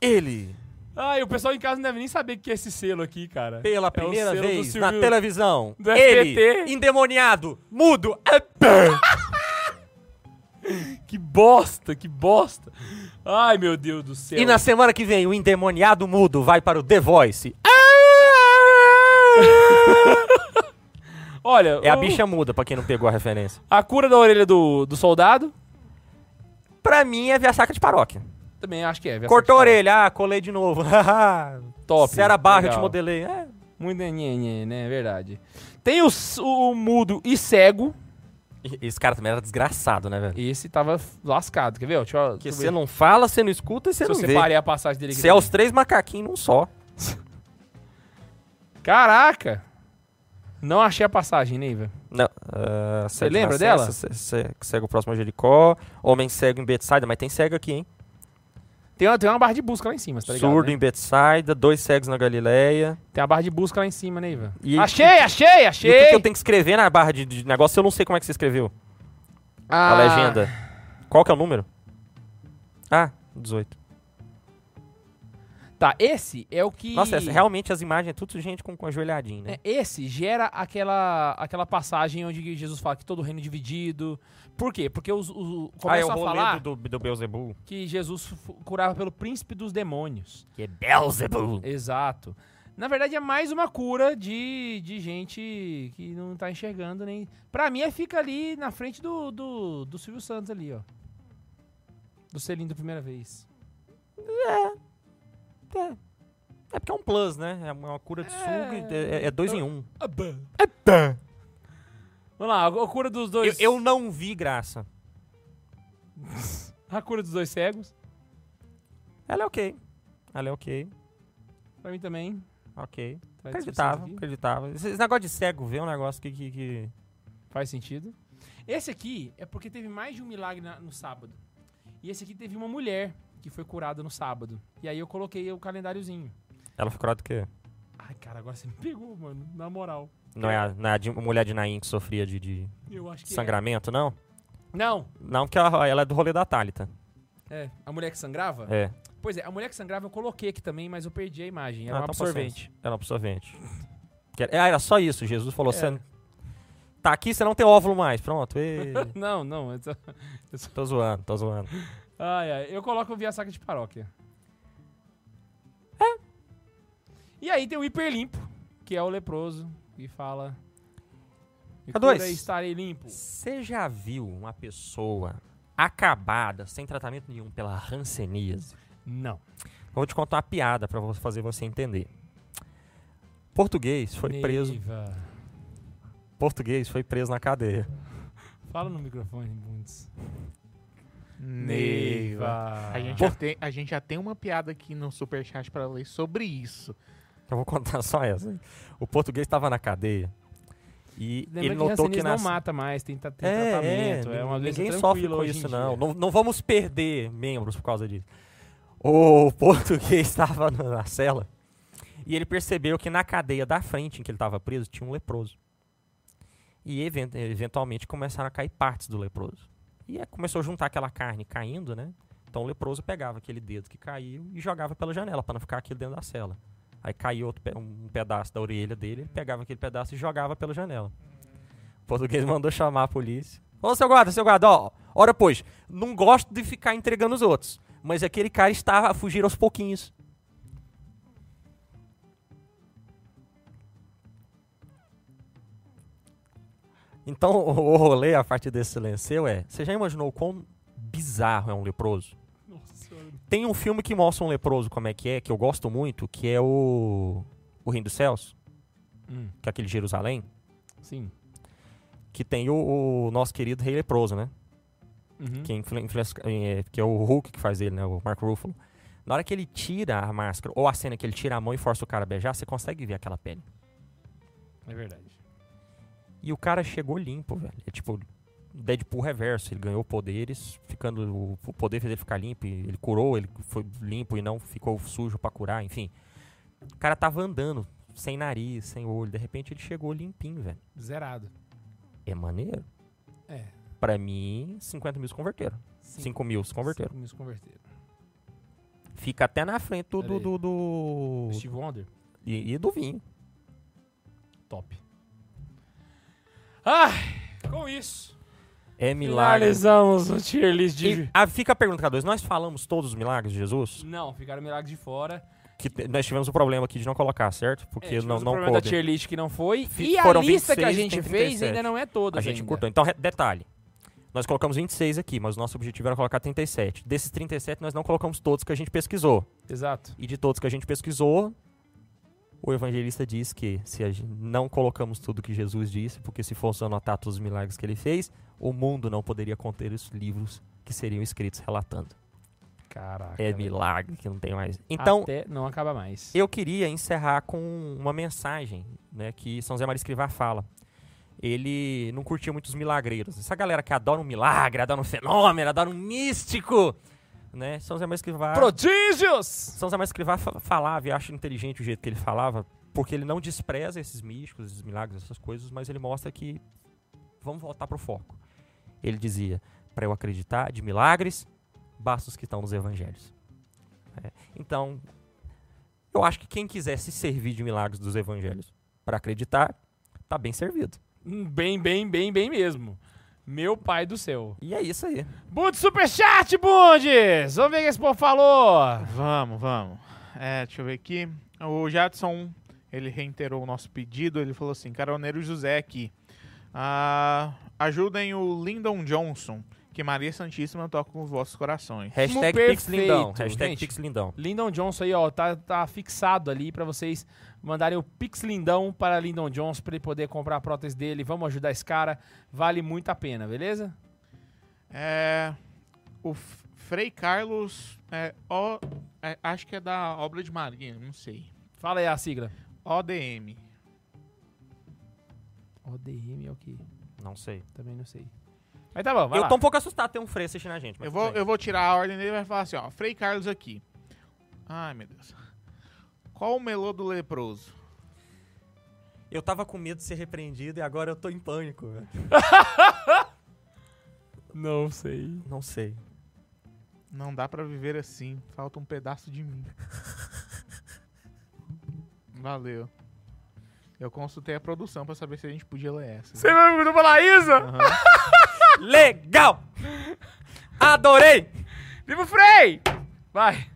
B: Ele,
A: Ah, e o pessoal em casa não deve nem saber o que é esse selo aqui, cara.
B: pela
A: É o
B: primeira
A: selo do
B: vez
A: Silvio-
B: na televisão,
A: do
B: ele,
A: SBT.
B: endemoniado, mudo,
A: Que bosta, que bosta. Ai, meu Deus do céu.
B: e na semana que vem o endemoniado mudo vai para o The Voice.
A: <laughs> Olha,
B: É a
A: o-
B: bicha muda, pra quem não pegou a referência.
A: a cura da orelha do, do soldado,
B: Pra mim é via saca de paróquia.
A: também acho que é. Versace
B: Cortou a
A: Paróquia.
B: orelha, ah, colei de novo. <laughs>
A: Top,
B: Será barra, eu te
A: legal.
B: modelei. É,
A: Muito nhenhenhen, né? Verdade. Tem o, s- o mudo e cego.
B: E- Esse cara também era desgraçado, né, velho?
A: Esse tava f- lascado, quer ver? ó? Deixa eu,
B: Porque
A: deixa eu
B: você
A: ver.
B: não fala, você não escuta e Então
A: Se
B: você não
A: eu
B: vê.
A: separei a passagem dele aqui.
B: Você é os três macaquinhos num só.
A: também. Caraca! Não achei a passagem, Neiva.
B: Não. ah, cego
A: lembra
B: na
A: dela?
B: cessa, ce- ce- Cego próximo a Jericó. Homem cego em Betsaida, mas tem cego aqui, hein?
A: Tem uma, tem uma barra de busca lá em cima, você tá ligado?
B: Surdo
A: né?
B: em Betsaida, dois cegos na Galileia.
A: Tem uma barra de busca lá em cima, Neiva.
B: E-
A: achei, achei,
B: E
A: achei!
B: o que, que eu tenho que escrever na barra de, de negócio? se Eu não sei como é que você escreveu.
A: ah,
B: A legenda. Qual que é o número? Ah, 18.
A: Tá, esse é o que.
B: Nossa, essa- realmente as imagens é tudo gente com, com ajoelhadinho, né?
A: É, Esse gera aquela, aquela passagem onde Jesus fala que todo reino dividido. Por quê? Porque os, os,
B: ah, é o
A: começam a
B: rolê
A: falar
B: do, do, do Beelzebub.
A: que Jesus fu- curava pelo príncipe dos demônios.
B: Que é Beelzebub.
A: Exato. Na verdade, é mais uma cura de, de gente que não tá enxergando nem. Pra mim, é fica ali na frente do, do, do Silvio Santos ali, ó. Do selinho da primeira vez.
B: É porque é um plus, né? É uma cura de suco, e é, é dois em um.
A: Vamos lá, a cura dos
B: Eu,
A: dois.
B: eu não vi graça.
A: A cura dos dois cegos.
B: Ela é ok. Ela é ok.
A: Pra mim também.
B: Ok.
A: Tá
B: Acreditava,
A: aqui.
B: acreditava. Esse esse negócio de cego ver é um negócio que. que, que-
A: Faz sentido. Esse aqui é porque teve mais de um milagre na- no sábado. E esse aqui teve uma mulher que foi curada no sábado. E aí eu coloquei o calendáriozinho.
B: Ela ficou do que.
A: Ai, cara, agora você me pegou, mano. Na moral.
B: Não é a, não é a de- a mulher de Nain que sofria de, de
A: Eu acho que. é.
B: sangramento, não?
A: Não!
B: Não, porque ela, ela é do rolê da Thalita.
A: É. A mulher que sangrava?
B: É.
A: Pois é, a mulher que sangrava eu coloquei aqui também, mas eu perdi a imagem. Era
B: Ah,
A: um
B: então
A: absorvente.
B: Ela é um absorvente. Que era- Ah, era só isso. Jesus falou:
A: É.
B: você. Tá aqui, você não tem óvulo mais. Pronto. Ê,
A: <laughs> não, não. eu só-
B: tô zoando, tô zoando.
A: Ai, ai. Eu coloco o Via Saca de Paróquia. É. E aí tem o Hiperlimpo, que é o leproso. e fala. "Me
B: K2.
A: cura e Estarei limpo.
B: Você já viu uma pessoa acabada, sem tratamento nenhum, pela ranceníase?
A: Não.
B: Eu Vou te contar uma piada pra vo- fazer você entender. Português foi preso.
A: Neiva.
B: Português foi preso na cadeia.
A: Fala no microfone, Bundes.
C: A gente, já tem, a gente já tem uma piada aqui no Superchat pra ler sobre isso.
B: Eu vou contar <laughs> só essa. O português estava na cadeia e
A: Lembra
B: ele
A: que
B: notou
A: Hanseníase
B: que nas...
A: não mata mais, tem, ta- tem
B: é,
A: tratamento.
B: é,
A: É uma doença
B: ninguém sofre
A: tranquila
B: com
A: hoje em
B: isso
A: dia.
B: não. não. Não vamos perder membros por causa disso. O português <laughs> estava na na cela e ele percebeu que na cadeia da frente em que ele estava preso tinha um leproso. E even- eventualmente começaram a cair partes do leproso. E é, começou a juntar aquela carne caindo, né? Então o leproso pegava aquele dedo que caiu e jogava pela janela para não ficar aquilo dentro da cela. Aí caiu outro pe- um pedaço da orelha dele, ele pegava aquele pedaço e jogava pela janela. O português mandou chamar a polícia. Ô, seu guarda, seu guarda, ó, ora pois, não gosto de ficar entregando os outros, mas aquele cara estava a fugir aos pouquinhos. Então, o o rolê, a partir desse silêncio é, você já imaginou o quão bizarro é um leproso?
A: Nossa senhora.
B: Tem um filme que mostra um leproso como é que é, que eu gosto muito, que é o. O Reino dos Céus,
A: Hum,
B: que é aquele Jerusalém,
A: sim.
B: que tem o, o nosso querido Rei Leproso, né?
A: Uhum.
B: Que, é influ- influenci- eh, que é o Hulk que faz ele, né? O Mark Ruffalo. Na hora que ele tira a máscara, ou a cena que ele tira a mão e força o cara a beijar, você consegue ver aquela pele.
A: É verdade.
B: E o cara chegou limpo, velho. É tipo Deadpool reverso. Ele ganhou poderes, ficando o- o poder fez ele ficar limpo. e Ele curou, ele foi limpo e não ficou sujo pra curar, enfim. O cara tava andando, sem nariz, sem olho. De repente ele chegou limpinho, velho.
A: Zerado.
B: É maneiro.
A: É.
B: Pra mim, 50 mil se converteram.
A: Sim.
B: 5 mil se converteram.
A: Cinco mil se converteram.
B: Fica até na frente do.
C: É.
A: Olha
B: do,
A: aí.
B: do, do-
A: Steve Wonder,
B: E, e do vinho.
A: top. Ah, com isso.
B: É milagre.
A: Finalizamos o tier list de.
B: E, ah, fica a pergunta, K2. Nós falamos todos os milagres de Jesus?
A: Não, ficaram milagres de fora.
B: Que te- nós tivemos um problema aqui de não colocar, certo? Porque
A: é,
B: não,
A: tivemos o
B: não
A: problema
B: coube.
A: da tier list que não foi.
B: Fi-
A: E a
B: foram
A: lista que a
B: 26,
A: gente
B: tem
A: fez
B: 37.
A: ainda não é toda.
B: A gente
A: ainda.
B: curtou. Então, re- detalhe. Nós colocamos 26 aqui, mas o nosso objetivo era colocar 37. Desses 37, nós não colocamos todos que a gente pesquisou.
A: Exato.
B: E de todos que a gente pesquisou, o evangelista diz que se a gente não colocamos tudo que Jesus disse, porque se fosse anotar todos os milagres que ele fez, o mundo não poderia conter os livros que seriam escritos relatando.
A: Caraca.
B: É
A: velho.
B: milagre que não tem
A: Ah,
B: mais. Então,
A: Até não acaba mais.
B: eu queria encerrar com uma mensagem né, que São Zé Maria Escrivá fala. Ele não curtia muito os milagreiros. Essa galera que adora um milagre, adora um fenômeno, adora um místico. Né? São Zé Maria Escrivá.
A: Prodígios!
B: São Zé Maria Escrivá fa- falava, e eu acho inteligente o jeito que ele falava, porque ele não despreza esses místicos, esses milagres, essas coisas, mas ele mostra que vamos voltar pro foco. Ele dizia, para eu acreditar de milagres, basta os que estão nos evangelhos. É, Então, eu acho que quem quiser se servir de milagres dos evangelhos para acreditar, tá bem servido.
A: Hum, Bem, bem, bem, bem mesmo. Meu pai do céu.
B: E é isso aí.
A: Bundes Superchat, Bundes! Vamos ver o que esse povo falou.
C: Vamos, vamos. É, deixa eu ver aqui. O Jadson, ele reiterou o nosso pedido. Ele falou assim: Caroneiro José aqui. Ah, ajudem o Lyndon Johnson, que Maria Santíssima toca com os vossos corações.
B: Hashtag
A: perfeito,
B: PixLindão. Hashtag
A: gente.
B: PixLindão.
A: Lindon Johnson aí, ó, tá, tá fixado ali pra vocês mandarem o Pix Lindão para Lindon Johnson pra ele poder comprar a prótese dele. Vamos ajudar esse cara, vale muito a pena, beleza?
C: É, o F- Frei Carlos, é, o, é, acho que é da obra de Maria, não sei.
A: Fala aí a sigla.
C: ODM.
A: ODM é o que?
B: Não sei.
A: Também não sei. Mas tá bom, vai
B: eu
A: lá.
B: tô um pouco assustado de ter um freio assistindo a gente. mas
C: Eu
B: tudo
C: vou,
B: bem.
C: eu vou tirar a ordem dele e vai falar assim, ó. Frei Carlos aqui. Ai, meu Deus. Qual o melô do leproso?
B: Eu tava com medo de ser repreendido e agora eu tô em pânico, velho.
A: Não sei.
B: Não sei.
C: Não dá pra viver assim. Falta um pedaço
B: <laughs>
C: de mim. Valeu. Eu consultei a produção pra saber se a gente podia ler essa.
A: Você vai perguntar pra Laísa?
C: Aham.
B: Legal! Adorei!
A: Viva o Frei! Vai.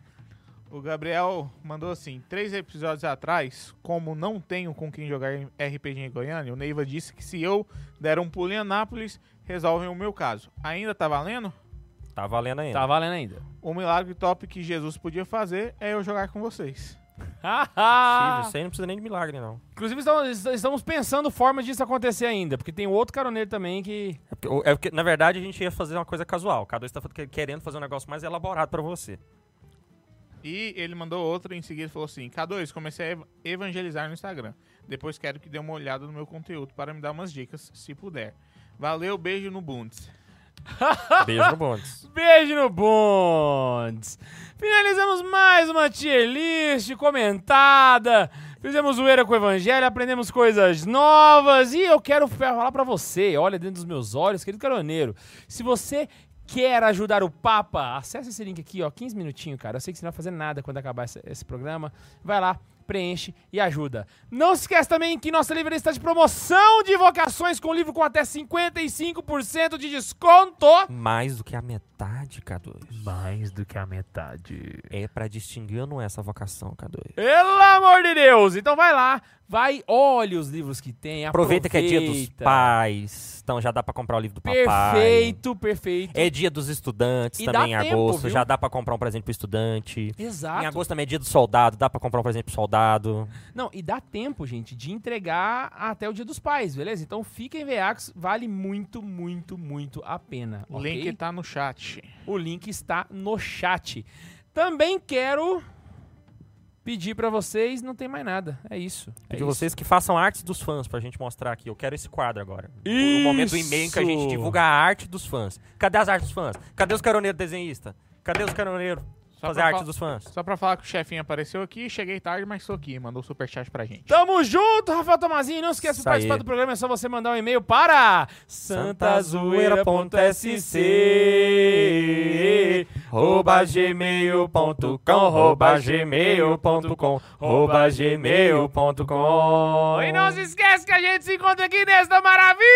C: O Gabriel mandou assim: três episódios atrás, como não tenho com quem jogar RPG em Goiânia, o Neiva disse que se eu der um pulo em Anápolis, resolvem o meu caso. Ainda tá valendo?
B: Tá valendo ainda.
A: Tá valendo ainda.
C: O milagre top que Jesus podia fazer é eu jogar com vocês.
A: Tá.
B: Possível, Isso aí não precisa nem de milagre, não.
A: Inclusive, estamos, estamos pensando formas disso acontecer ainda, porque tem outro caroneiro também que.
B: É porque, é porque, na verdade, a gente ia fazer uma coisa casual. Cada um está querendo fazer um negócio mais elaborado
A: <laughs>
B: pra você.
C: E ele mandou outro em seguida e falou assim: K2, comecei a ev- evangelizar no Instagram. Depois quero que dê uma olhada no meu conteúdo para me dar umas dicas, se puder. Valeu, beijo no Bundes.
B: Beijo no bondes.
A: Beijo no Bondes! Finalizamos mais uma tier list comentada. Fizemos zoeira com o evangelho, aprendemos coisas novas. E eu quero falar pra você, olha dentro dos meus olhos, querido caroneiro. Se você quer ajudar o Papa, acesse esse link aqui, ó, 15 minutinhos, cara. Eu sei que você não vai fazer nada quando acabar esse, esse programa. Vai lá, preenche e ajuda. Não se esqueça também que nossa livraria está de promoção de vocações com livro com até 55% de desconto.
B: Mais do que a metade, K2.
D: Mais do que a metade.
B: É pra distinguir ou não é essa vocação, K2?
A: Pelo amor de Deus! Então vai lá, vai, olha os livros que tem, aproveita.
B: Aproveita que é dia dos pais. Então já dá pra comprar o livro do papai.
A: Perfeito, perfeito.
B: É dia dos estudantes
A: E
B: também em
A: dá tempo,
B: agosto.
A: viu?
B: Já dá pra comprar um presente pro estudante. Em
A: Exato.
B: agosto também é dia do soldado. Dá pra comprar um presente pro soldado.
A: Não, e dá tempo, gente, de entregar até o Dia dos Pais, beleza? Então fiquem veacos, vale muito, muito, muito a pena,
C: O
A: ok?
C: Link tá no chat.
A: O link está no chat. Também quero pedir pra vocês, não tem mais nada, é isso. É
B: Pedir
A: isso.
B: vocês que façam artes dos fãs pra gente mostrar aqui. Eu quero esse quadro agora. O- O momento do e-mail em que a gente
A: Isso!
B: divulga a arte dos fãs. Cadê as artes dos fãs? Cadê os caroneiros desenhistas? Cadê os caroneiros
C: Só
B: fazer
C: pra
B: arte
C: fa-
B: dos fãs?
C: Só pra falar que o chefinho apareceu aqui, cheguei tarde, mas sou aqui. Mandou superchat pra gente.
A: Tamo junto, Rafael Tomazinho. Não esqueça de
B: Isso
A: participar
B: aí.
A: do programa, é só você mandar um e-mail para santazoeira.sc
B: arroba gmail.com, arroba gmail.com, arroba gmail.com.
A: E não se esquece que a gente se encontra aqui nesta maravilha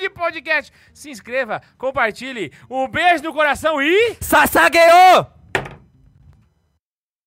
A: de podcast. Se inscreva, compartilhe, um beijo no coração e...
B: Sasageyo!